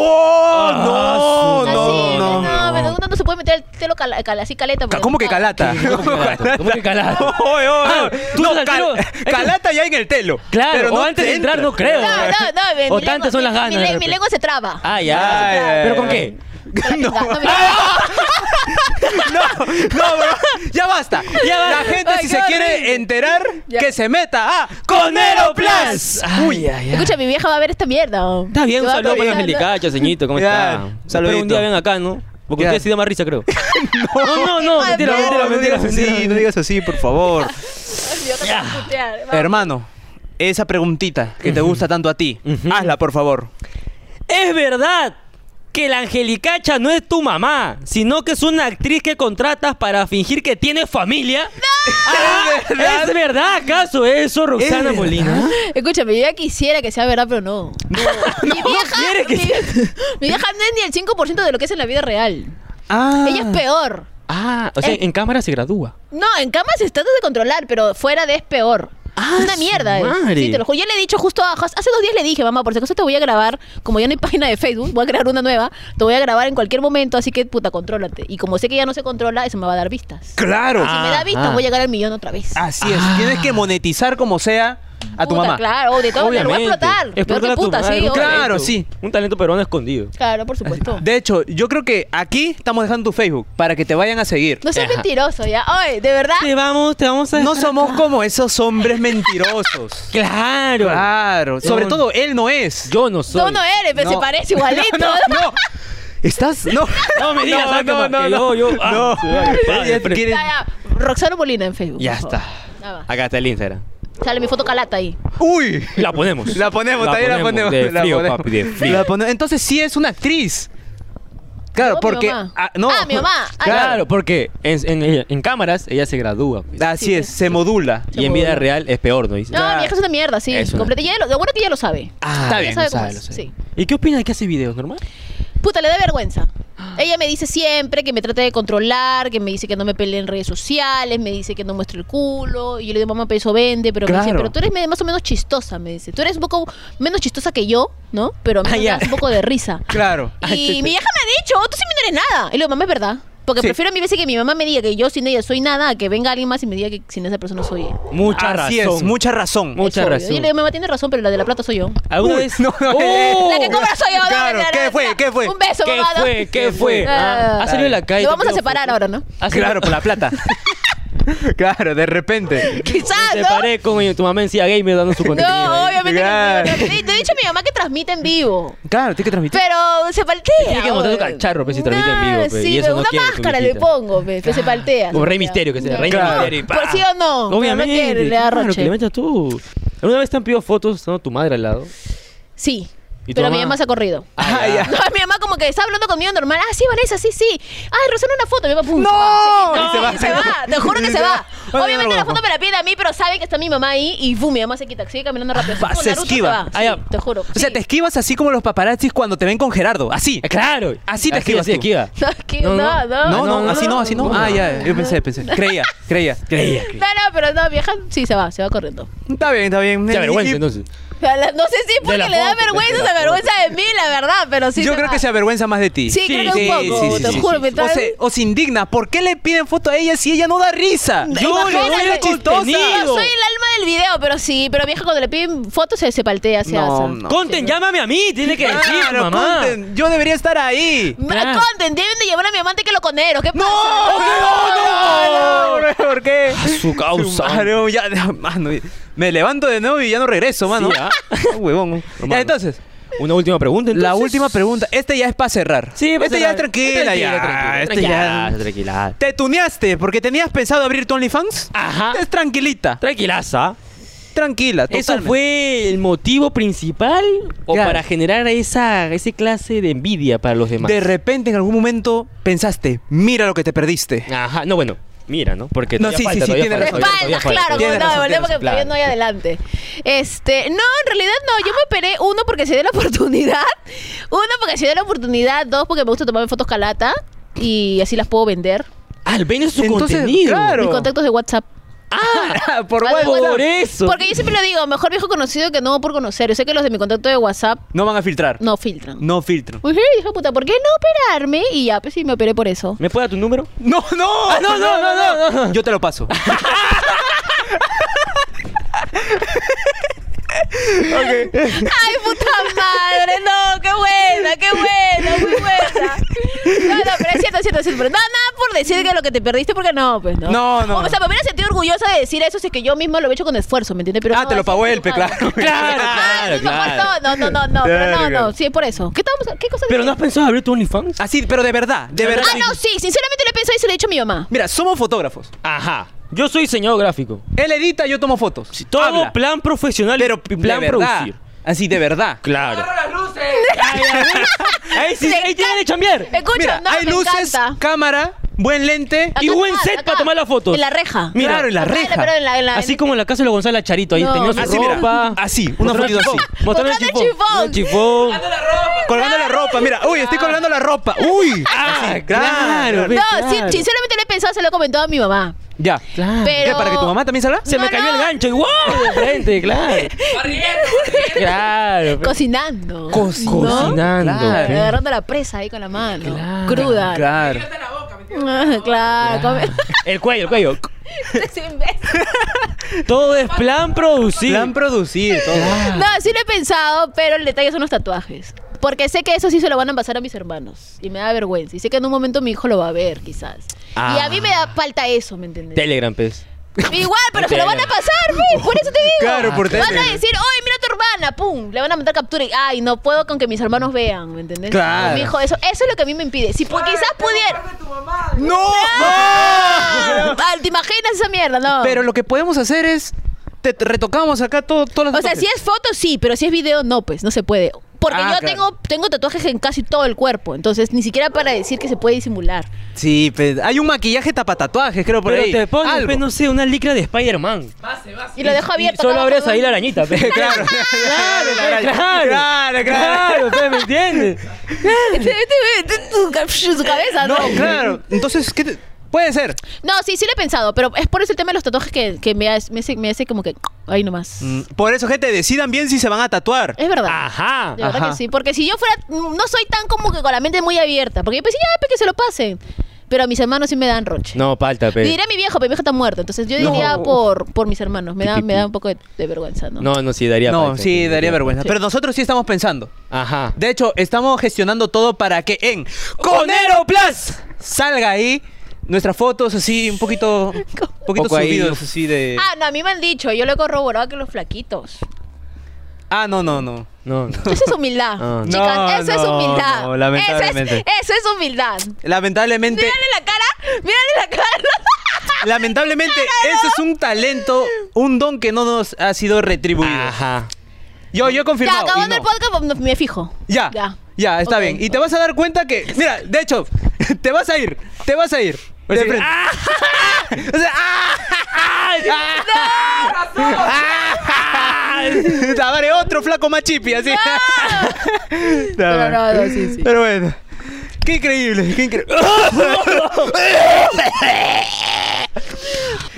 ¡Oh!
Ah,
no,
su-
Así,
no, no,
no, pero uno no se puede meter el pelo cala- cala- así caleta.
Ca-
porque
¿Cómo que
no.
calata?
¿Cómo que calata?
Oye, oye,
Ah,
oye.
tú
No,
estás al
cal-
tiro.
calata ya en el telo.
Claro,
pero
o antes de entrar no creo.
No, no, no. mi-
O
mi
tantas
lengua-
son las
mi-
ganas,
Mi,
de
le- mi
repente.
lengua se traba.
Ah,
Ay, ay,
ya. ¿Pero con
ay.
qué?
No.
No, mi-
No, no, bro. Ya basta.
Ya
La
basta.
gente,
Ay,
si
qué
se quiere
horrible.
enterar,
Ya.
que se meta a Conero Plus.
Uy, ay, ay.
Escucha, mi vieja va a ver esta mierda. oh.
Está bien, un
Va a
saludo para
pensar-
Angelicacho, señito, ¿cómo
Ya,
está?
un
Espero
saludito.
un día ven acá, ¿no? Porque
Ya.
ustedes sí dan más risa, creo. No, no, no,
Ay,
mentira,
no
mentira,
no,
mentira,
digas
mentira,
así, no
mentira.
digas así, por favor.
Ay, mi otra
Ya.
va a putear, va.
Hermano, esa preguntita que te gusta tanto a ti,
Ujú.
hazla, por favor.
Es verdad que la Angelicacha no es tu mamá, sino que es una actriz que contratas para fingir que tienes familia. Ah,
¿Es verdad?
¿Es verdad acaso eso, Roxana
verdad? ¿ah?
Molina?
Escúchame, yo ya quisiera que sea verdad, pero no. mi vieja.
quiere que
mi, mi vieja no es ni el 5% de lo que es en la vida real.
Ah.
Ella es peor.
Ah, o sea,
Eh.
en cámara se gradúa.
No, en camas se trata de controlar, pero fuera de es peor.
Ah,
es una
su
mierda. eh.
madre.
Sí, te lo juro. Yo le he dicho justo a, hace dos días le dije, mamá, por si acaso te voy a grabar, como ya no hay página de Facebook, voy a crear una nueva, te voy a grabar en cualquier momento, así que puta, contrólate. Y como sé que ya no se controla, eso me va a dar vistas.
Claro.
si me da vistas,
ah.
voy a llegar al millón otra vez.
Así es. Tienes que monetizar como sea Ah, a tu
Puta,
mamá.
Claro, de todo, lo voy a
Obviamente.
explotar. Peor
Explótala
que
tu
puta,
madre,
sí,
un
obvio.
Claro.
talento,
sí.
Un talento peruano escondido.
Claro, por supuesto.
De hecho, yo creo que aquí estamos dejando tu Facebook para que te vayan a seguir.
No seas
Ajá.
mentiroso, ya. Oye, de verdad.
Te vamos, te vamos a...
No somos como esos hombres mentirosos.
Claro.
Claro. Sobre
No.
todo, él no es.
Yo no soy.
Tú no eh. eres, pero
No.
se parece igualito.
No, no. ¿Estás? No.
No me digas,
no,
Ángel,
no, no,
que
no.
yo- yo- ah,
No.
se va, padre,
Ella quiere-
Ya, ya. Roxana Molina en Facebook.
Ya
por
está.
favor. Nada más.
Acá está el Instagram.
Sale mi foto calata ahí.
Uy.
Pues, La ponemos.
La ponemos, también la ponemos.
De
la
frío,
ponemos.
papi, de frío.
La pone- Entonces sí es una actriz. Claro,
No, mi
porque.
mamá.
ah, no.
Ah, mi mamá. Ah,
Claro, porque en, en- en cámaras ella se gradúa. pues.
Así
Sí,
es,
sí.
se modula.
y en vida real es peor, ¿no? Dice.
No, mi hija es una mierda, sí.
Es una-
completa. Ya lo, lo bueno es que ella lo sabe.
Ah,
Está
ya
bien,
sabe cómo
lo
es,
sabe.
sí.
¿Y qué opina de que hace videos, normal?
Puta, le da vergüenza. Ella me dice siempre que me trate de controlar, que me dice que no me pelee en redes sociales, me dice que no muestre el culo. Y yo le digo, mamá, pero eso vende. Pero me dice,
Claro.
pero tú eres medio- más o menos chistosa, me dice. Tú eres un poco menos chistosa que yo, ¿no? Pero me
Ah, ya.
das un poco de risa.
Claro.
Y mi vieja me ha dicho, "Oh, tú sí me no eres nada. Y le digo, mamá, es verdad. Porque
Sí.
prefiero a mi veces que mi mamá me diga que yo sin ella soy nada, a que venga alguien más y me diga que sin esa persona soy ella.
Mucha
Así
razón.
es, mucha razón.
Mucha-
Es obvio.
razón.
Yo le digo, mamá, tiene razón, pero la de la plata soy yo.
¿Alguna
Uy,
vez?
no, no, eh,
¡Oh!
La que cobra soy yo. no,
Claro,
no, no,
¿qué
no,
fue?
no.
¿Qué fue?
Un beso,
¿Qué
mamá.
fue? ¿Qué fue?
Ah,
Ah, ha salido en la calle.
Lo vamos a
creo,
separar
fue-
ahora, ¿no?
Ha salido-
Claro, por la plata. claro, de repente.
Quizás,
Me
¿no?
separé con tu mamá en Cia Gamer dando su contenido.
No, obviamente.
Claro.
que no. Te he dicho a mi mamá que transmite en vivo.
Claro, tiene que transmitir.
Pero se paltea.
Tiene que mostrar su
oye.
cacharro, pe, si transmite en vivo, pe,
Sí,
y eso
pe,
no
una
quiere tu
máscara le
mijita.
pongo, pe, pe, se paltea.
Como
se
Rey
paltea.
Misterio, que se
Claro.
Rey
Claro.
Misterio. y pa.
Por Pues sí o no. pero
Obviamente.
No quiere, le da
claro,
roche.
que le metas tú. ¿Alguna vez te han pedido fotos estando tu madre al lado?
Sí.
¿Y tu
Pero mi
mamá?
mamá se ha corrido.
Ah, ya.
No, mi mamá como que está hablando conmigo normal. Ah, sí, Vanessa, sí, sí. Ay, Rosana, una foto. Mi mamá, pum,
¡No!
Se va,
Y
se,
se va, se
quita. No,
va.
se va. Te juro que
Y
se
se
va.
va. Ay,
Obviamente
no,
la
no.
foto me la pide a mí, pero saben que está mi mamá ahí y pum, mi mamá se quita. Sigue caminando rápido. Así
Va,
como
se
Naruto,
esquiva.
va.
Ah, ya.
Sí, te juro.
O sea,
Sí.
te esquivas así como los paparazzis cuando te ven con Gerardo. Así.
Eh, Claro.
Así te esquivas
así
tú.
esquiva.
No, es que-
No,
no,
no.
no,
No, no,
no, no,
así no,
no,
así no.
no.
Ah, ya, yo pensé, pensé. Creía, creía.
Creía. que-
No, no, pero no, vieja, sí se va, se va corriendo.
Está bien, está bien.
Qué
Y-
vergüenza,
y-
entonces.
La- No sé si porque
la
le da
foto,
vergüenza,
de
se
la
avergüenza de mí, la verdad, pero sí.
Yo creo
va.
que se avergüenza más de ti.
Sí, creo que
Sí,
un poco,
sí, sí,
te
sí,
juro,
sí,
me
sí.
O
trae-
se, o se indigna. ¿Por qué le piden foto a ella si ella no da risa?
Yo le doy el
Imagínate.
Chistosa.
Yo soy el alma del video, pero sí, pero vieja cuando le piden fotos se, se paltea, se
No,
asa.
no.
Conten, llámame a mí, tiene que
Claro,
decir, mamá.
Conten, yo debería estar ahí.
Ma-
Claro.
Ah. Conten, deben de llevar a mi amante que lo conero, ¿qué pasa?
¡Oh, ¡No, no, no! ¿Por qué?
Su causa.
Mano, ya, mano, me levanto de nuevo y ya no regreso, mano.
¿ah?
Ah, Huevón. Ya,
Hermano.
entonces,
Una última pregunta,
la
entonces.
última pregunta. Este ya es para cerrar.
Sí, pues,
este ya es tranquila, ya.
Tranquila,
este
tranquila,
ya.
tranquila.
¿Te tuneaste porque tenías pensado abrir tu OnlyFans?
Ah.
Ajá.
Es tranquilita.
Tranquilaza.
Tranquila,
¿Eso
totalmente.
fue el motivo principal o
Claro.
para generar esa, ese clase de envidia para los demás?
De repente, en algún momento, pensaste, mira lo que te perdiste.
Ajá, no, bueno, mira, ¿no? Porque
No,
todavía
sí, sí,
falta,
sí,
todavía
tienes
falta,
razón.
todavía
espaldas,
falta,
tienes
todavía
claro, como no,
razón,
de
tienes
verdad, porque
razón,
todavía no hay adelante. Este, no, en realidad no, yo me operé, uno, porque se dio la oportunidad, uno, porque se dio la oportunidad, dos, porque me gusta tomarme fotos calata y así las puedo vender.
falta. Ah, el Bane es su
Entonces,
contenido.
claro.
Mis contactos de WhatsApp.
Ah,
por
Algo
WhatsApp.
por eso.
Porque yo siempre lo digo, mejor viejo conocido que no por conocer. Yo sé que los de mi contacto de WhatsApp
No van a filtrar.
no filtran.
No filtran.
Ujú, dije, puta, ¿por qué no operarme? Y ya, pues sí, me operé por eso.
¿Me puede dar tu número?
No, Ah, no,
no, no, no, no, no.
Yo te lo paso.
¡Ay, puta madre! No, qué buena, qué buena, muy buena. No, no, pero es cierto, es cierto, es cierto. Pero nada, nada por decir que lo que te perdiste, porque no, pues no.
No, no,
O sea, me hubiera sentido orgullosa de decir eso si es que yo mismo lo he hecho con esfuerzo, ¿me entiendes? Pero
ah,
no,
te lo
así
pagó
que
él, pe,
no,
claro.
Ah, sí, mejor No, no, no, no, no, pero no, no, sí, es por eso. ¿Qué, estamos, qué cosa
¿Pero no has pensado abrir tu OnlyFans?
Así, pero de verdad, de verdad.
Ah, no, sí, sinceramente lo he pensado y se lo he dicho a mi mamá.
Mira, somos fotógrafos.
Ajá. Yo soy diseñador gráfico.
Él edita, yo tomo fotos.
Todo
Habla.
plan profesional,
pero
y
de
plan
verdad.
producir.
Así, de verdad.
Claro.
¡Agarra las luces!
Ay, a ver. Ahí sí, ahí tiene de chambear.
Escucha,
Mira,
no,
hay
me
luces,
encanta.
cámara, buen lente.
Acá
y buen
atrás,
set
acá.
para tomar las fotos.
En la reja.
Mira, claro, en la
Acá,
reja.
Pero en la, en la-
Así
en-
como en la casa de la Gonzala Charito, ahí
No.
tenía su
Así, mira.
ropa.
Así, una
Mostrando
fotito
el
así.
chifón. Mostrando el
Mostrando el
chifón.
chifón.
El chifón.
¡Dando la ropa!
Colgando la ropa, mira. Uy, estoy colgando la ropa. Uy.
Ah,
Así,
claro, ve.
No,
Claro.
sí, sinceramente lo he pensado, se lo he comentado a mi mamá.
Ya.
Claro.
¿Qué,
Pero.
¿Para que tu mamá también salga?
Se me
No,
cayó
no.
el gancho y wow, de frente, claro.
¡Barriendo! barriendo.
Claro. pe.
Cocinando.
Cocinando.
¿no?
Cocinando.
Claro.
pe.
Agarrando la presa ahí con la mano.
Claro.
Cruda.
Claro.
Claro.
Fíjate en la boca, me entiendes?
Claro, come-
El cuello, el cuello.
Es imbécil.
Todo es plan producido.
Plan producir, todo.
No, sí lo he pensado, pero el detalle son los tatuajes. Porque sé que eso sí se lo van a pasar a mis hermanos. Y me da vergüenza. Y sé que en un momento mi hijo lo va a ver, quizás. Y a mí me
Ah.
da falta eso, ¿me entiendes?
Telegram, pues. pez.
Igual, pero se lo van a pasar, güey. Por eso te digo.
Claro, por
Van
tele.
a decir, oye, mira a tu hermana, pum. Le van a mandar captura y, ay, no puedo con que mis hermanos vean, ¿me entendés?
Claro.
Mi hijo, eso, eso es lo que a mí me impide. Si pues,
Ay,
quizás
tengo
pudiera.
parte de tu mamá.
¡No!
Ah, ¿Te imaginas esa mierda? No.
Pero lo que podemos hacer es. Te te retocamos acá todo, todas las
o sea,
fotos.
si es foto, sí, pero si es video, no, pues, no se puede. Porque
Ah,
yo
claro.
tengo, tengo tatuajes en casi todo el cuerpo, entonces ni siquiera para decir que se puede disimular.
Sí, pe- hay un maquillaje tapatatuajes, creo, por
Pero
ahí.
te pones,
Algo.
pe, no sé, una licra de Spider-Man.
Ah,
Base, base.
Y lo dejo abierto.
Y solo
acá
abres
abajo,
ahí la
¿no?
arañita, pe.
Claro,
pues. Claro, pe, claro.
claro, claro.
Claro, pe, ¿me entiendes?
Este- este- este- tu ca- Su cabeza,
No,
¿no?
claro. Entonces, ¿qué te- puede ser?
No, sí, sí lo he pensado, pero es por eso el tema de los tatuajes que, que me, hace, me, hace, me hace como que ahí nomás.
Mm, Por eso, gente, decidan bien si se van a tatuar.
Es verdad.
Ajá.
De verdad
Ajá.
que sí, porque si yo fuera, mm, no soy tan como que con la mente muy abierta, porque yo pensé, ya, pues, que se lo pasen. Pero a mis hermanos sí me dan roche.
No, falta, pues.
Y
pe.
Diré a mi viejo, pero mi viejo está muerto, entonces yo diría
No.
por, por mis hermanos, me da,
Pipipi.
me da un poco de, de vergüenza, ¿no?
No, no, sí, daría
No,
falta,
sí,
pe,
daría vergüenza.
Sí.
Pero nosotros sí estamos pensando.
Ajá.
De hecho, estamos gestionando todo para que en Conero Plus salga ahí nuestras fotos así un poquito, un poquito
Poco ahí.
subidos así
eh.
de.
Ah, no, a mí me han dicho, yo lo he corroborado que los flaquitos.
Ah, no, no, no.
No, no.
Eso es humildad,
Ah, no.
chicas, eso es
No,
humildad.
no, lamentablemente.
Eso es, eso es humildad.
Lamentablemente,
Mírale la cara, mírale la cara.
lamentablemente, ese es un talento, un don que no nos ha sido retribuido.
Ajá.
Yo, yo he
ya,
confirmado. y
acabando el
no.
podcast no, me fijo.
Ya, ya,
Ya.
está
Ok.
bien. Y te vas a dar cuenta que, mira, de hecho, te vas a ir, te vas a ir. De
Vas a ir,
frente. O sea, ¡ah! ¡Ah! ¡Ah! Te daré otro flaco más chipi, así.
No, no, no, sí, sí.
Pero bueno, qué increíble, qué increíble.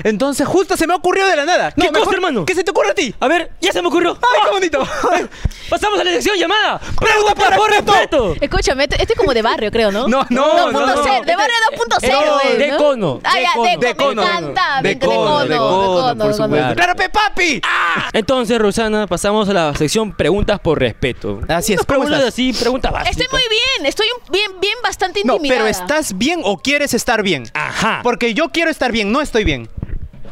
Entonces, justo se me ha ocurrido de la nada.
¿Qué
No,
cosa, hermano?
¿Qué se te ocurre a ti?
A ver, ya se me ocurrió.
¡Ay, qué bonito!
Pasamos a la sección llamada.
¡Pregunta por respeto!
Escúchame, este, este es como de barrio, creo, ¿no?
No, no,
punto
no, Este
cero,
no.
de barrio 2.0,
Eh,
güey,
de
¿no?
cono,
Ah,
de
ya,
cono.
De cono.
Me encanta, me-
De cono, de cono, por supuesto. ¡Claro, pe papi!
Entonces, Rosana, pasamos a la sección preguntas por respeto.
Así es, ¿cómo
Unas preguntas
estás?
así, preguntas básicas.
Estoy muy bien, estoy un- bien, bien bastante
No,
intimidada.
pero ¿estás bien o quieres estar bien?
Ajá.
Porque yo quiero estar bien, no estoy bien.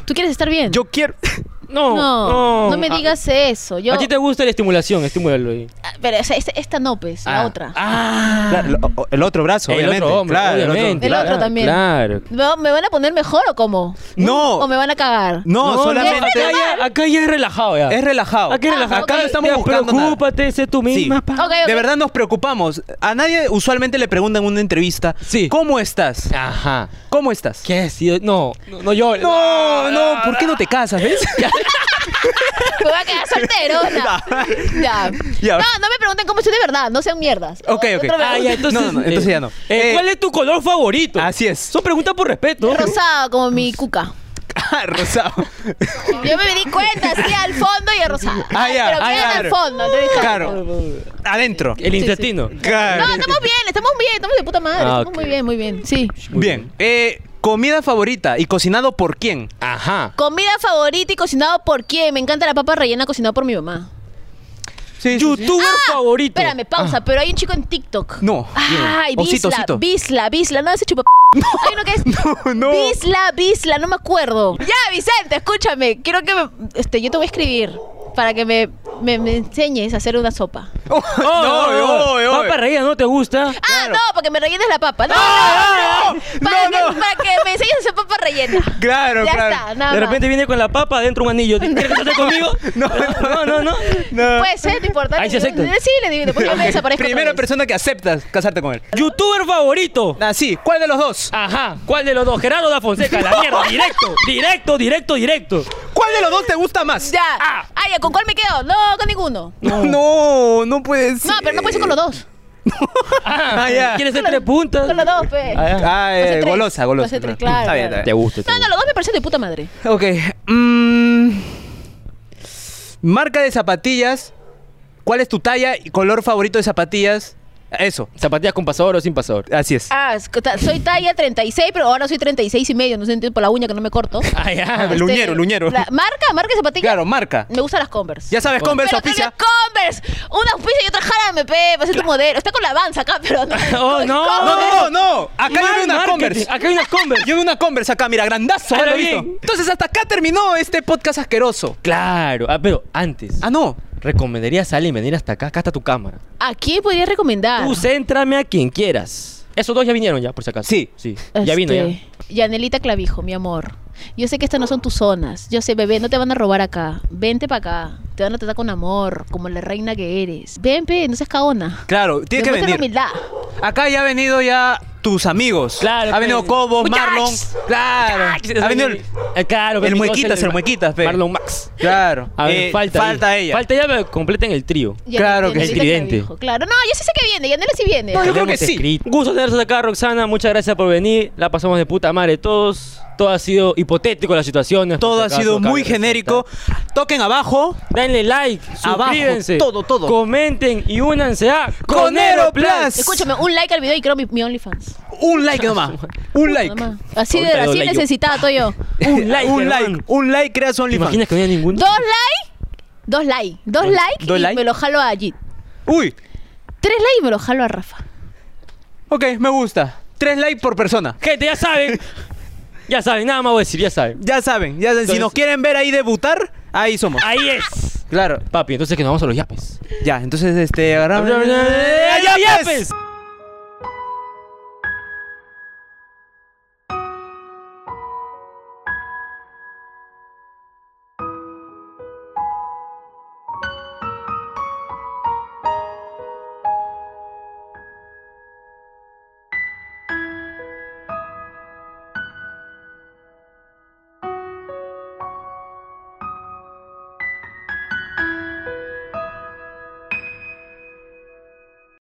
¿Tú quieres estar bien?
Yo quiero.
No,
No, no me
Ah,
digas eso. Yo...
A ti te gusta la estimulación, estimúlalo ahí.
Ah, Pero o sea, esta, esta no, pues, la
Ah.
otra.
Ah.
La- lo- o- el otro brazo,
El
obviamente.
otro hombro,
claro, el otro-
obviamente.
El otro
claro.
también.
Claro.
¿Me va- ¿Me van a poner mejor o cómo?
No.
¿O me van a cagar?
No, solamente.
Acá ya, acá ya es relajado ya.
Es relajado.
Acá es relajado.
Ah, ok.
Acá no estamos
Ya,
buscando nada.
Ah, Preocúpate, sé tú misma.
Sí.
pa.
Ok, ok.
De verdad nos preocupamos. A nadie usualmente le preguntan en una entrevista,
Sí.
¿cómo estás?
Ajá.
¿Cómo estás?
¿Qué es? Yo- No, no, no llores. Ah.
No, no, ¿por qué no te casas, ves?
Me voy a quedar solterona. ya.
Ya.
No, no me pregunten cómo estoy de verdad. No sean mierdas.
Ok, ok.
Otra
Ah, ya,
pregunta.
entonces,
No, no, entonces ya no.
Eh, Ah,
Eh,
¿Cuál es tu color favorito?
Así es.
Son preguntas por respeto.
Rosado, como mi cuca.
Ah, Rosado.
Yo me di cuenta, así al fondo y a rosado.
Ah, ya,
Pero
ah,
quedan
ya.
al fondo. entonces,
Claro. Adentro.
El intestino.
Claro.
No, estamos bien, estamos bien, estamos de puta madre.
Ah,
estamos muy
ok.
bien, muy bien. Sí.
Muy
Bien. Eh, comida favorita y cocinado por quién?
Ajá.
Comida favorita y cocinado por quién? Me encanta la papa rellena cocinada por mi mamá.
Youtuber favorito.
Ah, Espérame, pausa, pero hay un chico en TikTok.
Ah. No.
Ay,
Bien. Osito,
Bisla,
osito.
Bisla, Bisla, no ese chupa. Hay uno que es
No, no.
Bisla, Bisla, no me acuerdo. Ya, Vicente, escúchame, quiero que me, este yo te voy a escribir para que me, me, me enseñes a hacer una sopa.
Oh,
Oh, oh, oh, Papa Reina, ¿no te gusta?
Ah, no, para que me rellenes la papa. No,
Ah,
no, no,
no,
para,
no.
Que, para que me enseñes a hacer papa rellena.
Claro,
ya
claro.
está, nada
de
más.
repente viene con la papa adentro un anillo. ¿Quieres casarte conmigo? No, no, no. no.
No.
Puede ser, eh, no importa. Eh,
Ahí se acepta.
Sí, le digo, porque Pues, yo me desaparezco.
Primera
otra vez.
persona que aceptas casarte con él.
Youtuber favorito.
Así, ¿cuál de los dos?
Ajá. ¿Cuál de los dos? Gerardo da Fonseca, la mierda. Directo, directo, directo, directo.
¿Cuál de los dos te gusta más?
Ya. Ah. ya, ¿con cuál me quedo? No, con ninguno.
No, no, no puedes.
No, pero no puede ser con los dos.
Ah,
Ah, ya.
¿Quieres ser tres puntas?
Con los dos, pe.
Ah,
Con
eh,
ese tres.
golosa,
Con
golosa.
ese tres, claro,
Está bien,
claro.
está
Te
bien.
gusta. te
No, no,
gusta.
los dos me parecen de puta madre.
Ok. mm, marca de zapatillas. ¿Cuál es tu talla y color favorito de zapatillas? Eso.
¿Zapatillas con pasador o sin pasador?
Así es.
Ah, es que ta- soy talla 36, pero ahora soy 36 y medio. No sé entiendo por la uña que no me corto. Este,
Ah, ya.
el uñero, el uñero.
la- marca, marca zapatilla.
Claro, marca.
Me gustan las Converse.
Ya sabes, Converse
pero que
auspicia.
las Converse. Una auspicia y otra járame, pe. Va a ser tu modelo. Está con la avanza acá, pero no.
Oh, no.
No,
Converse.
no, no, no. Acá yo
Mal
veo una
marketing.
Converse.
Acá hay unas Converse.
Yo veo una Converse acá, mira, grandazo. ¿eh?
Ahora
¿lo has visto?
bien.
Entonces hasta acá terminó este podcast asqueroso.
Claro. Ah, pero antes.
Ah, no.
Recomendaría a alguien venir hasta acá. Acá está tu cámara.
¿A quién podría recomendar?
Tú céntrame a quien quieras. Esos dos ya vinieron ya, por si acaso.
Sí.
Sí. Ya vino ya.
Este, Yanelita Clavijo, mi amor. Yo sé que estas no son tus zonas. Yo sé, bebé, no te van a robar acá. Vente para acá. Te van a tratar con amor, como la reina que eres. Ven, pe, no seas caona.
Claro, tiene que venir.
Demuestra humildad.
Acá ya han venido ya tus amigos.
Claro, pues.
Ha venido
pe.
Cobo,
Muchachos.
Marlon. Claro. Ha venido el...
Eh, claro,
el
mi
Muequitas,
cosa,
el Muequitas, pe.
Marlon Max.
Claro.
A ver,
Eh,
falta.
falta
ahí.
ella.
Falta ella, pero completen el trío.
Yanelita
Claro que
sí.
Clavijo.
Tridente.
Claro, no, yo sí sé que viene. Yanela sí viene.
No, yo creo
Tenemos
que sí.
escrito. Gusto tenerlos acá, Roxana. Muchas gracias por venir. La pasamos de puta madre todos. Todo ha sido hipotético la situación.
Todo ha sido muy genérico. Toquen abajo.
Denle like,
Abajo,
suscríbanse.
todo, todo.
Comenten y únanse a
Conero
Conero
Plus.
Plus.
Escúchame, un like al video y creo mi, mi OnlyFans.
Un like nomás. Un like.
Nada más. Así de
Ahorita doy
así
like yo.
necesitaba todo yo.
Un like,
un
hermano.
like. Un like crea su
¿Te
OnlyFans.
imaginas que no haya ninguno?
Dos like, dos like, dos like
dos
y
like.
me lo jalo a Jit.
Uy.
Tres like y me lo jalo a Rafa.
Ok, me gusta. Tres likes por persona.
Gente, ya saben. ya saben, nada más voy a decir, ya saben.
Ya saben, ya saben. si
Entonces-
nos quieren ver ahí debutar, ahí somos.
Ahí es.
Claro.
Papi, entonces que nos vamos a los yapes.
Ya, entonces este agarramos.
¡Ya, yapes!